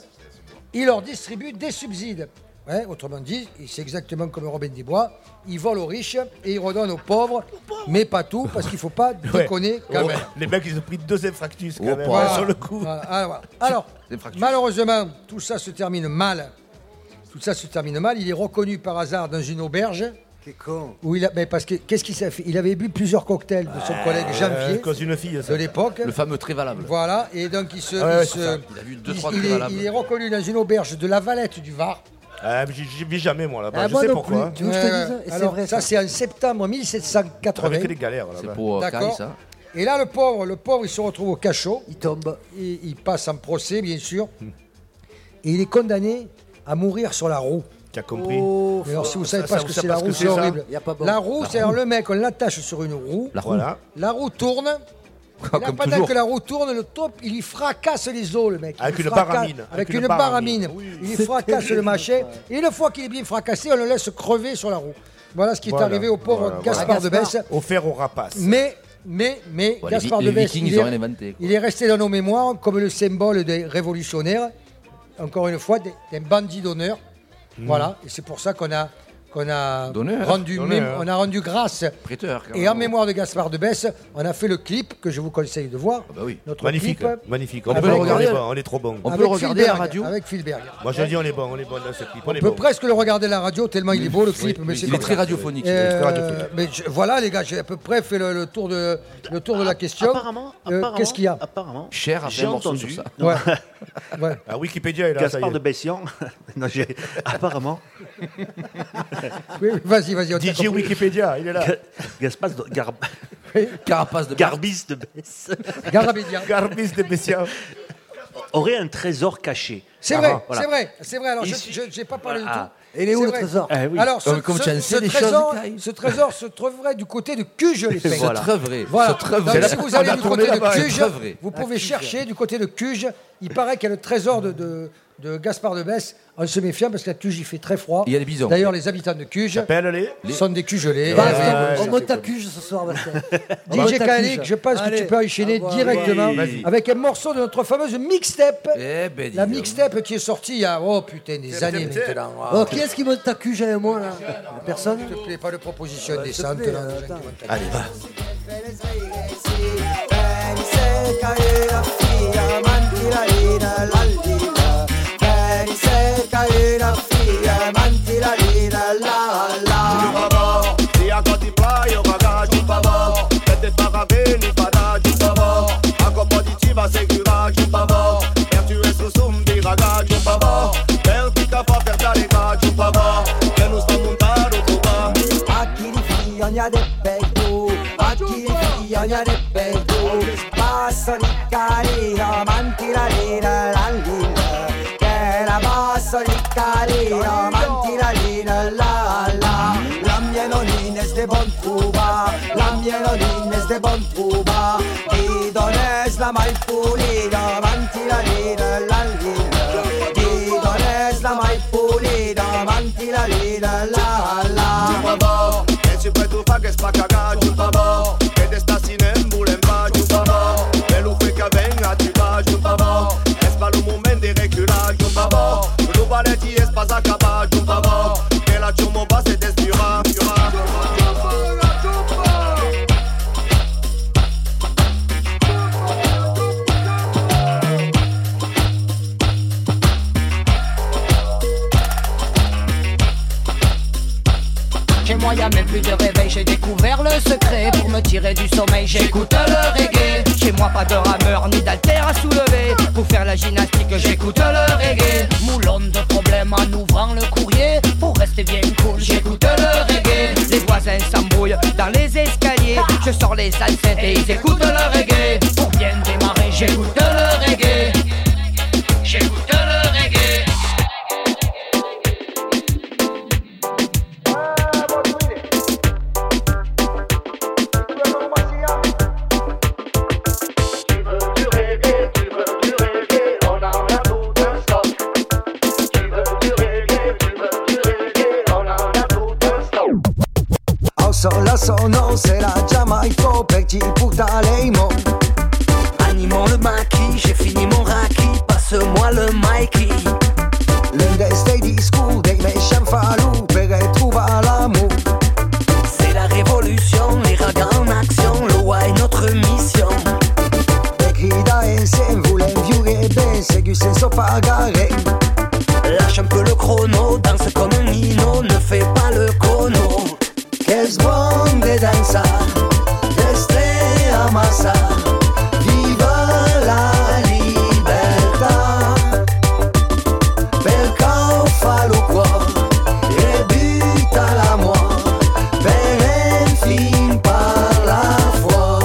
Speaker 4: il leur distribue des subsides. Ouais, autrement dit, il- c'est exactement comme Robin des Bois, il vole aux riches et il redonne aux pauvres, mais pas tout, parce qu'il ne faut pas
Speaker 5: Ouais.
Speaker 4: déconner quand
Speaker 5: Oh,
Speaker 4: même.
Speaker 5: Les mecs, ils ont pris deux infractus
Speaker 4: Oh,
Speaker 5: quand même.
Speaker 4: pas.
Speaker 5: hein, Sur le coup.
Speaker 4: Voilà, Alors, alors, malheureusement, tout ça se termine mal. Tout ça se termine mal. Il est reconnu par hasard dans une auberge.
Speaker 18: T'es con.
Speaker 4: Où il a, mais parce que qu'est-ce qu'il s'est fait Il avait bu plusieurs cocktails de son collègue Janvier.
Speaker 5: Ah, euh, Cause une fille,
Speaker 4: De l'époque.
Speaker 6: Le fameux très valable.
Speaker 4: Voilà, et donc il se,
Speaker 6: Ah ouais,
Speaker 4: il,
Speaker 6: c'est
Speaker 4: se-
Speaker 6: ça. Il a vu deux,
Speaker 4: il-
Speaker 6: trois
Speaker 4: il
Speaker 6: trucs
Speaker 4: est,
Speaker 6: valables.
Speaker 4: il est reconnu dans une auberge de la Valette du Var.
Speaker 5: Ah, mais J'y j'y vis jamais, moi, là-bas.
Speaker 4: Ah,
Speaker 5: je
Speaker 4: moi
Speaker 5: sais
Speaker 4: non
Speaker 5: pourquoi.
Speaker 4: plus.
Speaker 5: hein.
Speaker 4: Tu veux que je te
Speaker 5: Ouais,
Speaker 4: dise
Speaker 5: ouais.
Speaker 4: Et c'est vrai, ça, c'est en septembre 1780.
Speaker 5: Avec les galères, là-bas.
Speaker 6: C'est pour euh, Cari,
Speaker 4: D'accord.
Speaker 6: ça.
Speaker 4: Et là, le pauvre, le pauvre, il se retrouve au cachot. Il tombe. Il, passe en procès, bien sûr. Et il est condamné à mourir sur la roue.
Speaker 5: Tu as compris.
Speaker 4: Mais alors, si vous
Speaker 5: Ça,
Speaker 4: savez
Speaker 5: ça,
Speaker 4: pas ce
Speaker 5: vous
Speaker 4: que
Speaker 5: savez
Speaker 4: c'est la
Speaker 5: pas ce
Speaker 4: roue,
Speaker 5: que
Speaker 4: c'est
Speaker 5: c'est, ça
Speaker 4: horrible.
Speaker 5: Oh, Y a pas bon.
Speaker 4: La roue,
Speaker 5: La
Speaker 4: c'est alors
Speaker 5: roue.
Speaker 4: le mec, on l'attache sur une roue.
Speaker 5: La roue. Voilà.
Speaker 4: La roue tourne. Et là,
Speaker 5: Comme
Speaker 4: pendant
Speaker 5: toujours.
Speaker 4: que la roue tourne, le top, il y fracasse les os, le mec. Il
Speaker 5: Avec une
Speaker 4: fracasse-
Speaker 5: barre à mine.
Speaker 4: Avec une barre à mine.
Speaker 5: Oui.
Speaker 4: Il y
Speaker 5: C'est
Speaker 4: fracasse le
Speaker 5: terrible.
Speaker 4: machet. Et une fois qu'il est bien fracassé, on le laisse crever sur la roue. Voilà ce qui
Speaker 5: Voilà,
Speaker 4: est arrivé au pauvre
Speaker 5: voilà, voilà.
Speaker 4: Gaspard de Besse.
Speaker 5: Offert aux rapaces.
Speaker 4: Mais, mais, mais,
Speaker 5: Ah, Ouais, les
Speaker 4: Gaspard
Speaker 5: Vi-
Speaker 4: de
Speaker 5: les
Speaker 4: Besse,
Speaker 5: Vikings,
Speaker 4: il,
Speaker 5: ils ont
Speaker 4: est,
Speaker 5: rien inventé, quoi.
Speaker 4: il est resté dans nos mémoires comme le symbole des révolutionnaires, encore une fois, des, des bandits d'honneur.
Speaker 5: Hmm.
Speaker 6: Mm.
Speaker 4: Voilà, et c'est pour ça qu'on a, qu'on a,
Speaker 6: D'honneur,
Speaker 4: rendu,
Speaker 6: d'honneur.
Speaker 4: mém- on a rendu grâce.
Speaker 6: Prêteur. quand
Speaker 4: Et
Speaker 6: même.
Speaker 4: en mémoire de Gaspard de Besse, on a fait le clip que je vous conseille de voir.
Speaker 6: Bah oui.
Speaker 4: Notre
Speaker 5: Magnifique,
Speaker 4: clip.
Speaker 5: magnifique. Ah On
Speaker 4: Avec-
Speaker 5: peut le regarder, on est bon, on est trop bon.
Speaker 4: avec Filberg, Avec Filberg.
Speaker 5: Moi, je dis, on est bon, on est bon dans ce clip. On, est
Speaker 4: On peut
Speaker 5: bon.
Speaker 4: presque le regarder à la radio, tellement il est beau le clip.
Speaker 5: oui,
Speaker 4: mais
Speaker 5: oui,
Speaker 4: c'est
Speaker 5: il est
Speaker 4: comme
Speaker 5: très
Speaker 4: ça.
Speaker 5: radiophonique,
Speaker 4: Euh,
Speaker 5: il est très radiophonique.
Speaker 4: mais je- voilà, les gars, j'ai à peu près fait le, le tour, de, le tour de
Speaker 5: Ah,
Speaker 4: la question.
Speaker 10: apparemment,
Speaker 4: Euh,
Speaker 10: apparemment,
Speaker 4: Qu'est-ce qu'il y a
Speaker 10: apparemment,
Speaker 6: Cher a fait
Speaker 10: j'ai
Speaker 6: un morceau
Speaker 10: entendu.
Speaker 6: sur ça.
Speaker 4: Ouais.
Speaker 5: Ah, Wikipédia est là. ça y
Speaker 10: Gaspard
Speaker 5: est.
Speaker 10: de Bessian. Non, j'ai- apparemment.
Speaker 4: Oui, vas-y, vas-y. on t'a
Speaker 10: DJ
Speaker 4: compris.
Speaker 5: Wikipédia, il est là.
Speaker 10: Gaspard de Gar-
Speaker 6: Carapace de
Speaker 10: Garbis de Besse.
Speaker 4: Garabédia.
Speaker 5: Garbis de Bessia.
Speaker 10: Aurait un trésor caché.
Speaker 4: C'est
Speaker 3: Ah,
Speaker 4: vrai,
Speaker 3: voilà.
Speaker 4: c'est vrai, c'est vrai. Alors,
Speaker 3: Il
Speaker 4: je n'ai
Speaker 6: Ah,
Speaker 4: pas parlé
Speaker 3: Voilà.
Speaker 4: du tout.
Speaker 3: Et il est où
Speaker 4: Ah. C'est
Speaker 3: le
Speaker 4: vrai.
Speaker 3: trésor Eh oui.
Speaker 4: Alors, ce,
Speaker 3: Comme- comme
Speaker 4: ce-
Speaker 3: tu en
Speaker 4: ce
Speaker 3: sais des choses,
Speaker 4: trésor,
Speaker 3: Kai.
Speaker 4: ce trésor se trouverait du côté de Cuge, les
Speaker 6: Se
Speaker 4: pecs.
Speaker 6: trouverait,
Speaker 4: Voilà.
Speaker 6: se trouverait.
Speaker 4: Donc,
Speaker 6: C'est la-
Speaker 4: si vous
Speaker 6: on
Speaker 4: allez
Speaker 6: a
Speaker 4: du
Speaker 6: tourné
Speaker 4: côté de
Speaker 6: là-bas, se
Speaker 4: Cuge,
Speaker 6: trouverait.
Speaker 4: vous
Speaker 6: À
Speaker 4: pouvez
Speaker 6: Cuge.
Speaker 4: chercher du côté de Cuge. Il paraît qu'il y a le trésor de, de, de Gaspard de Besse. On se méfiant parce qu'à Cuge, il fait très froid.
Speaker 6: Il y a les bisons.
Speaker 4: D'ailleurs, les habitants de Cuge sont des cugelés.
Speaker 3: Basta,
Speaker 4: Ouais,
Speaker 3: on-
Speaker 4: ça,
Speaker 3: on
Speaker 4: c'est
Speaker 3: monte à
Speaker 4: connu.
Speaker 3: Cuge ce soir, Bastien. On monte
Speaker 4: DJ
Speaker 3: à
Speaker 4: Khaled,
Speaker 3: Cuge.
Speaker 4: je pense que
Speaker 3: Allez,
Speaker 4: tu peux enchaîner
Speaker 3: au revoir.
Speaker 4: directement
Speaker 3: Vas-y.
Speaker 4: avec un morceau de notre fameuse mixtape.
Speaker 6: Eh ben, dis
Speaker 4: la
Speaker 6: donc.
Speaker 4: mixtape qui est sortie il y a oh putain des années
Speaker 3: putain, putain.
Speaker 4: maintenant.
Speaker 3: Oh, qui est-ce qui monte à Cuge avec moi là Personne S'il
Speaker 4: te plaît, pas de proposition
Speaker 3: Ah, bah, s'il te
Speaker 4: décente.
Speaker 3: plaît,
Speaker 4: là,
Speaker 3: euh,
Speaker 4: les gens qui
Speaker 3: attends.
Speaker 4: vont te-
Speaker 3: Allez, va.
Speaker 15: Euh, Anha de peito, aqui anha de peito, passa de carinha, mantira lira la linda, que la passa di carinha, mantira lira la la, la mia nonina è de bon tuba, la mia nonina è de bon tuba, di dones la mai pulida, mantira lira la linda, di dones la mai pulida, mantira lira la la.
Speaker 8: Chupabó, que si fue tu fa que es pa cagar, chupabó, que te estás sin embulemba, chupabó, que lufe que venga, chupa, chupabó, es pa lo moment de recular, chupabó, lubaleti es pa acabar, chupabó, que la chumo va se desviura, chupa, chupa, chupa, chupa.
Speaker 15: Chez moi, y a même plus de réveil, j'ai découvert le secret. Pour me tirer du sommeil, j'écoute le reggae. Chez moi, pas de rameur ni d'alter à soulever. Pour faire la gymnastique, j'écoute le reggae. Moulonne de problèmes en ouvrant le courrier. Pour rester bien cool, j'écoute le reggae. Les voisins s'embrouillent dans les escaliers. Je sors les salsettes et ils écoutent le reggae. Pour bien démarrer, j'écoute le reggae. J'écoute le reggae. Au sol, sono, c'est la Jamaïque, au petit puttaleimo.
Speaker 12: Animant le maquis, j'ai fini mon raki, passe-moi le Mikey.
Speaker 15: Lundes dei discours, dei méchants falous, per retrouver l'amour.
Speaker 12: C'est la révolution, les ragas en action, le why notre mission.
Speaker 15: Grida insieme, voulez viure ben, c'est du senso pagare.
Speaker 12: Lâche un peu le chrono, danse comme un nino, ne fais pas le cono.
Speaker 15: Qu'est-ce bon de danza, restez à massa, viva la libertà. Bel cau fa lo cuor, e buta la mort, per infin par la foi.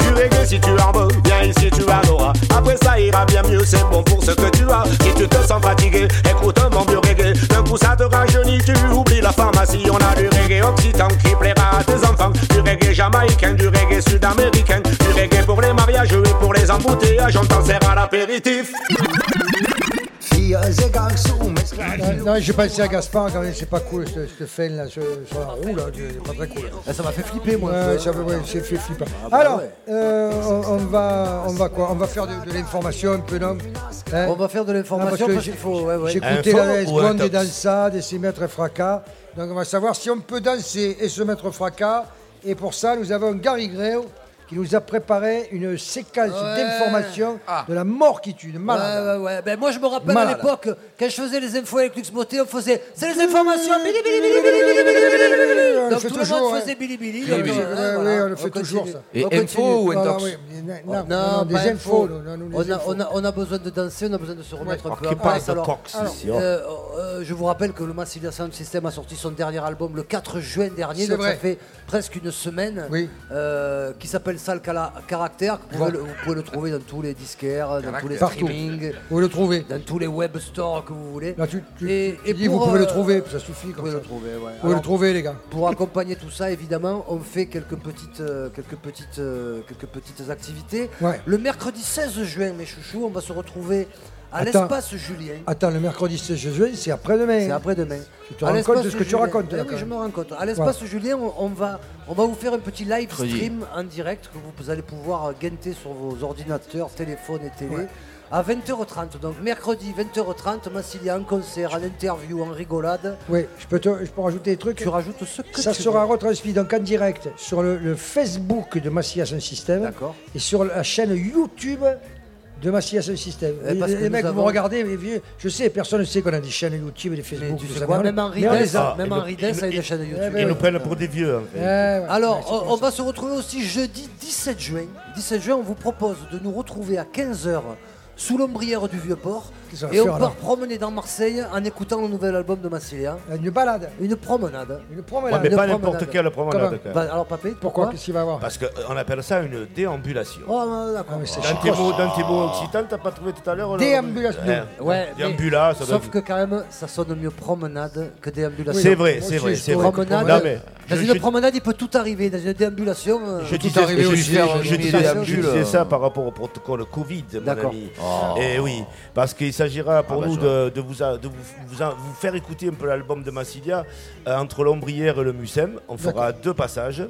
Speaker 8: Du reggae si tu en veux, viens ici tu en auras Après ça ira bien mieux, c'est bon pour ce que tu as Si tu te sens fatigué, écoute un bon vieux reggae D'un coup ça te rajeunit, tu oublies la pharmacie On a du reggae occitan qui plaira à tes enfants Du reggae jamaïcain, du reggae sud-américain Du reggae pour les mariages et pour les embouteillages On t'en sert à l'apéritif
Speaker 15: Filles et garçons, mesclades.
Speaker 4: Euh, Non, j'ai pensé à Gaspard quand même, c'est pas cool cette, cette fin là sur, sur la roue là, c'est pas très cool.
Speaker 3: Ah, ça m'a fait flipper moi. un
Speaker 4: Ouais,
Speaker 3: peu.
Speaker 4: ça me- ouais, c'est fait flipper.
Speaker 3: Ah, bah,
Speaker 4: Alors,
Speaker 3: ouais.
Speaker 4: euh, on, on va, on va quoi On va faire de, de l'information un peu non Hein
Speaker 3: On va faire de l'information
Speaker 4: Ah, parce que
Speaker 3: parce qu'il
Speaker 4: j'ai-
Speaker 3: faut. ouais, ouais.
Speaker 4: J'ai écouté la
Speaker 3: Info
Speaker 4: laisse
Speaker 3: ou un
Speaker 4: blonde des
Speaker 3: top
Speaker 4: dansades, des s'y mettre fracas. Donc on va savoir si on peut danser et se mettre fracas. Et pour ça, nous avons Gary Greu qui nous a préparé une séquence
Speaker 3: Ouais. Ah.
Speaker 4: d'informations de la mort qui tue, de malade.
Speaker 3: Ouais, ouais, ouais. Ben, moi, je me rappelle
Speaker 4: Malade.
Speaker 3: à l'époque, quand je faisais les infos avec Lux Moté, on faisait C'est les informations bili, bili, bili, bili, bili, bili, bili, bili.
Speaker 4: On le
Speaker 3: Donc,
Speaker 4: fait
Speaker 3: tout le
Speaker 4: toujours,
Speaker 3: monde
Speaker 4: hein.
Speaker 3: faisait Bili Bili. euh,
Speaker 4: Bili, bili. Ouais, ouais, on le fait toujours, ça. Ah, Et info ou intox Non,
Speaker 3: Non,
Speaker 4: non, des
Speaker 3: pas
Speaker 4: infos,
Speaker 3: info.
Speaker 4: non, non,
Speaker 3: On
Speaker 4: des
Speaker 3: a-
Speaker 4: infos.
Speaker 3: on a- On a besoin de danser, on a besoin de se remettre un
Speaker 4: Ouais.
Speaker 3: peu
Speaker 4: Ok,
Speaker 3: en place.
Speaker 4: parle de
Speaker 3: Alors,
Speaker 4: Corks,
Speaker 3: alors,
Speaker 4: ici, hein.
Speaker 3: euh, euh, je vous rappelle que le Massilia Sound System a sorti son dernier album le 4 juin dernier,
Speaker 4: C'est
Speaker 3: donc ça
Speaker 4: vrai.
Speaker 3: fait presque une semaine,
Speaker 4: Oui.
Speaker 3: euh, qui s'appelle sale cala- caractère. Vous pouvez, le, vous pouvez le trouver dans tous les disquaires, dans tous les
Speaker 4: Ah, Partout.
Speaker 3: streamings.
Speaker 4: Vous le Bah, trouvez.
Speaker 3: Dans tous les web stores que vous voulez.
Speaker 4: et, dis, vous pouvez le trouver, ça suffit
Speaker 3: euh, Vous
Speaker 4: comme
Speaker 3: pouvez
Speaker 4: ça.
Speaker 3: le trouver, ouais.
Speaker 4: Vous pouvez le trouver, les gars.
Speaker 3: Pour accompagner tout ça, évidemment, on fait quelques petites, euh, quelques petites, euh, quelques petites activités.
Speaker 4: Ouais.
Speaker 3: Le mercredi 16 juin, mes chouchous, on va se retrouver à
Speaker 4: Attends.
Speaker 3: l'espace Julien.
Speaker 4: Attends, le mercredi 16 juin, c'est après-demain. C'est
Speaker 3: après-demain.
Speaker 4: Tu te
Speaker 3: À
Speaker 4: rends compte de
Speaker 3: l'espace
Speaker 4: ce que tu
Speaker 3: Julien.
Speaker 4: racontes,
Speaker 3: Eh
Speaker 4: là,
Speaker 3: oui,
Speaker 4: quand
Speaker 3: je
Speaker 4: même.
Speaker 3: me rends compte. À l'espace Julien, on, on va, on va vous faire un petit live
Speaker 4: Mercredi.
Speaker 3: stream en direct que vous allez pouvoir guenter sur vos ordinateurs, téléphones et télé.
Speaker 4: Ouais.
Speaker 3: À 20h30, donc mercredi 20h30, Massilia en concert, en interview, en rigolade.
Speaker 4: Oui, je peux, te- je peux rajouter des trucs.
Speaker 3: Tu rajoutes ce que
Speaker 4: Ça
Speaker 3: tu
Speaker 4: sera retransmis donc en direct sur le, le Facebook de Massia Saint Système et sur la chaîne YouTube de Massia Saint Système.
Speaker 3: Eh, parce
Speaker 4: les
Speaker 3: que
Speaker 4: les
Speaker 3: nous
Speaker 4: mecs, vous
Speaker 3: avons-
Speaker 4: me regardez, mais vieux, je sais, personne ne sait qu'on a des chaînes YouTube et des Facebook.
Speaker 3: tu
Speaker 4: tout
Speaker 3: sais
Speaker 4: ça,
Speaker 3: quoi,
Speaker 4: mais on-
Speaker 3: même Henri
Speaker 4: mais on
Speaker 3: Dess,
Speaker 4: les a.
Speaker 5: Eh
Speaker 3: même
Speaker 5: ben,
Speaker 4: Et-
Speaker 3: Henri Dess a une chaîne
Speaker 4: Eh ben
Speaker 3: YouTube.
Speaker 5: Ils
Speaker 4: oui.
Speaker 5: nous prennent pour des vieux. en fait.
Speaker 4: Eh
Speaker 3: Alors, on, on va se retrouver aussi jeudi 17 juin. 17 juin, on vous propose de nous retrouver à 15h sous l'ombrière du Vieux-Port.
Speaker 4: Qu'est-ce qu'on va
Speaker 3: Et on
Speaker 4: faire,
Speaker 3: part
Speaker 4: alors
Speaker 3: promener dans Marseille en écoutant le nouvel album de Massilia.
Speaker 4: Une balade.
Speaker 3: Une promenade.
Speaker 4: Une
Speaker 5: Ouais, mais pas n'importe quelle
Speaker 3: Comment
Speaker 5: promenade. quand même.
Speaker 3: Bah, alors, Papé, pourquoi,
Speaker 4: qu'il va avoir
Speaker 5: Parce qu'on appelle ça une déambulation.
Speaker 3: Oh, non, d'accord.
Speaker 5: Dans tes mots- dans tes mots occitans, t'as pas trouvé tout à l'heure. là,
Speaker 4: Déambulation.
Speaker 5: Ouais,
Speaker 3: Oh Ouais, mais-
Speaker 5: Déambula, ça doit
Speaker 3: Sauf que quand même, ça sonne mieux promenade que déambulation.
Speaker 5: C'est vrai, c'est vrai, c'est vrai.
Speaker 3: Promenade,
Speaker 5: Non, mais
Speaker 3: dans
Speaker 5: je-
Speaker 3: une
Speaker 5: je-
Speaker 3: promenade, il peut tout arriver. Dans une déambulation, euh,
Speaker 5: Je
Speaker 3: tout
Speaker 5: disais,
Speaker 3: arriver
Speaker 5: je
Speaker 3: aussi,
Speaker 5: disais-
Speaker 3: dans une
Speaker 5: je disais-
Speaker 3: déambulation.
Speaker 5: je disais ça par rapport au protocole Covid, mon
Speaker 3: euh, D'accord.
Speaker 5: ami.
Speaker 3: Oh.
Speaker 5: Et oui, parce qu'il s'agira pour
Speaker 3: bah,
Speaker 5: nous
Speaker 3: je
Speaker 5: de, de vous, a- de vous, vous a- vous faire écouter un peu l'album de Massilia euh, entre l'Ombrière et le Mucem. On fera deux passages,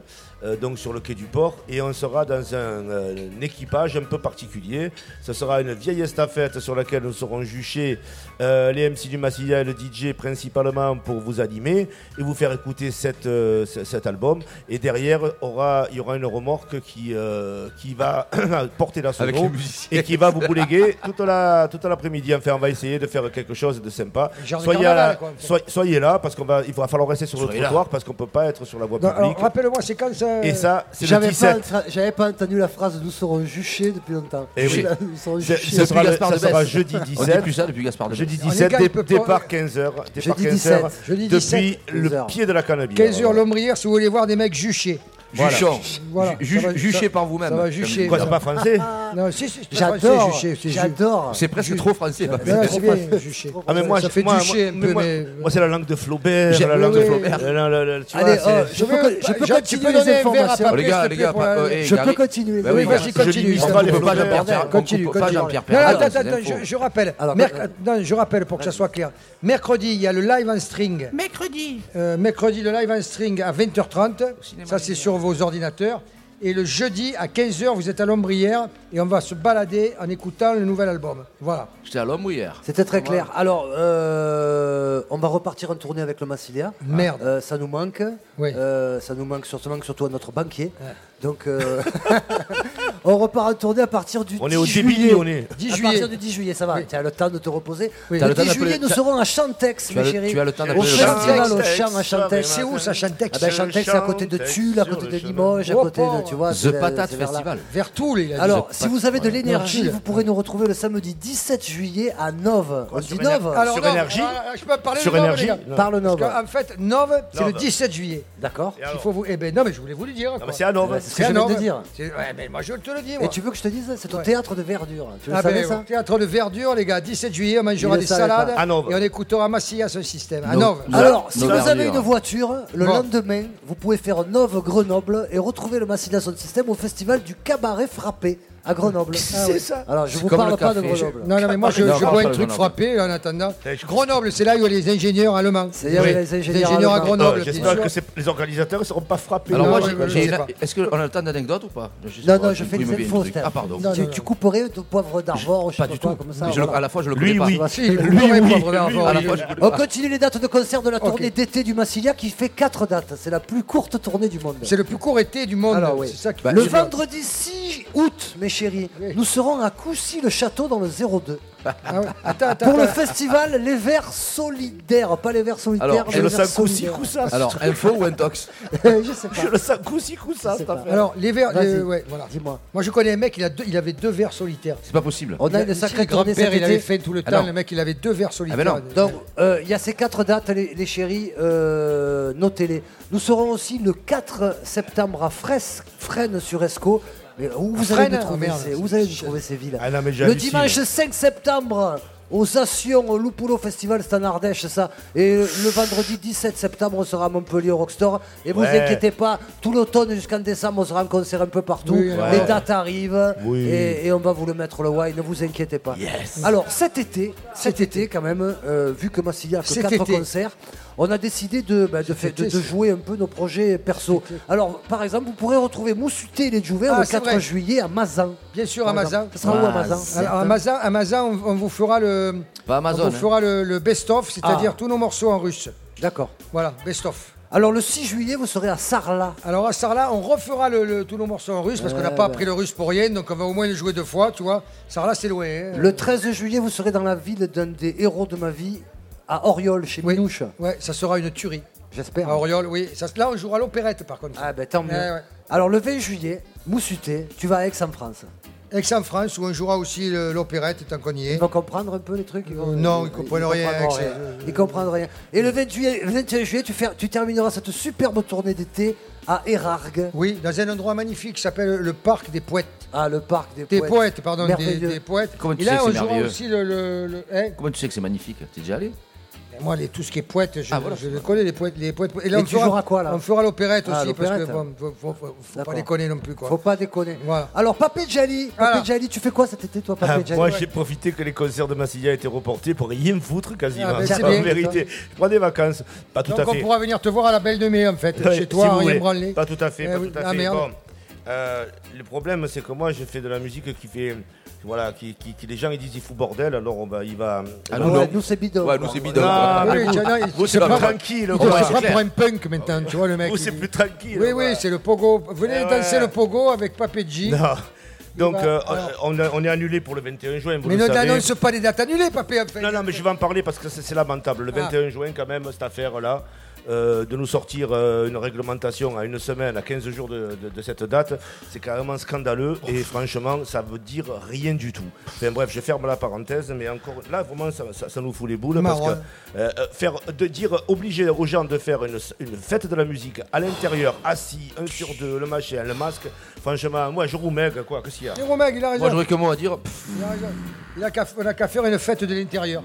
Speaker 5: euh, donc sur le quai du port, et on sera dans un, euh, un équipage un peu particulier. Ce sera une vieille estafette sur laquelle nous serons juchés euh, les MC du Massilia et le DJ principalement pour vous animer et vous faire écouter cette, euh, ce- cet album. Et derrière, aura- il y aura une remorque qui, euh, qui va porter la
Speaker 13: Avec
Speaker 5: sono
Speaker 13: les musiciens.
Speaker 5: et qui va vous bouléguer toute la toute l'après-midi. Enfin, on va essayer de faire quelque chose de sympa.
Speaker 4: Genre de
Speaker 5: Soyez,
Speaker 4: carnaval,
Speaker 5: à-
Speaker 4: quoi, en fait.
Speaker 5: soy- soyez là parce qu'on va il va falloir rester sur
Speaker 4: Soyez
Speaker 5: le
Speaker 4: là.
Speaker 5: trottoir parce qu'on peut pas être sur la voie
Speaker 4: Non, alors,
Speaker 5: publique.
Speaker 4: rappelle-moi, c'est quand ça euh,
Speaker 5: Et ça, c'est le
Speaker 3: J'avais pas,
Speaker 5: 17.
Speaker 3: entra- j'avais pas entendu la phrase nous serons juchés depuis longtemps.
Speaker 5: Eh oui.
Speaker 3: Nous serons
Speaker 5: C'est-
Speaker 3: juchés.
Speaker 5: ce sera, le- ça sera jeudi 17. Jeudi 17, dé- départ 15h. Départ
Speaker 4: Jeudi
Speaker 5: 15h.
Speaker 4: 17. Jeudi
Speaker 5: Depuis
Speaker 4: 17,
Speaker 5: le
Speaker 4: 15h.
Speaker 5: pied de la cannabis.
Speaker 4: 15 heures l'ombrière si vous voulez voir des mecs juchés.
Speaker 5: Voilà. Juchons.
Speaker 4: Voilà.
Speaker 5: Ju- ju-
Speaker 4: Ça va-
Speaker 5: juchez
Speaker 4: ça-
Speaker 5: par vous-même.
Speaker 4: Ça va
Speaker 5: Comme-
Speaker 4: jucher. Ah,
Speaker 5: Quoi, c'est pas français
Speaker 4: Non, si, si, c'est
Speaker 3: J'adore,
Speaker 4: français, jucher, c'est ju-
Speaker 3: j'adore.
Speaker 13: C'est presque trop français,
Speaker 4: Non,
Speaker 13: Papé.
Speaker 4: non, c'est bien, jucher.
Speaker 5: Ah, mais moi,
Speaker 4: ça
Speaker 5: je-
Speaker 4: fait
Speaker 5: moi,
Speaker 4: ducher un
Speaker 5: moi-
Speaker 4: peu,
Speaker 5: moi-
Speaker 4: mais.
Speaker 5: moi, c'est la langue de Flaubert,
Speaker 13: J'ai-
Speaker 5: la langue
Speaker 13: oui,
Speaker 5: de
Speaker 13: oui.
Speaker 5: Flaubert. La- la- la- tu
Speaker 3: Allez,
Speaker 5: vois,
Speaker 3: euh,
Speaker 5: c'est-
Speaker 3: je peux,
Speaker 4: veux-
Speaker 3: je peux
Speaker 4: oh, je- tu
Speaker 3: continuer
Speaker 4: peux donner
Speaker 3: les
Speaker 4: un verre à
Speaker 3: informations.
Speaker 4: Papé, Les gars, s'il te les plaît, gars, pour la- pa- euh,
Speaker 3: je peux
Speaker 4: Gary-
Speaker 3: continuer.
Speaker 4: Bah oui,
Speaker 3: Oui,
Speaker 4: Gary,
Speaker 3: vas-y,
Speaker 4: je lis,
Speaker 3: continue.
Speaker 4: ça
Speaker 3: On
Speaker 4: va
Speaker 3: coupe
Speaker 4: les
Speaker 3: pas
Speaker 4: fleurs.
Speaker 3: Jean-Pierre Perrin, on
Speaker 4: Continue,
Speaker 3: coupe pas
Speaker 4: continue.
Speaker 3: Jean-Pierre
Speaker 4: Non,
Speaker 3: Perrin,
Speaker 4: attends,
Speaker 3: c'est
Speaker 4: attends,
Speaker 3: l'info.
Speaker 4: je, je rappelle.
Speaker 3: Alors,
Speaker 4: Merc-
Speaker 3: euh,
Speaker 4: non, je rappelle pour que ça soit clair. Mercredi, il y a le live en string.
Speaker 14: Mercredi.
Speaker 4: Euh, mercredi, le live en string à 20h30. Ça, c'est sur vos ordinateurs. Et le jeudi, à 15h, vous êtes à l'ombrière et on va se balader en écoutant le nouvel album. Voilà.
Speaker 6: J'étais à l'homme hier.
Speaker 3: C'était très clair. Alors, euh, on va repartir en tournée avec le Massilia.
Speaker 4: Merde.
Speaker 3: Euh, ça nous manque.
Speaker 4: Oui.
Speaker 3: Euh, ça nous manque surtout, manque surtout à notre banquier. Donc, euh, on repart en tournée à partir du
Speaker 5: On
Speaker 3: 10
Speaker 5: est au début,
Speaker 3: juillet.
Speaker 5: on est.
Speaker 3: 10
Speaker 4: À
Speaker 3: juillet. À
Speaker 4: partir
Speaker 3: partir du 10 juillet, ça va. Tu as le temps de te reposer.
Speaker 4: Oui. T'as
Speaker 3: Le
Speaker 4: le temps
Speaker 3: 10 juillet,
Speaker 4: d'appeler-
Speaker 3: nous
Speaker 4: t'as-
Speaker 3: serons à Chantex,
Speaker 4: Tu
Speaker 3: mes
Speaker 4: as le-
Speaker 3: chéris.
Speaker 4: tu as le temps
Speaker 3: Au
Speaker 4: d'appeler le
Speaker 3: festival, au
Speaker 4: Chantex.
Speaker 3: Cham, à Chantex.
Speaker 4: C'est où, ça, Chantex
Speaker 3: Ah ben, Chantex, c'est à côté de
Speaker 4: Chantex,
Speaker 3: Tulle, à
Speaker 4: sur
Speaker 3: côté
Speaker 4: le
Speaker 3: de
Speaker 4: chemin.
Speaker 3: Limoges, à
Speaker 4: Oh,
Speaker 3: côté de,
Speaker 4: pauvre.
Speaker 3: tu vois.
Speaker 4: The
Speaker 3: c'est la-
Speaker 4: Patate
Speaker 3: c'est vers là.
Speaker 4: Festival. Vers Toul, il a dit.
Speaker 3: Alors,
Speaker 4: The
Speaker 3: si
Speaker 4: Patate,
Speaker 3: vous avez de
Speaker 4: ouais.
Speaker 3: l'énergie,
Speaker 4: Vers Tulle.
Speaker 3: vous pourrez nous retrouver le samedi 17 juillet à Nove. On dit Nove
Speaker 4: Alors, Ah, Nov, alors, je peux parler
Speaker 3: Sur
Speaker 4: de Nov,
Speaker 3: énergie,
Speaker 4: les gars.
Speaker 3: Parle Nov.
Speaker 4: Parce qu'en fait, Nov, ah, c'est le
Speaker 3: Nov.
Speaker 4: 17 juillet.
Speaker 3: D'accord.
Speaker 4: Il faut vous. Eh ben non, mais je voulais vous le dire. quoi.
Speaker 3: mais c'est à Nov. C'est ce que
Speaker 4: à
Speaker 3: je viens de
Speaker 4: Nov.
Speaker 3: te dire.
Speaker 4: C'est- Ouais, mais moi je te le dis.
Speaker 3: Et
Speaker 4: moi.
Speaker 3: tu veux que je te dise, c'est au
Speaker 4: Ouais.
Speaker 3: théâtre de verdure. Tu le
Speaker 4: Ah ben,
Speaker 3: savais
Speaker 4: au
Speaker 3: ça
Speaker 4: Théâtre de verdure, les gars, 17 juillet, on mangera
Speaker 3: Il le
Speaker 4: des
Speaker 3: savait
Speaker 4: salades
Speaker 3: pas. À
Speaker 4: et on écoutera Massia ce système. À
Speaker 3: Nov.
Speaker 4: Nov.
Speaker 3: Alors, si
Speaker 4: Nov.
Speaker 3: vous avez une voiture, le
Speaker 4: Bon.
Speaker 3: lendemain, vous pouvez faire Nove Grenoble et retrouver le Massina Sound System au festival du Cabaret Frappé à Grenoble.
Speaker 4: Ah ouais.
Speaker 3: Alors, je vous parle pas de Grenoble.
Speaker 4: Ah, Non, non, mais moi je,
Speaker 3: Ah, Non,
Speaker 4: je
Speaker 3: parle
Speaker 4: bois
Speaker 3: pas
Speaker 4: un
Speaker 3: de
Speaker 4: truc
Speaker 3: Grenoble.
Speaker 4: frappé là, en attendant. Grenoble, c'est là où il y a les ingénieurs allemands.
Speaker 3: C'est là où il y a les ingénieurs
Speaker 4: à
Speaker 3: allemands. Ah,
Speaker 4: Grenoble.
Speaker 6: Oh,
Speaker 4: bien
Speaker 5: J'espère
Speaker 4: sûr.
Speaker 5: que c'est- les organisateurs ne seront pas frappés.
Speaker 6: Alors,
Speaker 4: Non,
Speaker 6: moi,
Speaker 4: ouais,
Speaker 6: j'ai-
Speaker 4: ouais,
Speaker 6: j'ai
Speaker 4: je
Speaker 6: une-
Speaker 4: sais pas.
Speaker 6: est-ce qu'on a le temps d'anecdote ou pas sais
Speaker 3: Non,
Speaker 6: pas,
Speaker 3: non,
Speaker 6: tu
Speaker 3: je
Speaker 6: me
Speaker 3: fais des
Speaker 6: brûles bien,
Speaker 3: infos,
Speaker 6: le truc.
Speaker 3: Steph.
Speaker 6: Ah, pardon.
Speaker 3: Tu, tu couperais ton poivre d'Arvor, je sais pas du tout. Comme ça,
Speaker 6: Mais je le- à la fois, je le
Speaker 3: Lui,
Speaker 6: connais pas.
Speaker 3: oui.
Speaker 4: Si, il le Lui, connaît, oui. poivre d'Arvor,
Speaker 6: À la
Speaker 4: il
Speaker 6: fois,
Speaker 4: le-
Speaker 6: je le connais
Speaker 3: On
Speaker 6: pas.
Speaker 3: continue les dates de concert de la tournée d'été du Massilia qui fait 4 dates. C'est la plus courte tournée du monde.
Speaker 4: C'est le plus court été du monde.
Speaker 3: Alors, oui. Bah,
Speaker 4: C'est ça qui
Speaker 3: le vendredi 6 août, mes chéris, nous serons à Coucy-le-Château dans le 02.
Speaker 4: Ah ouais. Attends, attends,
Speaker 3: Pour le
Speaker 4: attends.
Speaker 3: festival Les Verts Solidaires, pas les Verts Solitaires.
Speaker 6: Alors,
Speaker 3: les
Speaker 6: je le
Speaker 3: Verts
Speaker 6: sens coussi
Speaker 3: Solidaires.
Speaker 6: coussa. Alors, info ou intox
Speaker 3: je sais pas.
Speaker 5: Je le sens coussi coussa, cette affaire.
Speaker 4: Alors, les verres,
Speaker 3: Vas-y.
Speaker 4: euh, ouais, voilà.
Speaker 3: Dis-moi.
Speaker 4: Moi, je connais un mec, il, a deux- il avait deux verres solitaires.
Speaker 6: C'est pas possible.
Speaker 3: On a
Speaker 4: Le
Speaker 3: une sacrée
Speaker 4: grand-père,
Speaker 3: tournée cet
Speaker 4: il avait
Speaker 3: été.
Speaker 4: fait tout le temps, Ah,
Speaker 3: Alors.
Speaker 4: le mec, il avait deux verres solitaires.
Speaker 3: Donc, euh, il y a ces quatre dates, les, les chéris, euh, notez-les. Nous serons aussi le 4 septembre à Fres- Fresnes sur Esco Mais où vous
Speaker 4: Ah,
Speaker 3: allez
Speaker 4: freine,
Speaker 3: nous trouver,
Speaker 4: oh, merde.
Speaker 3: ces, où allez nous trouver ces villes
Speaker 5: Ah non, mais
Speaker 3: Le
Speaker 5: j'hallucine.
Speaker 3: dimanche 5 septembre aux Assions, au Lupulo Festival, c'est en Ardèche, ça. Et le vendredi 17 septembre, on sera à Montpellier au Rockstore. Et vous
Speaker 4: Ouais.
Speaker 3: inquiétez pas, tout l'automne jusqu'en décembre, on sera en concert un peu partout.
Speaker 4: Oui, alors.
Speaker 3: Les
Speaker 4: Ouais.
Speaker 3: dates arrivent
Speaker 4: Oui.
Speaker 3: et, et on va vous le mettre le wine, ne vous inquiétez pas. Alors cet été, cet été quand même, euh, vu que Massilia a que
Speaker 4: Cet
Speaker 3: 4
Speaker 4: été.
Speaker 3: concerts, on a décidé de, bah, de, fait- de-
Speaker 4: été,
Speaker 3: de
Speaker 4: c'est-
Speaker 3: jouer un peu nos projets perso. Alors par exemple, vous pourrez retrouver Moussuté et les Jouvets
Speaker 4: Ah,
Speaker 3: le
Speaker 4: c'est
Speaker 3: 4
Speaker 4: vrai.
Speaker 3: juillet à Mazan.
Speaker 4: Bien sûr,
Speaker 3: Par
Speaker 4: Amazon. Ah,
Speaker 3: exemple. Ce sera où Amazon
Speaker 4: Alors, Amazon, Amazon, on, on vous fera le,
Speaker 6: Pas Amazon,
Speaker 4: on vous
Speaker 6: hein.
Speaker 4: fera le, le best-of, c'est-à-dire
Speaker 3: Ah.
Speaker 4: tous nos morceaux en russe.
Speaker 3: D'accord.
Speaker 4: Voilà, best-of.
Speaker 3: Alors le 6 juillet, vous serez à Sarlat. Euh,
Speaker 4: Alors à Sarlat, on refera le, le- tous nos morceaux en russe parce qu'on n'a
Speaker 3: Ouais,
Speaker 4: pas
Speaker 3: ouais.
Speaker 4: appris le russe pour rien, donc on va au moins le jouer deux fois, tu vois. Sarlat, c'est loin. hein.
Speaker 3: Le 13 juillet, vous serez dans la ville d'un des héros de ma vie, à Oriol, chez Minouche.
Speaker 4: Ouais, ça sera une tuerie.
Speaker 3: J'espère.
Speaker 4: À Oriol, oui. Ça, là, on jouera à l'opérette, par contre. Eh
Speaker 3: Ah ben tant mieux.
Speaker 4: Ouais, ouais.
Speaker 3: Alors le 20 juillet, Moussuté, tu vas à Aix-en-France.
Speaker 4: Aix-en-France, où on jouera aussi le- l'opérette, tant qu'on y est. Ils
Speaker 3: vont comprendre un peu les trucs
Speaker 4: Non, ils comprennent rien.
Speaker 3: comprendront
Speaker 4: Aix.
Speaker 3: rien. Ils comprendront rien. Et le 20 juillet, le 21 juillet, tu, fer- tu termineras cette superbe tournée d'été à Érargues.
Speaker 4: Oui, dans un endroit magnifique qui s'appelle le Parc des Poètes.
Speaker 3: Ah, le Parc des,
Speaker 4: Des
Speaker 6: Poètes.
Speaker 4: poètes, pardon, des,
Speaker 6: Merveilleux.
Speaker 4: des poètes.
Speaker 6: Comment tu
Speaker 4: Et là,
Speaker 6: sais que
Speaker 4: on
Speaker 6: c'est
Speaker 4: jouera
Speaker 6: merveilleux
Speaker 4: aussi le. le- le- hein
Speaker 6: Comment tu sais que c'est magnifique T'es déjà allé
Speaker 4: Moi, les, tout ce qui est poète, je,
Speaker 6: Ah, voilà.
Speaker 4: je le connais, les poètes. Les poètes.
Speaker 3: Et
Speaker 4: on
Speaker 3: tu joueras quoi, là
Speaker 4: On fera l'opérette
Speaker 3: Ah,
Speaker 4: aussi, parce que
Speaker 3: l'opérette.
Speaker 4: bon, faut, faut- faut- faut
Speaker 3: D'accord.
Speaker 4: pas déconner non plus. Quoi.
Speaker 3: Faut pas déconner.
Speaker 4: Voilà.
Speaker 3: Alors Papé Djali, Papé
Speaker 4: Voilà.
Speaker 3: Djali, tu fais quoi cet été toi Papé
Speaker 5: Ah,
Speaker 3: Djali
Speaker 5: moi, j'ai profité que les concerts de Massilia étaient reportés pour rien foutre quasiment.
Speaker 4: Ah, ben, c'est
Speaker 5: en
Speaker 4: bien.
Speaker 5: vérité. Je prends des vacances. Pas tout
Speaker 4: Donc,
Speaker 5: à
Speaker 4: on
Speaker 5: fait.
Speaker 4: pourra venir te voir à la Belle de Mai, en fait,
Speaker 5: Ouais,
Speaker 4: chez
Speaker 5: si
Speaker 4: toi,
Speaker 5: vous
Speaker 4: à
Speaker 5: voulez.
Speaker 4: Henri Branly.
Speaker 5: Pas tout à fait,
Speaker 4: Eh
Speaker 5: pas
Speaker 4: oui.
Speaker 5: tout à
Speaker 4: Ah,
Speaker 5: fait.
Speaker 4: merde.
Speaker 5: Bon, euh, le problème, c'est que moi, je fais de la musique qui fait. Voilà, qui, qui- qui- les gens ils disent il fout bordel, alors on va, il va.
Speaker 3: Ah,
Speaker 5: on-
Speaker 3: nous,
Speaker 5: on-
Speaker 3: ouais, nous, c'est bidon.
Speaker 5: Ouais, nous c'est bidon.
Speaker 4: Non,
Speaker 5: Ah,
Speaker 4: mais
Speaker 5: mais
Speaker 4: oui,
Speaker 5: vous-
Speaker 4: tiens, non, il
Speaker 5: vous
Speaker 4: se
Speaker 5: c'est
Speaker 4: prend-
Speaker 5: pas tranquille.
Speaker 4: Il
Speaker 5: quoi.
Speaker 4: se prend pour un punk maintenant, tu vois le mec.
Speaker 5: Vous,
Speaker 4: il-
Speaker 5: c'est plus tranquille,
Speaker 4: Oui,
Speaker 5: voilà.
Speaker 4: oui, c'est le pogo.
Speaker 5: Eh
Speaker 4: Venez danser
Speaker 5: ouais.
Speaker 4: le pogo Eh ben, avec Papé G.
Speaker 5: Non. Donc,
Speaker 4: va-
Speaker 5: euh,
Speaker 4: alors.
Speaker 5: on, a- on est annulé pour le 21 juin. Vous
Speaker 4: Mais
Speaker 5: le
Speaker 4: ne
Speaker 5: savez.
Speaker 4: t'annonce pas les dates annulées, Papé.
Speaker 5: Non, non, mais je vais en parler parce que c'est c'est lamentable. Le
Speaker 4: Ah.
Speaker 5: 21 juin, quand même, cette affaire-là, euh, de nous sortir euh, une réglementation à une semaine, à 15 jours de, de- de cette date, c'est carrément scandaleux et franchement, ça veut dire rien du tout. Enfin bref, je ferme la parenthèse, mais encore là, vraiment, ça, ça- ça nous fout les boules parce
Speaker 4: Marrant.
Speaker 5: que euh, euh, faire, de dire, obliger aux gens de faire une, une fête de la musique à l'intérieur, assis, un sur deux, le machin, le masque, franchement, moi, je roumègue, quoi, qu'est-ce qu'il y a
Speaker 4: Jérôme, il a raison.
Speaker 6: Moi, j'aurais que moi à dire. pff,
Speaker 4: Il a
Speaker 5: euh,
Speaker 4: raison. Il a qu'à- on n'a qu'à faire une fête de l'intérieur.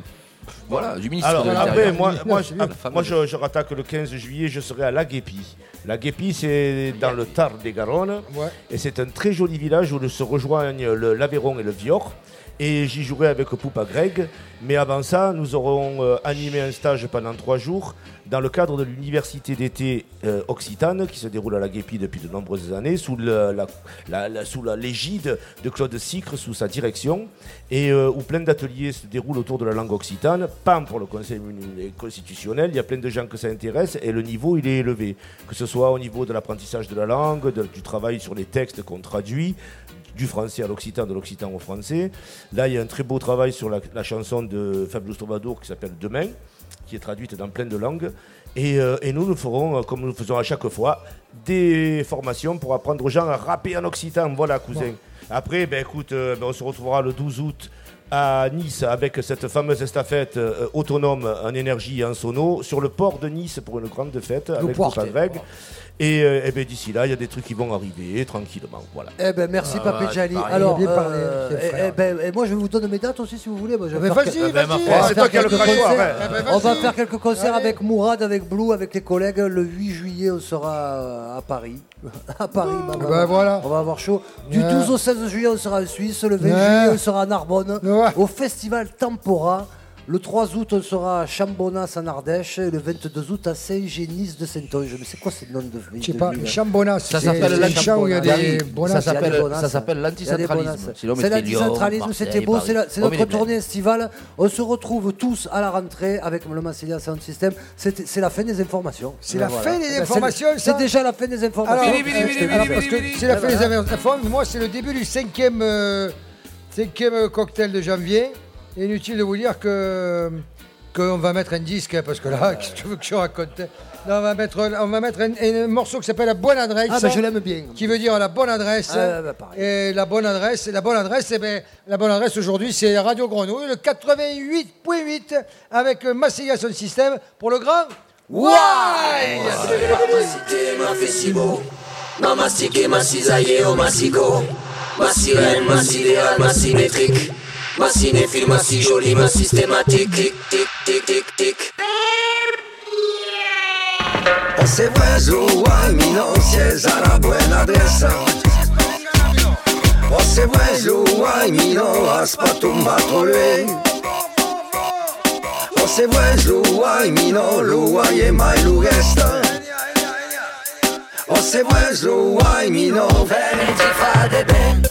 Speaker 6: voilà, du ministre.
Speaker 5: Alors
Speaker 6: de
Speaker 5: après,
Speaker 6: l'Intérieur.
Speaker 5: moi, moi, je,
Speaker 6: La fameuse-
Speaker 5: moi, je, je rattaque le 15 juillet, je serai à La Guépie. La Guépie, c'est dans le Tarn-et-Garonne.
Speaker 4: Ouais.
Speaker 5: Et c'est un très joli village où se rejoignent le- l'Aveyron et le Vior. Et j'y jouerai avec Poupa Greg. Mais avant ça, nous aurons euh, animé un stage pendant trois jours dans le cadre de l'université d'été euh, occitane qui se déroule à la Guépie depuis de nombreuses années sous le- la, la- la- sous la légide de Claude Sicre, sous sa direction, et euh, où plein d'ateliers se déroulent autour de la langue occitane. Pam pour le Conseil muni- constitutionnel, il y a plein de gens que ça intéresse et le niveau il est élevé, que ce soit au niveau de l'apprentissage de la langue, de- du travail sur les textes qu'on traduit, du français à l'occitan, de l'occitan au français. Là, il y a un très beau travail sur la, la chanson de Fabrice Troubadour qui s'appelle Demain, qui est traduite dans plein de langues. Et, euh, et nous, nous ferons, euh, comme nous faisons à chaque fois, des formations pour apprendre aux gens à rapper en occitan. Voilà, cousin. Après, ben, écoute, euh, ben, on se retrouvera le 12 août à Nice avec cette fameuse estafette euh, autonome en énergie et en sono sur le port de Nice pour une grande fête avec
Speaker 3: Porte.
Speaker 5: Copa Greg. Et, euh, eh ben, d'ici là, il y a des trucs qui vont arriver tranquillement. Voilà.
Speaker 3: Eh ben merci
Speaker 5: Ah,
Speaker 3: Papé
Speaker 5: ouais,
Speaker 3: Djali.
Speaker 5: pareil.
Speaker 3: Alors
Speaker 5: Bien parlé,
Speaker 3: euh,
Speaker 5: c'est
Speaker 3: eh-
Speaker 5: frère.
Speaker 3: eh ben, eh, moi je vais vous donner mes dates aussi si vous voulez. Moi, je vais
Speaker 4: Mais
Speaker 3: faire
Speaker 4: vas-y,
Speaker 3: que-
Speaker 4: vas-y. Ah ben, ma foi.
Speaker 3: On va
Speaker 5: C'est
Speaker 3: faire
Speaker 5: toi qui as le
Speaker 3: quelques
Speaker 5: crachoir,
Speaker 3: concerts.
Speaker 5: ouais. Ah ben,
Speaker 3: On va
Speaker 5: vas-y.
Speaker 3: faire quelques concerts
Speaker 4: Allez.
Speaker 3: avec Mourad, avec Blue, avec les collègues. Le 8 juillet on sera euh, à Paris. À Paris.
Speaker 5: Eh
Speaker 3: bah, bah,
Speaker 4: Ben voilà.
Speaker 3: On va avoir chaud. Du
Speaker 4: Ouais.
Speaker 3: 12 au 16 juillet, on sera en Suisse. Le 20
Speaker 4: Ouais.
Speaker 3: juillet, on sera à Narbonne. Au festival Tempora. Le 3 août, on sera à Chambonas en Ardèche. Et le 22 août, à Saint-Génis de Saint-Onge. Mais c'est quoi ce nom de ville
Speaker 4: Je sais
Speaker 3: de
Speaker 4: pas,
Speaker 3: ville
Speaker 4: Chambonas,
Speaker 3: Ça
Speaker 4: c'est-
Speaker 3: s'appelle
Speaker 4: c'est
Speaker 3: la
Speaker 4: le champ où il y a
Speaker 3: Chambonas.
Speaker 4: des bonasses.
Speaker 3: Ça s'appelle-
Speaker 4: Il y a des
Speaker 3: ça
Speaker 4: bonasses.
Speaker 3: s'appelle
Speaker 4: Il y a des
Speaker 3: l'anticentralisme.
Speaker 4: bonasses.
Speaker 3: C'est l'anticentralisme, c'était beau. C'est la- c'est
Speaker 6: Marseille,
Speaker 3: notre
Speaker 6: Marseille,
Speaker 3: tournée estivale. On se retrouve tous à la rentrée avec le Massilia Sound System. C'était- C'est la fin des informations.
Speaker 4: C'est la
Speaker 3: Voilà.
Speaker 4: fin
Speaker 3: Eh
Speaker 4: des
Speaker 3: ben,
Speaker 4: informations,
Speaker 3: c'est- C'est déjà la fin des informations.
Speaker 4: Alors, alors, parce que c'est la fin des informations. Moi, c'est le début du cinquième, euh, cinquième cocktail de janvier. Et Inutile de vous dire que qu'on va mettre un disque, hein, parce que là, qu'est-ce que tu veux que je raconte hein Non, on va mettre, on va mettre un, un morceau qui s'appelle La Bonne Adresse.
Speaker 3: Ah, bah, je l'aime bien.
Speaker 4: Qui veut dire La Bonne Adresse.
Speaker 3: Ah, bah, pareil.
Speaker 4: et la Bonne Adresse, la Bonne Adresse, eh ben, la Bonne Adresse aujourd'hui, c'est Radio Grenouille, le 88.8, avec Massilia Sound System, pour le grand... Why
Speaker 8: C'était ma fée si beau.
Speaker 15: Ma mastiquée, ma cisaillée, oh ma cico Ma sirène, ma sidérale, ma symétrique Ma cinéphile, ma si jolie, ma systématique Tic, tic, tic, tic, tic
Speaker 12: Ese vuezu a mi noche zara buena adresa Ose vuezu a mi no aspa tumba tolue Ose vuezu a mi no lua ye mai lugesta Ose vuezu a mi no veni ti fa de ben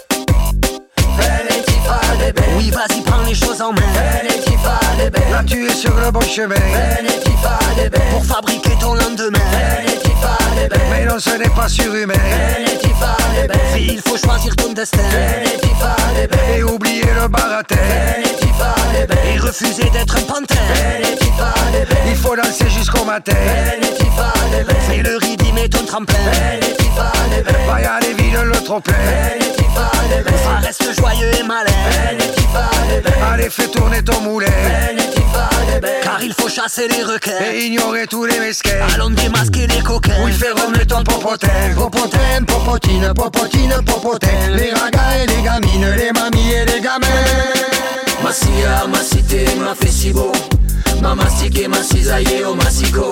Speaker 12: Veni ti fa de ben Oui vas-y prends les choses en main Veni ti fa de ben Là tu es sur le bon chemin Veni ti fa de ben Pour fabriquer ton lendemain Veni ti fa de ben Mais non ce n'est pas surhumain Veni ti fa de ben Il faut choisir ton destin Veni ti fa de ben Et oublier le baratin Veni ti fa de ben Et refuser d'être un pantin Veni ti fa de ben Il faut danser jusqu'au matin Veni ti fa de ben Fais le ridim et ton tremplin Veni ti fa de ben Va y aller vide le trop plein Veni ti fa de ben Ça reste joyeux et malin Veni ti fa de ben Allez fais tourner ton moulin Veni ti fa de ben Car il faut chasser les requins Et ignorer tous les mesquins Allons démasquer les coquins Oui fais remuer ton popotin Popotin, popotine, popotine, popotin Les ragas et les gamines, les mamies et les gamins
Speaker 15: Ma scia, ma cité, ma fessibo Ma mastiquée, ma cisaillée, oh ma cico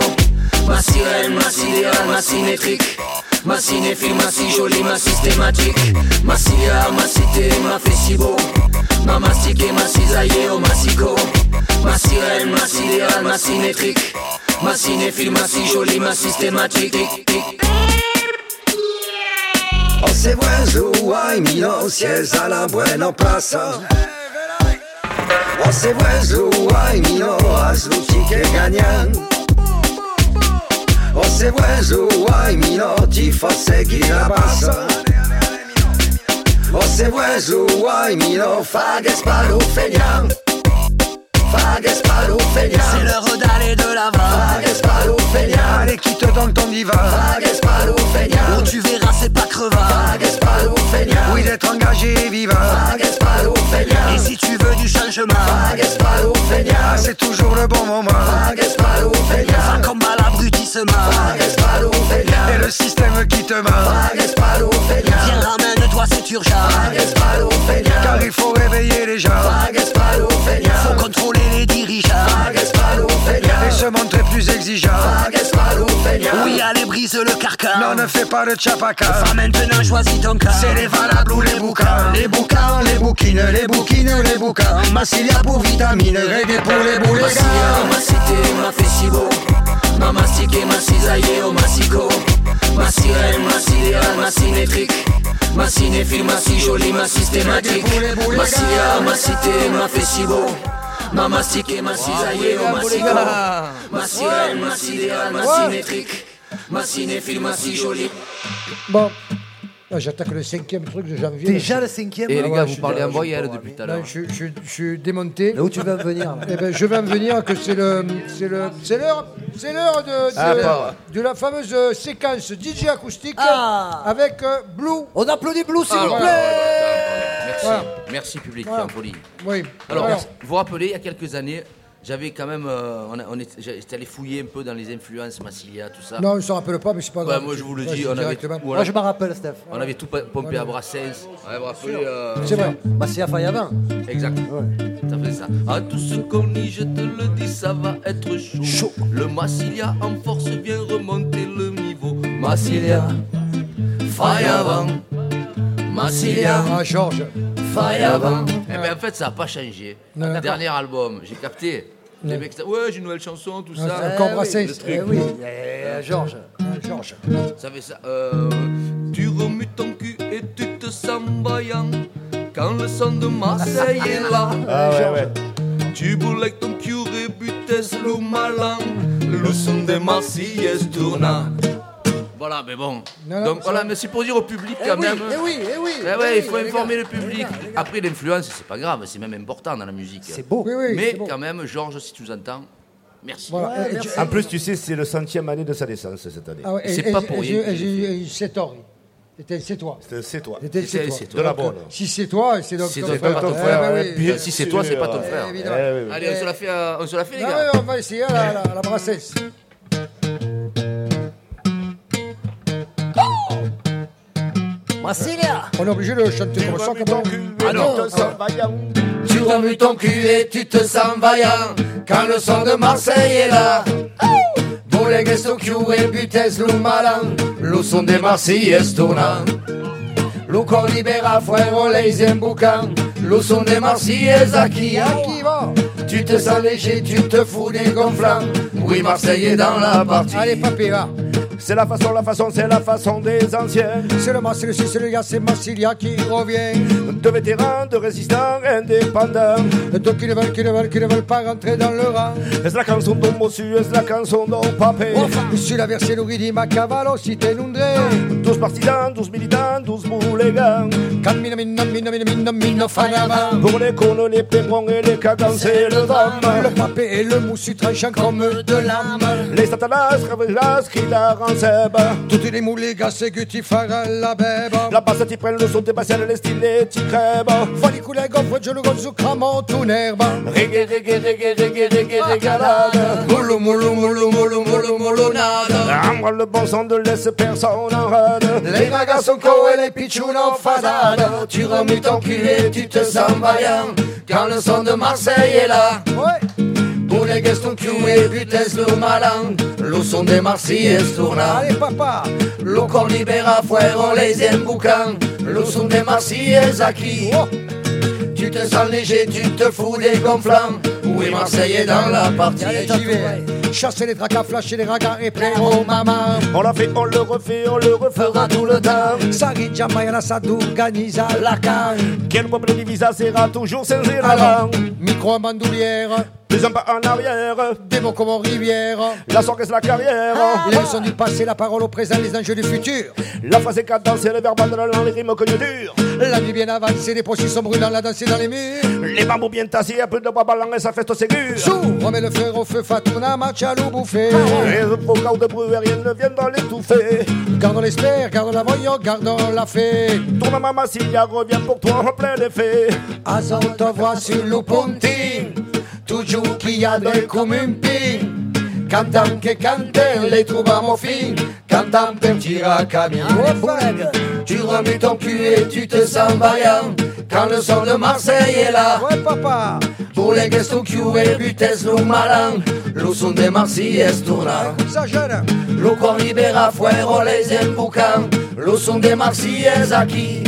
Speaker 15: Ma sirène, ma sidérale, ma symétrique Ma cinéphile, ma si jolie, ma systématique Ma scia, ma cité, ma fessibo Ma mastiquée, ma cisaillée, oh ma cico Ma sirène, ma sidérale, ma symétrique Ma cinéphile, ma si jolie, ma systématique
Speaker 12: Ose vuezu a mi no si es a la buena plaza Oh, Ose vuezu a mi no as luchi que gañan Ose vuezu a mi no ti fa seguir la Oh, pasa Ose vuezu a mi no fagues para feñan Fagues para feñan
Speaker 15: C'est l'heure d'aller de l'avant
Speaker 12: Fagues para feñan Allez quitte donc ton divan Fagues para feñan
Speaker 15: Où tu verras c'est pas crevard
Speaker 12: Fagues para feñan Oui d'être engagé et vivant Fagues para feñan
Speaker 15: Et si tu veux du changement
Speaker 12: Fagues para feñan C'est toujours le bon moment Fagues para feñan
Speaker 15: Va comme à l'abrutissement
Speaker 12: Fagues para feñan Et le système qui te ment Fagues para feñan
Speaker 15: Viens ramène-toi c'est urgent
Speaker 12: Fagues para feñan Car il faut réveiller les gens Fagues para feñan
Speaker 15: Faut contrôler les dirigeants
Speaker 12: Fagues para feñan Et se montrer plus exigeant Fagues para feñan
Speaker 15: Oui allez brise le carcan
Speaker 12: Non, ne fais pas le tchapaka.
Speaker 15: Va maintenant choisis ton cas
Speaker 12: C'est les valables ou les bouquins. Les bouquins, les bouquines, les bouquines, les bouquins. Massilia pour vitamine, reggae pour les boules, les
Speaker 15: Massia, ma
Speaker 12: gars.
Speaker 15: cité, ma fessibo Ma mastiquée, ma cisaillée, oh ma cico Ma sirène, ma sidérale, ma symétrique Ma cinéphile, ma si jolie, ma systématique Ma scia, ma cité, ma fessibo Ma mastiquée, ma cisaillée, oh ma cico Ma sirène, ma sidérale, ma symétrique Ma cinéphile, ma si jolie
Speaker 4: Bon. Là, J'attaque le cinquième truc de janvier.
Speaker 1: Déjà le cinquième
Speaker 4: Ah
Speaker 1: Et Eh, les
Speaker 4: ouais,
Speaker 1: gars,
Speaker 4: je
Speaker 1: vous
Speaker 4: suis-
Speaker 1: parlez
Speaker 4: je
Speaker 1: en
Speaker 4: suis
Speaker 1: voyelle
Speaker 4: pas,
Speaker 1: depuis
Speaker 4: mais-
Speaker 1: tout à l'heure.
Speaker 4: Non, Je je- je suis démonté.
Speaker 1: Là où tu vas en venir
Speaker 4: Eh ben, Je vais en venir que c'est le, c'est le, c'est l'heure, c'est l'heure de, de-
Speaker 1: Ah, pas
Speaker 4: de la fameuse euh, séquence DJ acoustique avec euh, Blue.
Speaker 1: Ah.
Speaker 4: Ah,
Speaker 1: On applaudit Blue,
Speaker 4: s'il
Speaker 6: Alors,
Speaker 4: vous plaît.
Speaker 6: Merci,
Speaker 4: Voilà.
Speaker 6: merci public,
Speaker 4: Voilà.
Speaker 6: bien poli.
Speaker 4: Oui.
Speaker 6: Alors,
Speaker 4: Alors.
Speaker 6: vous vous rappelez, il y a quelques années, j'avais quand même. euh, on a- on est- J'étais allé fouiller un peu dans les influences, Massilia, tout ça.
Speaker 4: Non, je ne s'en rappelle pas, mais c'est pas
Speaker 6: Ouais,
Speaker 4: grave.
Speaker 6: moi, je vous le
Speaker 4: Ouais,
Speaker 6: dis,
Speaker 4: c'est
Speaker 6: on avait,
Speaker 4: directement.
Speaker 6: ou on
Speaker 4: Moi,
Speaker 6: avait-
Speaker 4: je m'en rappelle, Steph.
Speaker 6: On avait tout pa- pompé à Brassens. Ouais, vous rappelez, euh,
Speaker 4: Bah, C'est vrai.
Speaker 1: Massia Fayabin.
Speaker 6: Exact. Ça fait ça. À tout ce qu'on y, je te le dis, ça va être chaud. Le Massilia en force vient remonter le niveau. Massilia, faille avant. Massilia,
Speaker 4: Ah, Georges.
Speaker 6: faille avant. Eh ben, en fait, ça n'a pas changé.
Speaker 4: Non.
Speaker 6: Le dernier album, j'ai capté. Les mecs, ça- ouais, j'ai une nouvelle chanson, tout
Speaker 4: Ah,
Speaker 6: ça.
Speaker 4: c'est encore
Speaker 6: Eh
Speaker 4: Brassens.
Speaker 6: oui, le truc.
Speaker 4: Eh oui. Euh,
Speaker 1: Eh, Georges.
Speaker 4: Georges.
Speaker 6: Ça fait ça. euh, tu remues ton cul et tu te sens vaillant. Quand le son de Marseille est là.
Speaker 8: Ah ouais, ouais.
Speaker 6: Tu boulais ton curé, butes le malin. Le son des Marseillais tourna. Voilà, mais bon. Donc voilà, mais c'est pour dire au public
Speaker 4: Eh
Speaker 6: quand
Speaker 4: oui,
Speaker 6: même.
Speaker 4: eh oui, eh oui,
Speaker 6: Eh ouais,
Speaker 4: eh
Speaker 6: il
Speaker 4: oui,
Speaker 6: faut
Speaker 4: les
Speaker 6: informer
Speaker 4: gars,
Speaker 6: le public. Après, l'influence, c'est pas grave, c'est même important dans la musique. C'est
Speaker 1: beau.
Speaker 4: Oui, oui,
Speaker 6: mais
Speaker 4: c'est beau.
Speaker 6: quand même, Georges, si tu nous entends, merci.
Speaker 4: Voilà, et-
Speaker 8: En plus, tu sais, c'est le centième année de sa naissance cette année.
Speaker 4: Ah ouais, et- et- et- et- et- et- et- C'est toi. C'était c'est toi.
Speaker 8: C'est toi.
Speaker 4: C'était c'est toi.
Speaker 8: De la
Speaker 4: Donc,
Speaker 8: bonne.
Speaker 4: euh, Si c'est toi, c'est donc
Speaker 8: C'est
Speaker 4: ton
Speaker 8: donc
Speaker 4: frère.
Speaker 8: pas ton
Speaker 4: Eh
Speaker 8: frère,
Speaker 4: ben
Speaker 8: ouais.
Speaker 4: oui.
Speaker 8: Bien sûr, ouais. Eh, évidemment. Eh oui.
Speaker 6: Allez, on se la fait, euh, on se la fait les
Speaker 4: Ah
Speaker 6: gars.
Speaker 4: ouais, on va essayer à la, à la, à la brassesse.
Speaker 1: Brasilia. Ah
Speaker 4: On est obligé de chanter comme ça quand même. Ah Alors,
Speaker 1: Tu remues ton cul et tu te sens vaillant quand le son de Marseille est là. Bouleg Estoquiu et Butes Lumalan, lo son de Marseille est tournant. Lo Libera Fuero les Emboucan, lo son de Marseille est acquis. Tu te sens léger, tu te fous des gonflants. Oui, Marseille est dans la partie.
Speaker 4: Allez, papy, va.
Speaker 8: C'est la façon, la façon, c'est la façon des anciens.
Speaker 4: C'est le Marseille, c'est le gars, c'est Marsilia qui revient.
Speaker 8: De vétérans, de résistants, indépendants.
Speaker 4: Donc qui ne veulent, qui ne veulent, qui ne veulent pas rentrer dans le rang.
Speaker 8: Es la canzone d'un bossu, es la canzone d'un papé.
Speaker 4: Sur la versione di Macavallo si te inondré.
Speaker 8: 12 partisans, 12 militants, 12 boulégans.
Speaker 4: Cammina, minna, minna, minna, minna, minna, fanama.
Speaker 8: Pour les cons, les pébrons et les cagans, c'est le drame.
Speaker 4: Le papé et le moussu tranchant comme de l'âme.
Speaker 8: Les satanas, ravelas, qui la
Speaker 4: Tutti les moules, les gars, c'est que tu feras la bèbe.
Speaker 8: La basse, t'y prennent le son, t'es passé, les stylés, t'y crèbes.
Speaker 4: Fali coulé, gonfre, je le gonzo, cramant, ton herbe.
Speaker 1: Reggae, reggae, reggae, reggae, reggae, régalade. Moulou, moulou, moulou, moulou, moulou, moulonade.
Speaker 8: Ambre Ah, le bon sang de laisse personne en rade.
Speaker 1: Les magas sont co et les pitchounes en façade. Tu remues ton cul et tu te sens vaillant. Quand le son de Marseille est là.
Speaker 4: Ouais.
Speaker 1: Pour les Gaston Q et Butes le malin, le son des Marseillais tourna.
Speaker 4: Allez papa,
Speaker 1: Lo qu'on libéra fueron les emboucans, le son des Marseillais acquis. Tu te sens léger, tu te fous des gonflants. Oui, Marseille est dans la partie.
Speaker 4: Allez, j'y vais. Chasser les tracas, flasher les ragas et plaire aux mamans.
Speaker 8: On l'a fait, on le refait, on le refera tout le temps.
Speaker 4: Sari Jamayana Saduganisa la canne.
Speaker 8: Quel peuple divisa sera toujours sans élan.
Speaker 4: Micro bandoulière.
Speaker 8: Plus un pas en arrière,
Speaker 4: Des mots comme en rivière. Ah,
Speaker 8: la sorgue c'est la carrière.
Speaker 4: Les leçons du passé, la parole au présent, les enjeux du futur.
Speaker 8: La phrase est cadencée, le verbe dans les rimes dur
Speaker 4: La nuit bien avancée, les processus sont brûlants, la danse est dans les murs.
Speaker 8: Les bambous bien tassés, un peu de bois blanc et ça feste au ségur.
Speaker 4: Sous, remets le feu au feu, Fatouna, match à l'eau bouffée.
Speaker 8: Les brocas de bruit, rien ne vient dans l'étouffer.
Speaker 4: Gardons l'espère, gardons la voyant, gardons la fée.
Speaker 8: Tourne ma massilla, reviens pour toi en plein effet.
Speaker 1: Azon te voit sur le ponting. Toujours criado e come un pin Cantam che canten, les trouvamos fin Cantam que tira camion Tu remues ton cul et tu te sens vaillant Quand le son de Marseille est là
Speaker 4: Ouais papa
Speaker 1: Pour les gestos qui et butes nous malin Le son de Marseille est tournant
Speaker 4: Ça jeune
Speaker 1: Lo qu'on libera fuero les emboucans Le son de Marseille est acquis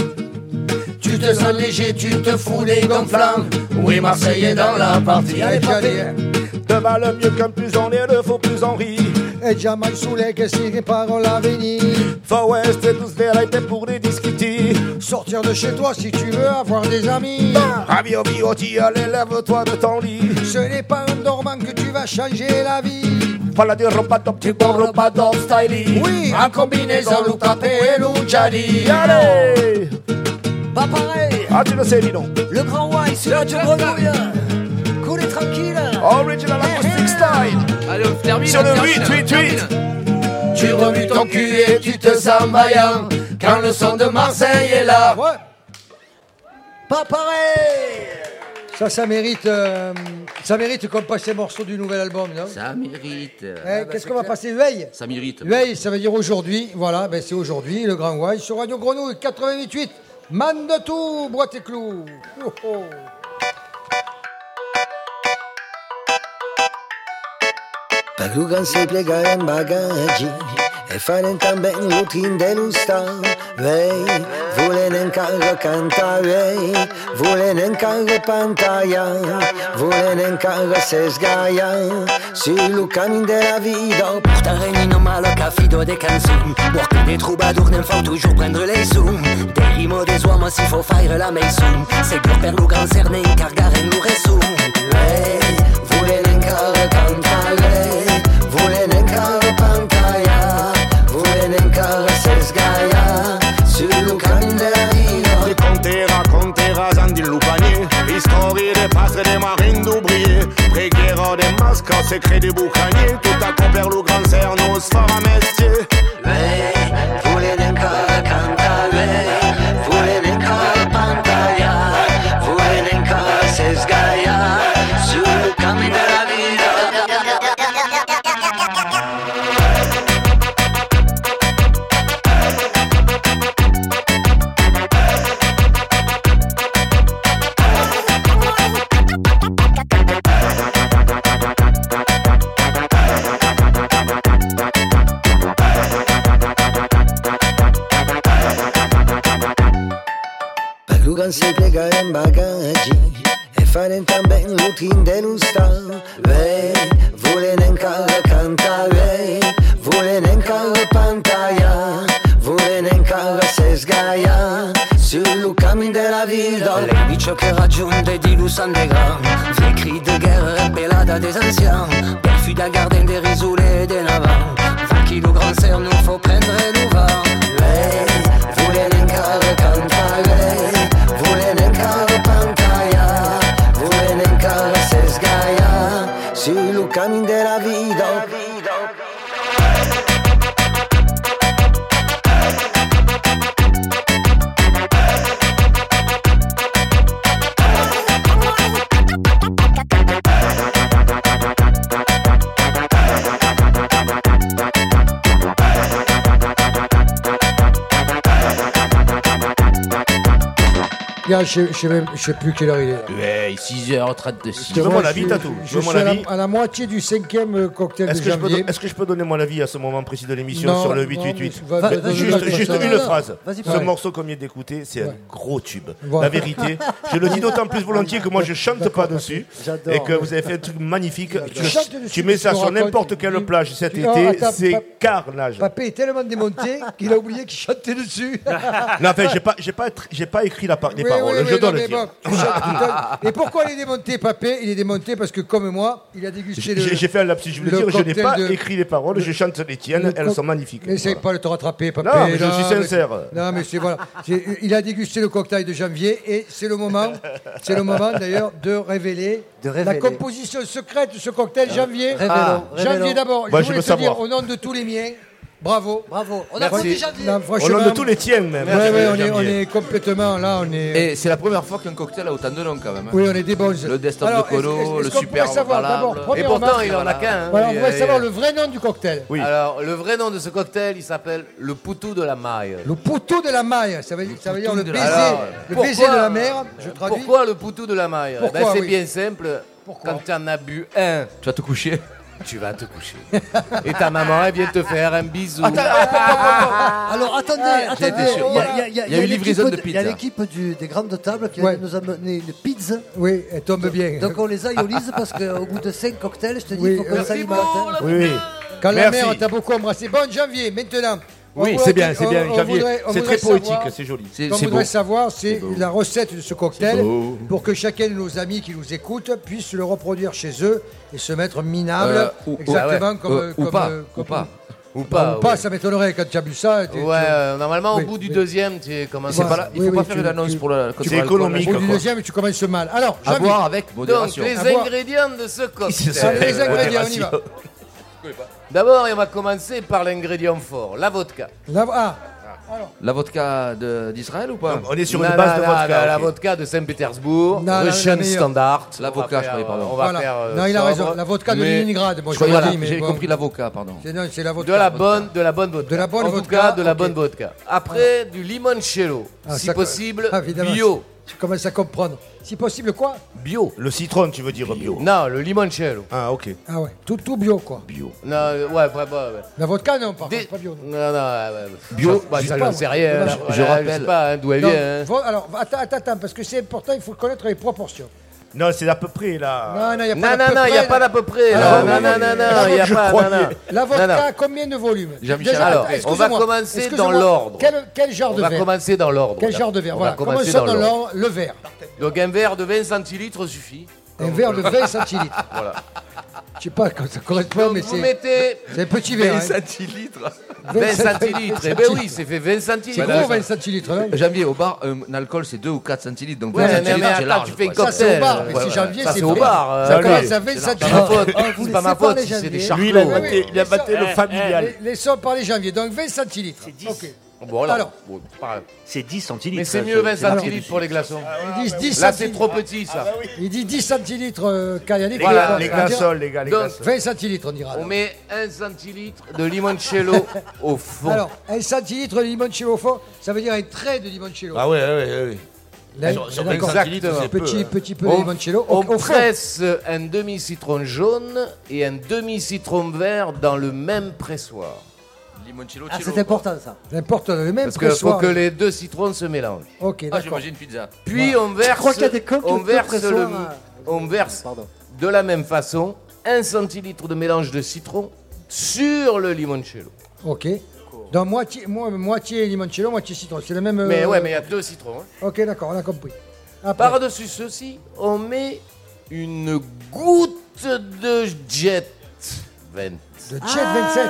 Speaker 1: tu te sens léger, tu te fous des gonflants. Oui, Marseille est dans la partie. Allez, papy.
Speaker 8: Te valent mieux qu'un plus on est, le faux plus on rit.
Speaker 4: Et jamais sous les questions qui parlent l'avenir.
Speaker 8: Far West et tous vérité pour les discuter.
Speaker 4: Sortir de chez toi si tu veux avoir des amis.
Speaker 8: Bah, Ravi, oh, bioti, allez, lève-toi de ton lit.
Speaker 4: Ce n'est pas en dormant que tu vas changer la vie.
Speaker 8: Voilà des repas top,
Speaker 1: Tu parles pas d'homme styling.
Speaker 4: Oui.
Speaker 1: En combinaison, loup tapé et loup jadi.
Speaker 8: Allez
Speaker 1: Pas pareil.
Speaker 8: Ah, tu le sais, dis donc.
Speaker 1: Le grand Y sur la grenouille. Coulez tranquille.
Speaker 8: Original acoustic style.
Speaker 24: Allez, on termine.
Speaker 8: Sur le
Speaker 24: on termine,
Speaker 8: 8,
Speaker 24: on
Speaker 8: 8,
Speaker 24: termine.
Speaker 8: 8.
Speaker 1: Tu remues ton cul et tu te sens vaillant quand le son de Marseille est là.
Speaker 4: Ouais.
Speaker 1: Pas pareil.
Speaker 4: Ça, ça mérite, euh, ça mérite qu'on passe les morceaux du nouvel album, non
Speaker 25: Ça mérite.
Speaker 4: Eh, Qu'est-ce qu'on va passer Veille
Speaker 25: Ça mérite.
Speaker 4: Veille, ça veut dire aujourd'hui. Voilà, ben c'est aujourd'hui, le Grand Wise sur Radio Grenouille 88. Man de tout, boîte et clous. Oh, oh.
Speaker 12: Paglugan se plegară în bagajii E faren tamben lutrin de lusta Vei, vulen în cară canta Vei, vulen în cară pantalla Vulen în cară se sgaia Si lu camin de la vida
Speaker 1: Tareni normale qu'à fido des canzons Boire que des troubadours n'aime faut toujours prendre les zooms Des rimes des oies, moi s'il faut faire la maison C'est pour faire le cancer, n'est car garen nous résout
Speaker 12: Vei, vulen în cară canta Vei, vulen în cară pantalla Vulen în cară se sgaia Si lu camin de la vida
Speaker 26: Racontez, racontez, rasant du loupanier Histoire des passes et des marines d'oublier Préguerre des masques, secret du boucanier Tout à compère le grand cerno, se fera mestier
Speaker 12: Vuole nel cuore cantare, vuole nel cuore pantalla, vuole nel cuore se sgaia, sul cammino della vita.
Speaker 27: Thank
Speaker 13: se plega in bagaggi e fare ben l'utin de non sta lei vuole nenca la canta lei vuole nenca la pantalla vuole nenca la se sgaia sul camin della vita
Speaker 9: Lei dit ciò che raggiunge di Lusan des grands Vieille cri de guerre appellata des anciens Belle fuite à garder des risoulés et des navants 20 kilos grand serre, nous faut prendre et nous va Lei voulait l'incarne
Speaker 13: Lei vuole nencare pantalla, vuole nencare se sgaia, sul camin della vita.
Speaker 4: Gars, je sais- je sais même- je sais plus quelle heure il est.
Speaker 6: Ouais, 6h36.
Speaker 5: Tu veux mon avis,
Speaker 4: Je,
Speaker 5: Tatou Tu
Speaker 4: je
Speaker 5: veux mon
Speaker 4: suis à
Speaker 5: avis
Speaker 4: la, à la moitié du cinquième euh, cocktail de
Speaker 5: Est-ce que, je peux
Speaker 4: janvier.
Speaker 5: don- est-ce que je peux donner mon avis à ce moment précis de l'émission
Speaker 4: Non,
Speaker 5: sur le
Speaker 4: non,
Speaker 5: 888
Speaker 4: mais va-
Speaker 5: Ben,
Speaker 4: vas-y,
Speaker 5: Juste,
Speaker 4: vas-y,
Speaker 5: juste
Speaker 4: vas-y.
Speaker 5: une phrase.
Speaker 4: Vas-y,
Speaker 5: Ce
Speaker 4: parle.
Speaker 5: morceau qu'on vient d'écouter, c'est un gros tube.
Speaker 4: Voilà.
Speaker 5: La vérité, je le dis d'autant plus volontiers que moi je chante pas dessus
Speaker 4: J'adore.
Speaker 5: et que vous avez fait un truc magnifique. Tu,
Speaker 4: chantes dessus,
Speaker 5: tu mets
Speaker 4: mais
Speaker 5: ça
Speaker 4: tu
Speaker 5: sur
Speaker 4: racontes-
Speaker 5: n'importe quelle plage cet
Speaker 4: tu-
Speaker 5: été,
Speaker 4: Oh, attends,
Speaker 5: c'est
Speaker 4: pa-
Speaker 5: carnage.
Speaker 4: Papé est tellement démonté qu'il a oublié qu'il chantait dessus.
Speaker 5: Non, enfin, j'ai pas, j'ai pas, tr- j'ai pas écrit la par- les
Speaker 4: Oui,
Speaker 5: paroles, hein,
Speaker 4: oui, oui,
Speaker 5: je
Speaker 4: non,
Speaker 5: dois
Speaker 4: mais
Speaker 5: le dire.
Speaker 4: bon, tu chantes tout à l'heure. Et pourquoi il est démonté, Papé Il est démonté parce que, comme moi, il a dégusté
Speaker 5: J'ai
Speaker 4: le.
Speaker 5: j'ai fait un lapsus, je voulais
Speaker 4: le
Speaker 5: dire, je n'ai
Speaker 4: cocktail
Speaker 5: pas
Speaker 4: de-
Speaker 5: écrit les paroles, je chante les tiennes,
Speaker 4: le
Speaker 5: elles
Speaker 4: cock-
Speaker 5: sont magnifiques.
Speaker 4: N'essaye
Speaker 5: Voilà.
Speaker 4: pas de te rattraper, Papé.
Speaker 5: Non, mais je suis
Speaker 4: mais-
Speaker 5: sincère.
Speaker 4: non, mais c'est voilà. C'est- Il a dégusté le cocktail de janvier et c'est le moment, c'est le moment d'ailleurs de révéler,
Speaker 3: De révéler.
Speaker 4: la composition secrète de ce cocktail janvier. Ah,
Speaker 3: Révélons, révélons.
Speaker 4: Janvier d'abord.
Speaker 5: Ah, Moi, je
Speaker 4: je voulais
Speaker 5: veux
Speaker 4: te
Speaker 5: savoir.
Speaker 4: dire au nom de tous les miens. Bravo. Bravo.
Speaker 5: On applaudit Janvier. Au nom de tous les tiens, même.
Speaker 4: Ouais,
Speaker 5: Merci,
Speaker 4: ouais, on, est,
Speaker 5: Janvier.
Speaker 4: on est complètement là, on est.
Speaker 6: Et c'est la première fois qu'un cocktail a autant de noms quand même. hein.
Speaker 4: Oui, on est des bons.
Speaker 6: Le desktop
Speaker 4: Alors,
Speaker 6: de Colo,
Speaker 4: est-ce- est-ce- est-ce
Speaker 6: le
Speaker 4: qu'on
Speaker 6: super
Speaker 4: pourrait savoir d'abord,
Speaker 6: valable.
Speaker 4: première
Speaker 6: Et pourtant,
Speaker 4: remarque,
Speaker 6: il en a
Speaker 4: voilà.
Speaker 6: qu'un, hein.
Speaker 4: Voilà, on
Speaker 6: Il y a-
Speaker 4: pourrait
Speaker 6: il y a-
Speaker 4: savoir le vrai nom du cocktail.
Speaker 16: Alors, le vrai nom de ce cocktail, il s'appelle le poutou de la maille.
Speaker 4: Le poutou de la maille, ça veut, ça veut dire le baiser,
Speaker 16: Alors,
Speaker 4: le
Speaker 16: pourquoi-
Speaker 4: baiser de la mer. Je traduis.
Speaker 16: Pourquoi le poutou de la maille Eh ben,
Speaker 4: Pourquoi,
Speaker 16: C'est
Speaker 4: oui.
Speaker 16: bien simple. Quand tu en as bu un,
Speaker 6: Tu vas te coucher.
Speaker 16: tu vas te coucher. Et ta maman, elle vient te faire un bisou.
Speaker 4: Ah,
Speaker 3: Alors attendez,
Speaker 16: Ah, j'étais
Speaker 3: attendez.
Speaker 16: sûr.
Speaker 3: Il y a- il y a- il y a-
Speaker 16: Il y a eu
Speaker 3: il y a
Speaker 16: livraison
Speaker 3: l'équipe
Speaker 16: de
Speaker 3: Il y a
Speaker 16: pizza.
Speaker 3: l'équipe du- des grandes tables qui
Speaker 4: Ouais.
Speaker 3: nous a amené une pizza.
Speaker 4: Oui, elle tombe bien.
Speaker 3: Donc on les aïolise parce qu'au bout de 5 cocktails, je te dis,
Speaker 4: Oui,
Speaker 3: il faut
Speaker 4: euh,
Speaker 3: qu'on s'alimente.
Speaker 4: Oui, oui. Quand la
Speaker 5: Merci.
Speaker 4: mère t'a beaucoup embrassé. Bon, janvier, maintenant. On
Speaker 5: Oui,
Speaker 4: voudrait-
Speaker 5: c'est bien, c'est
Speaker 4: on-
Speaker 5: bien,
Speaker 4: on
Speaker 5: Janvier.
Speaker 4: voudrait- on
Speaker 5: C'est très
Speaker 4: voudrait savoir-
Speaker 5: poétique, c'est joli. C'est-
Speaker 4: Ce qu'on
Speaker 5: c'est
Speaker 4: voudrait
Speaker 5: beau.
Speaker 4: savoir, c'est
Speaker 5: beau.
Speaker 4: la recette de ce cocktail
Speaker 5: C'est beau.
Speaker 4: pour que chacun de nos amis qui nous écoutent puisse le reproduire chez eux et se mettre minable.
Speaker 6: Euh, ou- ou-
Speaker 4: exactement
Speaker 6: ah ouais.
Speaker 4: comme,
Speaker 6: Euh, ou
Speaker 4: comme,
Speaker 6: pas,
Speaker 4: euh,
Speaker 6: ou
Speaker 4: comme-
Speaker 6: pas.
Speaker 16: Ou
Speaker 4: Bon,
Speaker 16: pas,
Speaker 4: ou pas,
Speaker 16: oui.
Speaker 4: ça m'étonnerait quand tu as bu ça. tu-
Speaker 16: Ouais,
Speaker 4: tu-
Speaker 16: euh, normalement, au
Speaker 4: Oui,
Speaker 16: bout du
Speaker 4: oui.
Speaker 16: deuxième, tu commences
Speaker 6: C'est pas là- il faut pas faire une annonce pour la- contre l'alcool.
Speaker 4: Au bout du deuxième, tu commences mal. Alors,
Speaker 6: À
Speaker 4: janvier.
Speaker 6: boire avec
Speaker 16: Donc,
Speaker 6: modération.
Speaker 16: les
Speaker 4: À boire.
Speaker 16: ingrédients de ce
Speaker 4: ça,
Speaker 16: cocktail.
Speaker 4: Allez, les ingrédients, on y va.
Speaker 16: D'abord, on va commencer par l'ingrédient fort, la vodka.
Speaker 4: La- ah,
Speaker 6: La vodka de- d'Israël ou pas
Speaker 16: Non, non, non, La, la vodka de Saint-Pétersbourg,
Speaker 6: Non, non, non,
Speaker 16: Russian
Speaker 6: la meilleure.
Speaker 16: Standard.
Speaker 6: La
Speaker 16: On va
Speaker 6: vodka, je
Speaker 16: faire,
Speaker 6: parlais, pardon.
Speaker 16: On va
Speaker 6: Voilà.
Speaker 16: faire. euh,
Speaker 4: Non, il a
Speaker 16: sobre.
Speaker 4: raison. La vodka de Leningrad, moi,
Speaker 6: je
Speaker 4: j'avais
Speaker 6: voilà,
Speaker 4: dit, mais
Speaker 6: J'ai
Speaker 4: bon.
Speaker 6: compris l'avocat, pardon.
Speaker 4: C'est non, c'est la vodka.
Speaker 16: de la
Speaker 4: vodka.
Speaker 16: bonne, de la bonne vodka.
Speaker 4: De la bonne
Speaker 16: En tout
Speaker 4: vodka,
Speaker 16: cas, de la
Speaker 4: ok.
Speaker 16: bonne vodka. Après, du limoncello,
Speaker 4: Ah,
Speaker 16: si
Speaker 4: ça-
Speaker 16: possible,
Speaker 4: Ah, évidemment,
Speaker 16: bio.
Speaker 4: Je commence à comprendre. Si possible, quoi
Speaker 16: Bio.
Speaker 5: Le citron, tu veux dire bio
Speaker 16: Non, le limoncello.
Speaker 5: Ah, ok.
Speaker 4: Ah ouais, tout, tout bio, quoi.
Speaker 5: Bio.
Speaker 16: Non, euh, ouais, ouais, ouais, ouais.
Speaker 4: La vodka, non, par
Speaker 16: Des-
Speaker 4: contre, pas bio. non.
Speaker 16: Non, non, ouais, ouais.
Speaker 6: Bio,
Speaker 16: bah,
Speaker 6: je
Speaker 16: ça,
Speaker 6: sais pas,
Speaker 16: j'en
Speaker 6: moi.
Speaker 16: sais rien.
Speaker 6: Je-
Speaker 16: hein,
Speaker 6: je
Speaker 16: voilà,
Speaker 6: rappelle.
Speaker 16: sais pas hein, d'où elle
Speaker 4: Non,
Speaker 16: vient. hein.
Speaker 4: vo- alors, attends, attends, attends, parce que c'est important, il faut connaître les proportions.
Speaker 5: Non, c'est à peu près là.
Speaker 4: Non, non, il n'y a
Speaker 16: Non,
Speaker 4: pas
Speaker 16: non, non, il n'y a pas d'à peu près. là.
Speaker 5: Alors,
Speaker 16: Non, non, non, non,
Speaker 5: la
Speaker 16: il n'y a
Speaker 5: vodka,
Speaker 16: pas.
Speaker 5: je
Speaker 16: non,
Speaker 5: croyais.
Speaker 16: non.
Speaker 4: La vodka,
Speaker 16: Non, non.
Speaker 4: combien de volume
Speaker 16: Jean-Michel,
Speaker 4: Déjà,
Speaker 16: alors,
Speaker 4: attends,
Speaker 16: on
Speaker 4: excusez-moi,
Speaker 16: va commencer dans
Speaker 4: excusez-moi,
Speaker 16: l'ordre.
Speaker 4: Quel, quel genre
Speaker 16: On
Speaker 4: de
Speaker 16: va
Speaker 4: verre
Speaker 16: commencer dans l'ordre.
Speaker 4: Quel genre de verre
Speaker 16: On
Speaker 4: Voilà,
Speaker 16: va commencer
Speaker 4: commençons
Speaker 16: dans
Speaker 4: dans
Speaker 16: l'ordre.
Speaker 4: l'ordre. Le verre.
Speaker 16: Donc un verre de 20 centilitres suffit.
Speaker 4: Un verre de 20 centilitres.
Speaker 16: Voilà.
Speaker 4: Je sais pas quand ça correspond, mais
Speaker 16: Vous
Speaker 4: c'est
Speaker 16: mettez
Speaker 4: c'est un petit verre. hein.
Speaker 6: centilitres.
Speaker 16: 20 centilitres. Eh ben oui, c'est fait 20
Speaker 4: C'est
Speaker 16: centilitres.
Speaker 4: gros, 20 centilitres. hein non
Speaker 6: euh, Janvier, au bar, un alcool c'est 2 ou 4 centilitres. Donc
Speaker 16: Ouais,
Speaker 6: 20
Speaker 16: mais- mais
Speaker 6: centilitres, c'est
Speaker 16: attends,
Speaker 6: large.
Speaker 16: tu fais
Speaker 6: quoi.
Speaker 16: comme-
Speaker 4: Ça, c'est au bar,
Speaker 16: Ouais,
Speaker 4: mais
Speaker 16: ouais,
Speaker 4: c'est janvier,
Speaker 16: ça,
Speaker 4: c'est
Speaker 16: c'est au
Speaker 4: frais.
Speaker 16: bar, euh,
Speaker 4: Ça
Speaker 16: Salut.
Speaker 4: commence à 20
Speaker 16: C'est ma faute.
Speaker 4: centilitres.
Speaker 16: Oh, C'est pas ma faute si c'est des charclos.
Speaker 5: Lui, il a inventé, il a inventé le familial.
Speaker 4: eh, Les- Laissons parler janvier. Donc 20 centilitres. Ok.
Speaker 16: Ah, Bon, alors,
Speaker 4: Alors.
Speaker 16: bon, c'est pas grave.
Speaker 10: C'est 10 centilitres.
Speaker 16: Mais c'est
Speaker 4: euh,
Speaker 10: ça,
Speaker 16: mieux 20
Speaker 10: marqué
Speaker 16: centilitres
Speaker 10: dessus.
Speaker 16: pour les glaçons.
Speaker 4: Ils disent 10
Speaker 16: Là, c'est
Speaker 4: centilitres.
Speaker 16: trop petit, ça.
Speaker 4: Il dit 10 centilitres euh, Cayenne.
Speaker 5: Les,
Speaker 16: Voilà.
Speaker 5: gla- les glaçons, les gars, les
Speaker 16: Donc,
Speaker 5: glaçons.
Speaker 4: 20 centilitres, on dira.
Speaker 16: On
Speaker 4: alors.
Speaker 16: met 1 centilitre de limoncello au fond.
Speaker 4: Alors, un centilitre de limoncello fort, ça veut dire un trait de limoncello.
Speaker 5: Ah ouais, ouais, ouais.
Speaker 4: Là,
Speaker 5: sur-
Speaker 4: on est
Speaker 5: sur
Speaker 4: d'accord.
Speaker 5: 20 centilitres,
Speaker 4: Petit,
Speaker 5: c'est peu,
Speaker 4: petit,
Speaker 5: hein.
Speaker 4: petit peu de
Speaker 16: on,
Speaker 4: limoncello.
Speaker 16: on
Speaker 4: Au- au frais.
Speaker 16: presse un demi-citron jaune et un demi-citron vert dans le même pressoir.
Speaker 6: limoncello
Speaker 3: Ah,
Speaker 6: cello,
Speaker 3: c'est important
Speaker 6: quoi.
Speaker 3: ça.
Speaker 4: C'est important, le même
Speaker 16: Parce qu'il faut
Speaker 4: pressoir.
Speaker 16: que les deux citrons se mélangent.
Speaker 4: Ok,
Speaker 6: Ah,
Speaker 4: d'accord.
Speaker 6: j'imagine une pizza.
Speaker 16: Puis
Speaker 6: Voilà.
Speaker 16: on verse,
Speaker 6: Je crois qu'il y a des coques
Speaker 16: on
Speaker 6: de
Speaker 16: verse,
Speaker 6: pressoir,
Speaker 16: le-
Speaker 6: euh,
Speaker 16: on verse de la même façon un centilitre de mélange de citron sur le limoncello.
Speaker 4: Ok. Dans moitié, moi, moitié limoncello, moitié citron. C'est le même. euh,
Speaker 16: Mais ouais, mais il y a deux citrons. hein.
Speaker 4: Ok, d'accord, on a compris. Après.
Speaker 16: Par-dessus ceci, on met une goutte de jet 20.
Speaker 4: De Jet 27.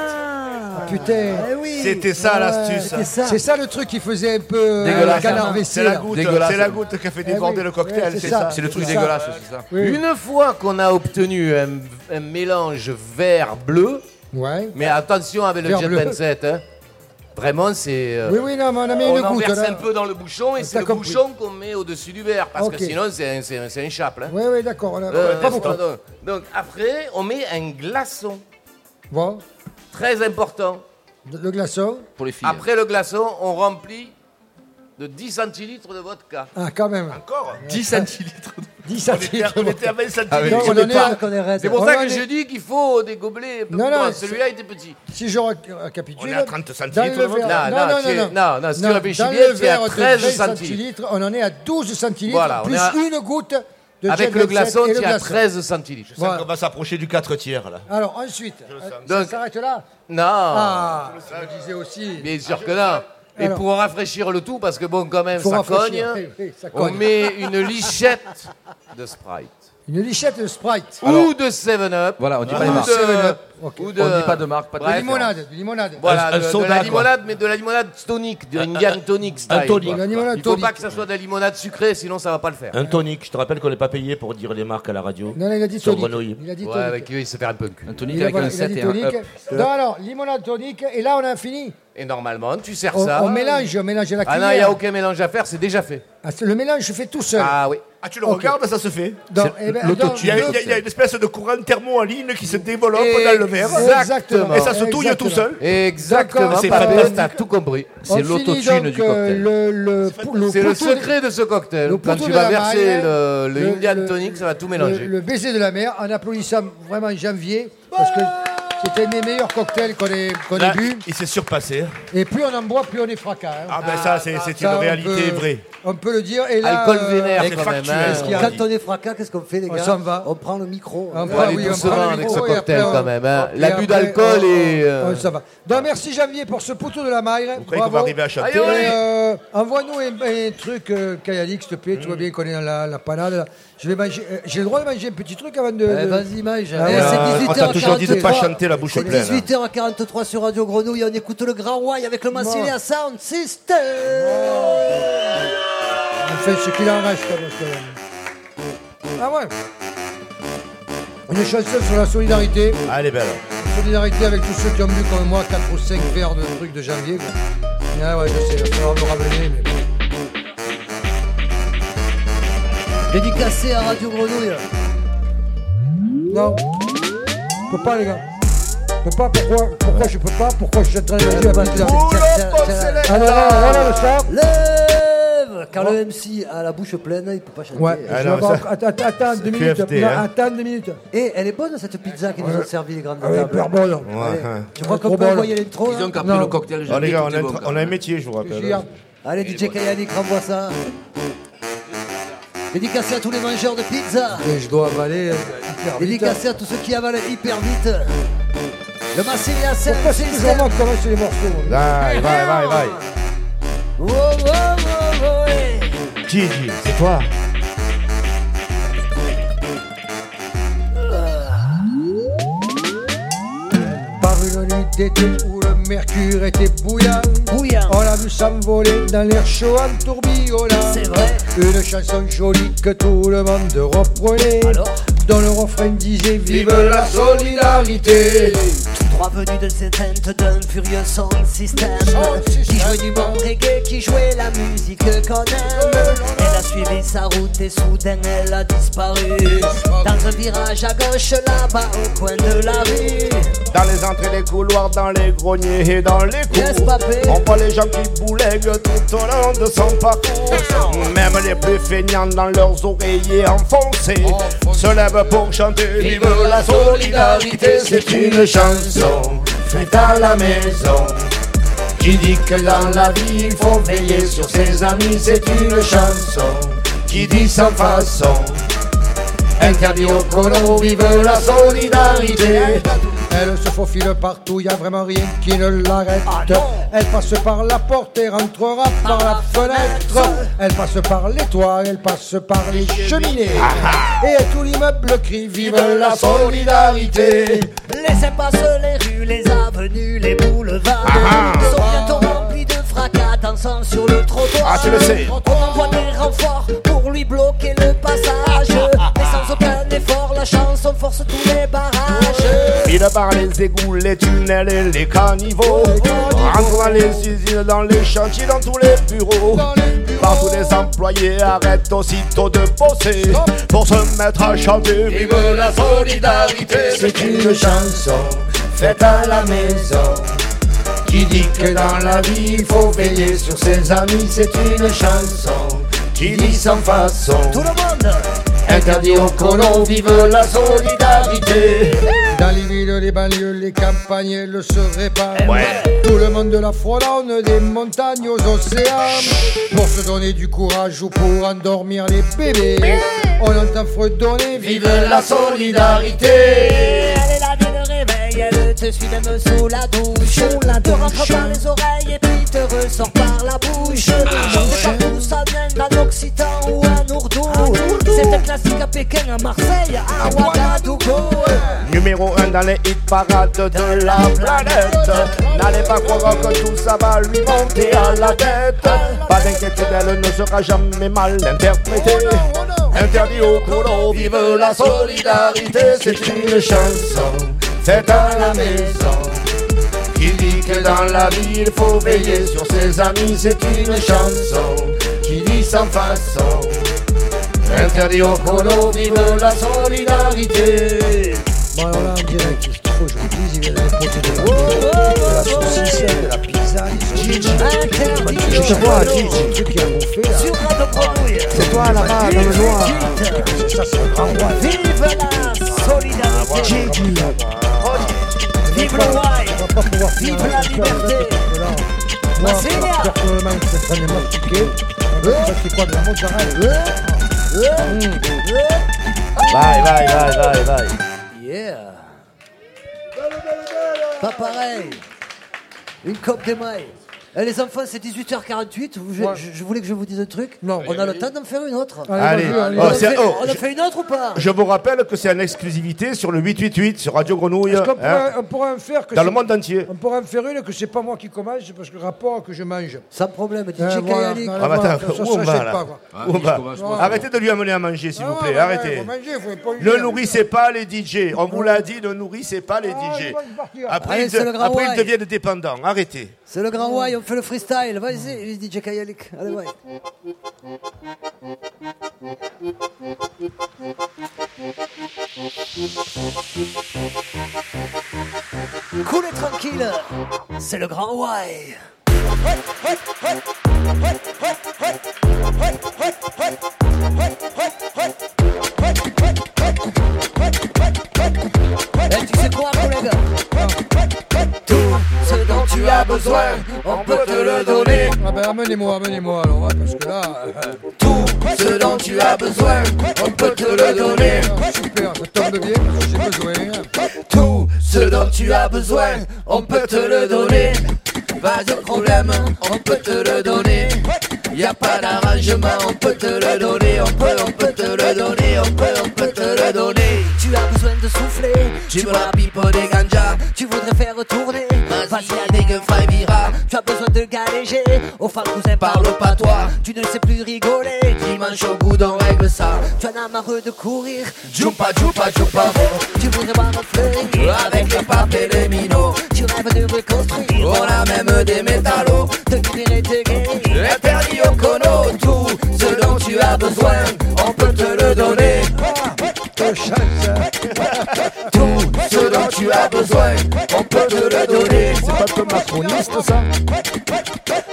Speaker 4: Ah, putain.
Speaker 5: C'était ça, l'astuce.
Speaker 4: c'était ça.
Speaker 5: C'est
Speaker 4: C'est ça le truc qui faisait un peu euh,
Speaker 16: hein.
Speaker 5: Dégueulasse.
Speaker 4: canard WC.
Speaker 5: Ah C'est la goutte,
Speaker 16: Dégueulasse.
Speaker 5: c'est la goutte qui a fait
Speaker 4: Eh oui.
Speaker 5: déborder le cocktail.
Speaker 4: Ouais, c'est
Speaker 5: c'est
Speaker 4: ça.
Speaker 5: ça.
Speaker 4: C'est le truc dégueulasse, c'est ça. Oui.
Speaker 16: Une fois qu'on a obtenu un, un mélange vert-bleu, mais attention avec le
Speaker 4: Vert
Speaker 16: Jet
Speaker 4: bleu.
Speaker 16: 27, hein. vraiment c'est... euh,
Speaker 4: Oui, oui, non, mais on a mis
Speaker 16: on
Speaker 4: une
Speaker 16: en
Speaker 4: goutte.
Speaker 16: verse
Speaker 4: là.
Speaker 16: un peu dans le bouchon et c'est
Speaker 4: t'as
Speaker 16: le
Speaker 4: compris.
Speaker 16: bouchon qu'on met au-dessus du verre parce
Speaker 4: Ok.
Speaker 16: que sinon c'est un, c'est un- hein. c'est un chape. là.
Speaker 4: Oui, oui, d'accord. Oh on a-
Speaker 16: Euh,
Speaker 4: Pas beaucoup.
Speaker 16: pardon. Donc après, on met un glaçon.
Speaker 4: Bon,
Speaker 16: Très important.
Speaker 4: le glaçon.
Speaker 6: Pour les filles.
Speaker 16: Après le glaçon, on remplit de 10 centilitres de vodka.
Speaker 4: Ah, quand même.
Speaker 16: Encore
Speaker 4: 10
Speaker 16: centilitres.
Speaker 4: 10
Speaker 16: centilitres.
Speaker 4: centilitres.
Speaker 16: On était à 20
Speaker 4: Ah oui.
Speaker 16: centilitres.
Speaker 4: Non, on
Speaker 16: On est
Speaker 4: en est
Speaker 16: pas-
Speaker 4: à- qu'on est raide.
Speaker 16: C'est pour
Speaker 4: On
Speaker 16: ça
Speaker 4: en
Speaker 16: que
Speaker 4: est-
Speaker 16: je dis qu'il faut des gobelets.
Speaker 4: Non, non,
Speaker 16: Bon,
Speaker 4: c'est-
Speaker 16: Celui-là était petit.
Speaker 4: Si je rac- récapitule.
Speaker 16: On est à 30 centilitres
Speaker 4: dans le
Speaker 16: de vodka.
Speaker 4: verre-
Speaker 16: Non, non, tu es- non, non, si tu réfléchis
Speaker 4: dans
Speaker 16: bien,
Speaker 4: le
Speaker 16: tu es à
Speaker 4: verre de
Speaker 16: 13
Speaker 4: 20
Speaker 16: centilitres.
Speaker 4: On en est à 12 centilitres,
Speaker 16: Voilà, on
Speaker 4: plus
Speaker 16: est à-
Speaker 4: une goutte de
Speaker 16: Avec
Speaker 4: Jet
Speaker 16: le
Speaker 4: 27
Speaker 16: glaçon,
Speaker 4: et le
Speaker 16: tu as
Speaker 4: glaçon.
Speaker 16: 13 centilitres.
Speaker 4: Je sens Voilà.
Speaker 5: On va s'approcher du 4 tiers là.
Speaker 4: Alors ensuite, euh, ça
Speaker 16: Donc-
Speaker 4: s'arrête là
Speaker 16: Non.
Speaker 4: Ah, ça je disais aussi.
Speaker 16: Bien sûr que non. Et
Speaker 4: Alors.
Speaker 16: pour rafraîchir le tout, parce que bon, quand même,
Speaker 4: Faut
Speaker 16: ça cogne,
Speaker 4: rafraîchir. Oui, oui, ça
Speaker 16: on
Speaker 4: cogne.
Speaker 16: met une lichette de Sprite.
Speaker 4: Une lichette de Sprite.
Speaker 16: ou de 7-Up. Voilà, on
Speaker 4: dit pas les marques. 7-Up, ok. On dit pas de marque, pas de
Speaker 16: Bref.
Speaker 4: limonade, de limonade.
Speaker 16: Voilà,
Speaker 4: Un-
Speaker 16: de,
Speaker 4: un
Speaker 16: de
Speaker 4: soda,
Speaker 16: la
Speaker 4: quoi.
Speaker 16: limonade, mais de la limonade tonique, d'une
Speaker 5: Un-
Speaker 16: gamme
Speaker 5: un-
Speaker 16: tonique style.
Speaker 5: un tonic,
Speaker 16: quoi.
Speaker 5: La limonade
Speaker 16: Il faut pas
Speaker 5: tonic.
Speaker 16: que ça soit de la limonade sucrée, sinon ça va pas le faire.
Speaker 5: Un tonic, je te rappelle qu'on n'est pas payé pour dire les marques à la radio.
Speaker 4: Non, non, il a dit
Speaker 5: Sur
Speaker 4: tonic.
Speaker 5: Grenouille.
Speaker 4: Il a dit
Speaker 16: Ouais,
Speaker 4: tonic.
Speaker 16: avec eux, ils se perdent un peu le cul. Un
Speaker 4: Il a- voilà, il a dit tonique. Non, alors, limonade tonique, et là on a fini.
Speaker 16: Et normalement, tu sers
Speaker 4: On,
Speaker 16: ça.
Speaker 4: on mélange, on mélange à la
Speaker 16: Ah
Speaker 4: cuillère.
Speaker 16: non, il n'y a aucun mélange à faire, c'est déjà fait.
Speaker 4: Ah, c'est- le mélange se fait tout seul.
Speaker 16: Ah oui.
Speaker 5: Ah, tu le regardes, ça se fait.
Speaker 4: Donc, eh ben, donc,
Speaker 5: Il y, a, il y a- il y a une espèce de courant thermo en ligne qui se développe dans le verre. Et ça se touille tout seul.
Speaker 16: Exactement.
Speaker 5: C'est
Speaker 16: Papa,
Speaker 5: fantastique.
Speaker 16: T'as tout compris.
Speaker 4: On finit donc, euh, le- le- le
Speaker 16: C'est le
Speaker 4: poteau de-
Speaker 16: secret de ce cocktail.
Speaker 4: le
Speaker 16: Quand
Speaker 4: poteau
Speaker 16: tu
Speaker 4: de
Speaker 16: vas
Speaker 4: la
Speaker 16: verser
Speaker 4: marée,
Speaker 16: le, le
Speaker 4: le-
Speaker 16: Indian
Speaker 4: le-
Speaker 16: Tonic, ça va tout
Speaker 4: le,
Speaker 16: mélanger.
Speaker 4: le baiser de la mer en applaudissant vraiment Janvier parce que c'était mes meilleurs cocktails qu'on ait, qu'on ait
Speaker 16: Bah.
Speaker 5: Là,
Speaker 4: bu.
Speaker 5: Il s'est surpassé.
Speaker 4: Et plus on en boit, plus on est fracas. hein.
Speaker 5: Ah, ben ça, c'est c'est une
Speaker 4: ça, on
Speaker 5: réalité
Speaker 4: peut-
Speaker 5: vraie.
Speaker 4: On peut le dire. Et là,
Speaker 16: Alcool
Speaker 4: euh,
Speaker 16: vénère, C'est quand même, factuel, hein. ce qu'on dit.
Speaker 3: Quand on est fracas, qu'est-ce qu'on fait, les
Speaker 4: On
Speaker 3: gars
Speaker 4: s'en va.
Speaker 3: On prend le micro.
Speaker 4: On
Speaker 3: On
Speaker 4: prend-
Speaker 3: va
Speaker 4: Ah oui, on prend le micro et après, on- et après, on- on- ça va. Donc, merci Janvier pour ce poteau de la maille. Vous
Speaker 5: croyez qu'on va arriver à chanter Allez,
Speaker 4: euh, Envoie-nous un, un truc, euh, Kayalik, s'il te plaît. Tu vois bien qu'on est dans la, la panade. là. Je vais manger. euh, J'ai le droit de manger un petit truc avant de.
Speaker 3: Eh,
Speaker 4: de-
Speaker 3: vas-y, mange.
Speaker 4: Ah,
Speaker 3: Eh,
Speaker 4: voilà.
Speaker 3: c'est
Speaker 5: Ah,
Speaker 3: 18
Speaker 5: on t'a toujours dit de pas chanter la bouche
Speaker 3: C'est
Speaker 5: pleine.
Speaker 4: hein.
Speaker 3: 18h43 sur Radio Grenouille, on écoute le Grand Why avec le Massilia Sound System.
Speaker 4: On fait ce qu'il en reste. parce que- Ah ouais euh, Une chanson sur la solidarité.
Speaker 5: Ah, elle est belle.
Speaker 4: Solidarité avec tous ceux qui ont bu comme moi 4 ou 5 verres de trucs de janvier. quoi. Ah ouais, je sais, il va falloir me ramener. Mais...
Speaker 3: Dédicacé à Radio Grenouille.
Speaker 4: Non. Je peux pas, les gars. Je peux pas, pourquoi Pourquoi je peux pas Pourquoi je suis en train de dire la Ah non, non, non, non, le soir.
Speaker 3: Lève Quand le MC a la bouche pleine, il peut pas chanter. Ah,
Speaker 4: Ouais, je vais avoir- attends, attends, attends, deux minutes.
Speaker 3: QFT,
Speaker 4: Non,
Speaker 3: hein.
Speaker 4: Attends deux minutes.
Speaker 3: Et elle est bonne cette pizza qu'ils nous ont servi les grandes
Speaker 4: Ah ouais,
Speaker 3: tables.
Speaker 4: hyper bonne.
Speaker 3: Allez,
Speaker 5: Ouais.
Speaker 3: Tu crois
Speaker 4: Trop
Speaker 3: qu'on peut
Speaker 4: bonne.
Speaker 3: envoyer l'intro
Speaker 4: Disons
Speaker 3: là
Speaker 4: qu'après Non. le cocktail,
Speaker 5: Oh, les
Speaker 4: j'ai
Speaker 5: gars,
Speaker 4: tout
Speaker 5: on a,
Speaker 4: est bon,
Speaker 5: un-
Speaker 4: quand
Speaker 5: on a un
Speaker 4: même.
Speaker 5: métier, je vous rappelle. hein.
Speaker 4: Jure.
Speaker 3: Allez, DJ Kayalik, renvoie ça. Dédicacé à tous les mangeurs de pizza.
Speaker 4: Et je dois avaler. euh, hyper vite.
Speaker 3: Dédicacé à tous ceux qui avalent hyper vite. Le Massilia Sound
Speaker 4: Pourquoi c'est toujours
Speaker 3: System.
Speaker 4: moi qui commence les morceaux
Speaker 5: Vai, vai, vai, vai.
Speaker 3: Oh, oh, oh, oh, eh.
Speaker 5: Gigi, c'est toi.
Speaker 4: Par une nuit d'été où le mercure était bouillant, on l'a vu s'envoler dans l'air chaud en tourbillonnant.
Speaker 3: C'est vrai.
Speaker 4: Une chanson jolie que tout le monde reprenait, dont le refrain disait Vive la solidarité.
Speaker 3: Trois venus de cette teinte d'un furieux sound system Qui jouait du bon reggae, qui jouait la musique qu'on aime Elle a suivi sa route et soudain elle a disparu Dans un virage à gauche là-bas au coin de la rue
Speaker 5: Dans les entrées, les couloirs, dans les greniers et dans les
Speaker 3: Yes,
Speaker 5: cours.
Speaker 3: papé.
Speaker 5: On voit les gens qui boulèguent tout au long de son parcours. Même les plus feignants dans leurs oreillers enfoncés se lèvent pour chanter. Vive la solidarité, c'est une chanson faite à la maison.
Speaker 1: qui dit que dans la vie il faut veiller sur ses amis, c'est une chanson qui dit sans façon. Interdit aux colons, vive la solidarité.
Speaker 4: Elle se faufile partout, y a vraiment rien qui ne l'arrête. elle passe par la porte et rentrera par la fenêtre. Elle passe par les toits, elle passe par les cheminées. Et tout l'immeuble crie Vive la solidarité!
Speaker 9: Laissez passer les rues, les avenues, les boulevards Sont bientôt remplis de fracas dansant sur le trottoir
Speaker 8: Ah, tu le sais.
Speaker 9: On envoie des renforts pour lui bloquer le passage Mais sans aucun effort, la chanson force tous les barrages
Speaker 8: Il par les égouts, les tunnels et les caniveaux. Rentre dans les usines, dans les chantiers, dans tous les bureaux. Partout les employés arrêtent aussitôt de bosser pour se mettre à chanter. Vive la solidarité,
Speaker 1: C'est une chanson faite à la maison qui dit que dans la vie il faut veiller sur ses amis. C'est une chanson qui dit sans façon. Tout le monde interdit aux colons, vive la solidarité.
Speaker 4: Dans les villes, les banlieues, les campagnes, elles se répandent.
Speaker 8: Eh Ouais.
Speaker 4: Tout le monde la frôlonne, des montagnes aux océans. Pour se donner du courage ou pour endormir les bébés. On entend fredonner, vive la solidarité.
Speaker 9: Elle est là dès le réveil, elle te suit même sous la douche. te rentre par les oreilles et puis te ressort par la bouche. Je ne sais pas d'où ça vient, d'un occitan ou un ourdou. C'est un classique à Pékin, à Marseille, à Ouagadougou.
Speaker 8: eh. Numéro 1 dans les hit parades de la planète. N'allez pas croire que tout ça va lui monter à la tête. Pas d'inquiétude, elle ne sera jamais mal interprétée. Interdit aux colons, vive la solidarité, c'est une chanson.
Speaker 1: C'est à la maison qui dit que dans la vie il faut veiller sur ses amis. C'est une chanson qui dit sans façon. Interdit aux colons, vive la solidarité.
Speaker 4: Bon, alors là, en direct, qu'est-ce qu'il faut que je vous dise Il y a des produits de la de la saucisse, de la pizza, des chips. Je te vois, qui c'est qui a gonflé là
Speaker 9: C'est toi là-bas, dans le noir.
Speaker 4: Ça, c'est le grand roi.
Speaker 9: Vive la solidarité. Vive le why. Vive la liberté.
Speaker 4: Moi,
Speaker 9: Merci.
Speaker 4: personnellement, c'est très bien marqué. Euh, Ça, c'est quoi de la mozzarella
Speaker 8: Bye, bye, bye, bye, bye.
Speaker 9: Yeah. Pas pareil. Une coupe d'émail. Eh, les enfants, c'est 18h48. Vous- je,
Speaker 3: Ouais.
Speaker 9: je- je voulais que je vous dise un truc. on a
Speaker 3: Allez.
Speaker 9: le temps d'en faire une autre.
Speaker 8: Allez, vas-y, allez.
Speaker 9: On,
Speaker 8: Oh,
Speaker 9: en
Speaker 8: c'est-
Speaker 9: fait,
Speaker 8: oh,
Speaker 9: on en
Speaker 8: je-
Speaker 9: fait une autre ou pas
Speaker 8: Je vous rappelle que c'est en exclusivité sur le 888, sur Radio Grenouille.
Speaker 4: Est-ce qu'on pourrait-
Speaker 8: hein.
Speaker 4: on pourrait en faire que
Speaker 8: Dans le
Speaker 4: c'est-
Speaker 8: monde entier.
Speaker 4: On pourrait en faire une que c'est pas moi qui commande, c'est parce que rapport que je mange.
Speaker 9: Sans problème,
Speaker 4: DJ euh, voilà,
Speaker 8: Ah, bah, attends, où on va, là
Speaker 4: Ah,
Speaker 5: Ah,
Speaker 8: Où on va Arrêtez de lui amener à manger, s'il vous plaît. Arrêtez. Ne nourrissez pas les DJ. On vous
Speaker 4: Ah,
Speaker 8: l'a dit, ne nourrissez pas les DJ. Après,
Speaker 9: Allez,
Speaker 8: ils,
Speaker 9: c'est le grand
Speaker 8: après, ils
Speaker 9: why.
Speaker 8: deviennent dépendants. Arrêtez.
Speaker 9: C'est le grand
Speaker 4: Mmh.
Speaker 9: why, on fait le freestyle. Vas-y, DJ Kayalik. Allez, ouais. Cool et tranquille, c'est le grand why. Eh, tu sais quoi, collègue
Speaker 1: Tout ce dont tu as besoin, on peut te le donner.
Speaker 4: Ah ben amenez-moi, amenez-moi alors, hein, parce que là.
Speaker 1: Tout ce dont tu as besoin, on peut te le donner.
Speaker 4: Super, ça tombe bien parce que j'ai besoin.
Speaker 1: Tout ce dont tu as besoin, on peut te le donner. Pas de problème, on peut te le donner. Y a pas d'arrangement, on peut te le donner. On peut, on peut te le donner, on peut, on peut te le donner.
Speaker 9: Tu as besoin de souffler, tu veux la pipe des ganja, tu voudrais faire tourner, vas-y à des gueux vira, tu as besoin de galéger, aux femmes cousins parle pas toi, tu ne sais plus rigoler, dimanche au bout on règle ça, tu en as marre de courir,
Speaker 1: Jupa, jupa, jupa.
Speaker 9: tu voudrais voir un flingue,
Speaker 1: Avec les papes et les minots,
Speaker 9: tu rêves de reconstruire,
Speaker 1: on a même des métallos.
Speaker 9: de libérer tes gays,
Speaker 1: Interdit au cono, tout ce dont tu as besoin, on peut te le donner.
Speaker 9: Ah,
Speaker 1: Tout ce dont tu as besoin, on peut te le donner. C'est pas que macroniste ça.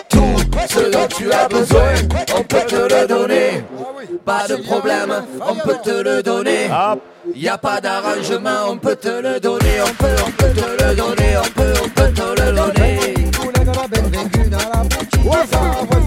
Speaker 1: Tout ce dont tu as besoin, on peut te le donner. Pas de problème, on peut te le donner. Y a pas d'arrangement, on peut te le donner, on peut, on peut te le donner, on peut, on peut te le donner.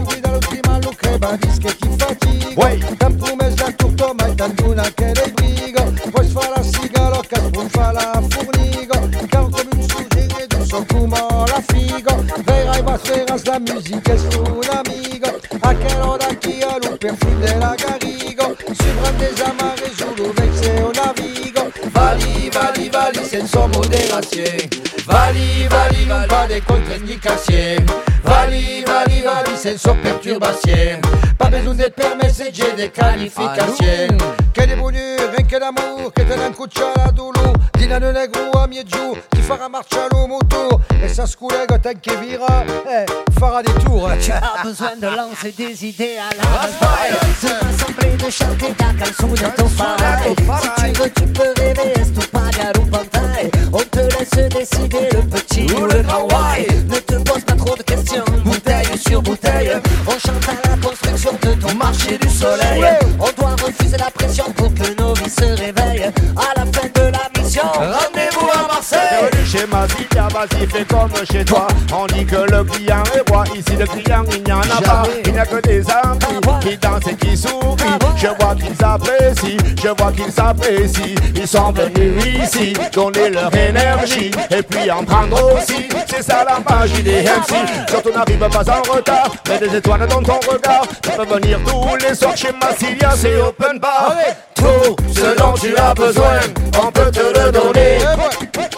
Speaker 1: un whisky ti fatico Campumes da tutto ma è tantuna che le brigo Poi sfala la sigarocca, spunfa la fornigo Canto un sugine d'un son fumo la figo Verrai ma sferas la musique è su un amigo A che l'ora chi ha un perfum della garigo Si prende amare solo vexé o navigo Vali, vali, vali senza moderazione Vali, vali, vali, pas de contre-indication Vali, vali, vali senza perturbazione Pas besoin d'être permessé, j'ai des qualifications Que des brûlures, rien que d'amour, que te un coup de chaladulu Dina de negro a miedjou, qui fera marche à l'homme autour Et ça se coule, gotin qui vira, eh, fera des tours
Speaker 4: eh,
Speaker 9: Tu as Ah, besoin de lancer des idées à la
Speaker 4: Ah,
Speaker 9: Raspberry Se rassembler de chanter ta canson de ton pareil Si tu veux tu peux rêver, estoupagar ou pantai On te laisse décider le petit ou le grand why Ne te pose pas trop de questions, bouteille sur bouteille On chante à la construction de ton marché du soleil On doit refuser la pression pour que nos vies se réveillent À la fin de la mission, rendez-vous à Marseille
Speaker 8: Bienvenue chez Mazilia, vas-y fais comme chez toi On dit que le client est roi, ici le client il n'y en a pas Il n'y a que des amis qui dansent et qui sourient Je vois qu'ils apprécient, je vois qu'ils s'apprécient Ils sont venus ici, donner leur énergie Et puis en prendre aussi, c'est ça la magie des MC Quand on n'arrive pas en retard, mais des étoiles dans ton regard Tu peux venir tous les soirs chez Massilia, c'est open bar Tout ce dont tu as besoin, on peut te le donner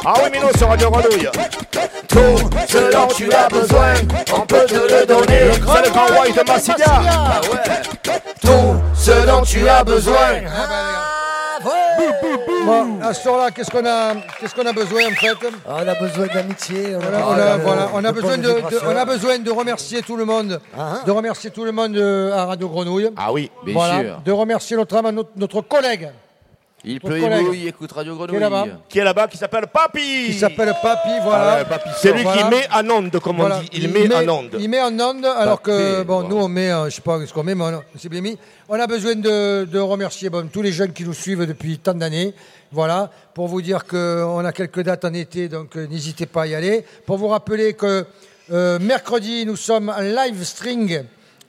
Speaker 8: Ah oui Mino sur Radio Grenouille Tout ce dont tu as besoin, on peut te le donner C'est le grand roi de Massilia Tout ce dont tu as besoin
Speaker 4: Bon, à ce temps-là, qu'est-ce qu'on a, qu'est-ce qu'on a besoin en fait
Speaker 3: Ah, On a besoin d'amitié. euh,
Speaker 4: Voilà, on a, voilà, on a besoin de, de- on a besoin de remercier tout le monde,
Speaker 3: Ah, hein.
Speaker 4: de remercier tout le monde euh, à Radio Grenouille.
Speaker 6: Ah oui, bien
Speaker 4: Voilà,
Speaker 6: sûr.
Speaker 4: de remercier notre, ami- notre, notre collègue.
Speaker 28: Il
Speaker 4: Notre
Speaker 28: pleut et
Speaker 4: collègue.
Speaker 28: mouille, écoute Radio
Speaker 4: Qui est
Speaker 28: Grenouille.
Speaker 4: là-bas
Speaker 8: Qui est là-bas, qui s'appelle Papy
Speaker 4: Qui s'appelle Papy, voilà.
Speaker 8: Ah ouais, Papy, c'est lui qui met en onde, comme on dit. Il met en onde.
Speaker 4: Il met en onde, alors que,
Speaker 8: Papy,
Speaker 4: bon, nous, on met, euh, je sais pas ce qu'on met, mais on, c'est bien mis. On a besoin de, de remercier bon, tous les jeunes qui nous suivent depuis tant d'années. Voilà, pour vous dire qu'on a quelques dates en été, donc euh, n'hésitez pas à y aller. Pour vous rappeler que euh, mercredi, nous sommes en live string,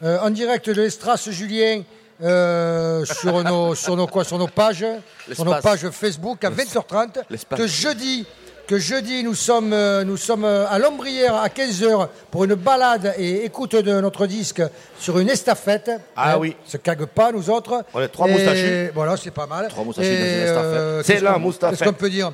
Speaker 4: euh, en direct de l'Estras Julien. euh, sur nos sur nos quoi sur nos pages sur nos
Speaker 29: L'espace.
Speaker 4: pages Facebook à 20h30
Speaker 29: L'espace.
Speaker 4: que jeudi, que jeudi nous sommes, euh, nous sommes euh, à Lombrière à 15h pour une balade et écoute de notre disque sur une estafette.
Speaker 8: Ah
Speaker 4: Hein,
Speaker 8: oui.
Speaker 4: Se cague pas, nous autres.
Speaker 8: On est trois
Speaker 4: Et
Speaker 8: moustachus.
Speaker 4: Voilà, c'est pas mal. Trois
Speaker 8: moustachus dans une estafette. C'est la
Speaker 4: Qu'est-ce
Speaker 8: moustafette.
Speaker 4: qu'on peut dire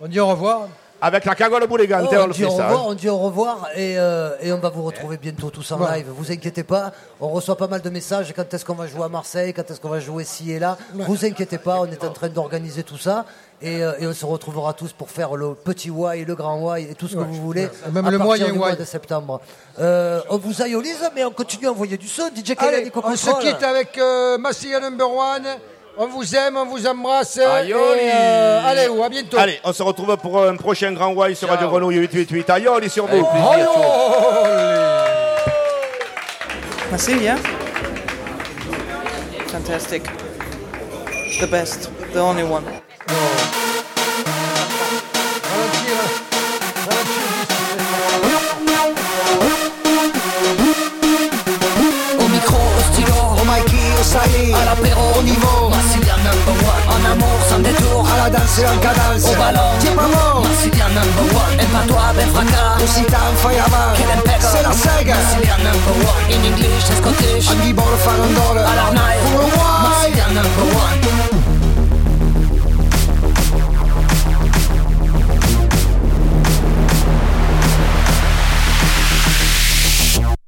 Speaker 4: On dit au revoir.
Speaker 8: Avec la cagole boulégante,
Speaker 4: Oh,
Speaker 8: on
Speaker 4: on
Speaker 8: le
Speaker 4: dit
Speaker 8: fait
Speaker 4: au
Speaker 8: ça.
Speaker 4: revoir,
Speaker 8: hein.
Speaker 3: On dit au revoir et, euh, et on va vous retrouver bientôt tous en
Speaker 4: Voilà.
Speaker 3: live. Vous inquiétez pas, on reçoit pas mal de messages. Quand est-ce qu'on va jouer à Marseille Quand est-ce qu'on va jouer ci et là Vous inquiétez pas, on est en train d'organiser tout ça. Et, euh, et on se retrouvera tous pour faire le petit why, le grand why et tout ce que vous voulez.
Speaker 4: Et même
Speaker 3: à
Speaker 4: le
Speaker 3: partir
Speaker 4: moyen
Speaker 3: du mois
Speaker 4: why.
Speaker 3: de septembre. Euh, on vous aïolise, mais on continue à envoyer du son. DJ Khaled
Speaker 4: Allez,
Speaker 3: Nico
Speaker 4: on se
Speaker 3: Control.
Speaker 4: quitte avec euh, Massilia Number One. On vous aime, on vous embrasse. Et, euh, allez, ou à bientôt.
Speaker 8: Allez, on se retrouve pour un prochain Grand Why sur Radio Grenouille 888. Aïe, on est sur vous.
Speaker 5: Massilia? Fantastic. The best. The only one.
Speaker 9: Au micro, au stylo, au Mikey, au Sally, à l'apéro, au niveau, Massilia number one, en amour sans détour, à la danse et en cadence, au ballon, t'es pas mort, Massilia number one, et pas toi, ben fracas, aussi t'as un fireman, quel impec, c'est la sega, Massilia number one, in English, c'est Scottish, Andy Ball, Farandole, à l'arnaille, pour le roi, Massilia number one.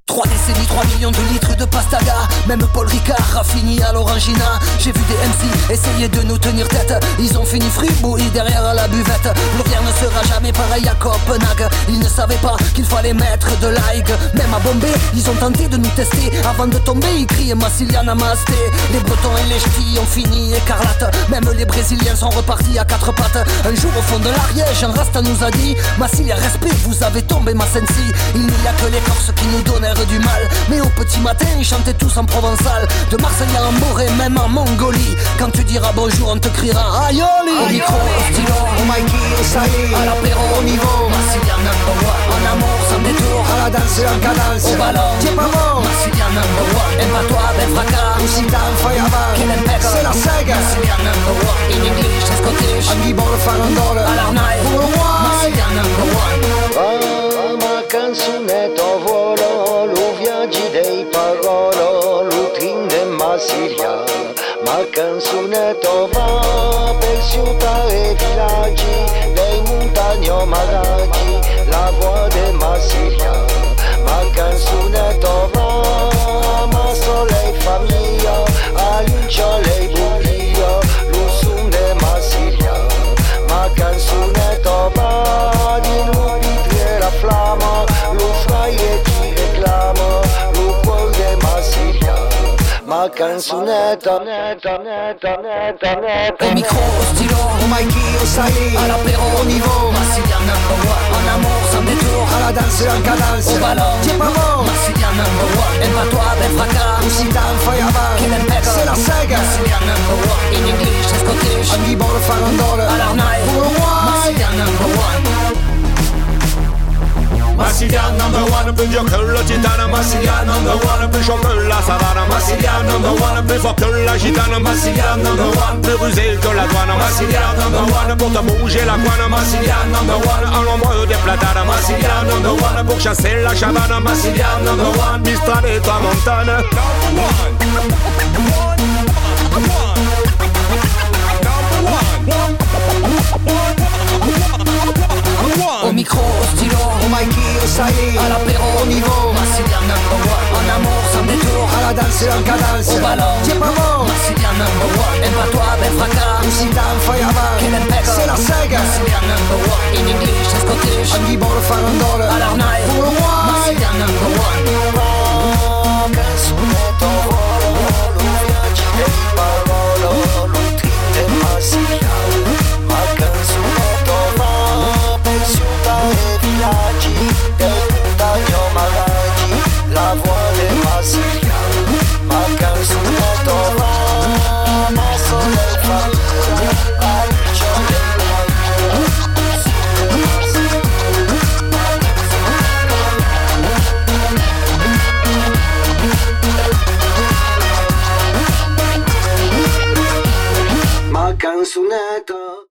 Speaker 9: Trois décennies, 3 millions de litres de pastaga Même Paul Ricard a fini à l'Orangina J'ai vu des MC essayer de nous tenir tête Ils ont fini fribouillis derrière la buvette L'Auvergne ne sera jamais pareil à Copenhague Ils ne savaient pas qu'il fallait mettre de l'aig Même à Bombay, ils ont tenté de nous tester Avant de tomber, ils criaient Massilia Namasté Les Bretons et les Ch'tis ont fini écarlates Même les Brésiliens sont repartis à quatre pattes Un jour au fond de l'Ariège, un rasta nous a dit Massilia, respect, vous avez tombé ma sensi Il n'y a que les Corses qui nous donnèrent du mal Mais au petit matin, ils chantaient tous en provençal De Marseille à Hambourg et même en Mongolie Quand tu diras bonjour, on te criera Aïoli Au micro, au stylo, au Mikey, au Sally À l'apéro, au niveau, Massilia number one En amour, sans
Speaker 15: un détour à la danse en cadence Au ballon, c'est pas bon Marseillais number one Et pas toi, ben fracas Ou si t'as un feuille avant Quel impec, c'est la saga Marseillais number one In English and Scottish Un guibon, farandole À l'arnaille, pour le roi Marseillais number one
Speaker 12: Va ma oh, canzunetta volo, l'uviaggi dei parolo, l'utrin de Marsiglia. Ma canzunetta va per città e villaggi, dei montagni o malaggi, la e voix de Marsiglia. Ma canzunetta va, ma sole e famiglia, a lucio le buio, l'usum de Marsiglia. Ma canzunetta va di lupi che la flama, lo fai e ti reclama, lo cuore de Marsiglia. Ma canzunetta, netta, netta, netta, netta.
Speaker 15: Au micro, au stylo, au Mikey, au saillie, à l'apéro, au niveau, Marsilien number one, en amour, sans détour, à la danse, en cadence, au ballon, tiens pas bon, Marsilien number one, et pas toi, ben fracas, ou si t'as un feuille avant, quel impec, c'est la saga, Marsilien number one, in English, and Scottish, un guibon, le farandole, à l'arnaille, pour le roi, Marsilien number one.
Speaker 8: Massilia number one, plus dur que le titane Massilia number one, plus chaud que la savane Massilia number one, plus fort que la gitane Massilia number one, plus rusé que la douane Massilia number one, pour te bouger la couane Massilia number one, à l'ombre des platanes Massilia number one, pour chasser la chavane Massilia number one, Mistral et Tramontane
Speaker 15: Au micro, au stylo, au Mikey, au saillie, à l'apéro, au niveau, Marsilien number one, en amour, sans détour, à la danse, en cadence, au ballon, tiens pas bon, Marsilien number one, et pas toi, ben fracas, ou si t'as un feuille avant, quel impec, c'est la saga, Marsilien number one, in English, and Scottish, un guibon, le farandole, à l'arnaille, pour le roi, Marsilien number one.
Speaker 12: Ma canzunetta volo, l'uviaggi dei parolo, l'utrin de Marsiglia. Ma canzunetta va per città e villaggi, dei montagni o malaggi, la vuole Marsiglia. Ma canzunetta va, ma solo in famiglia, a luce Ma canzunetta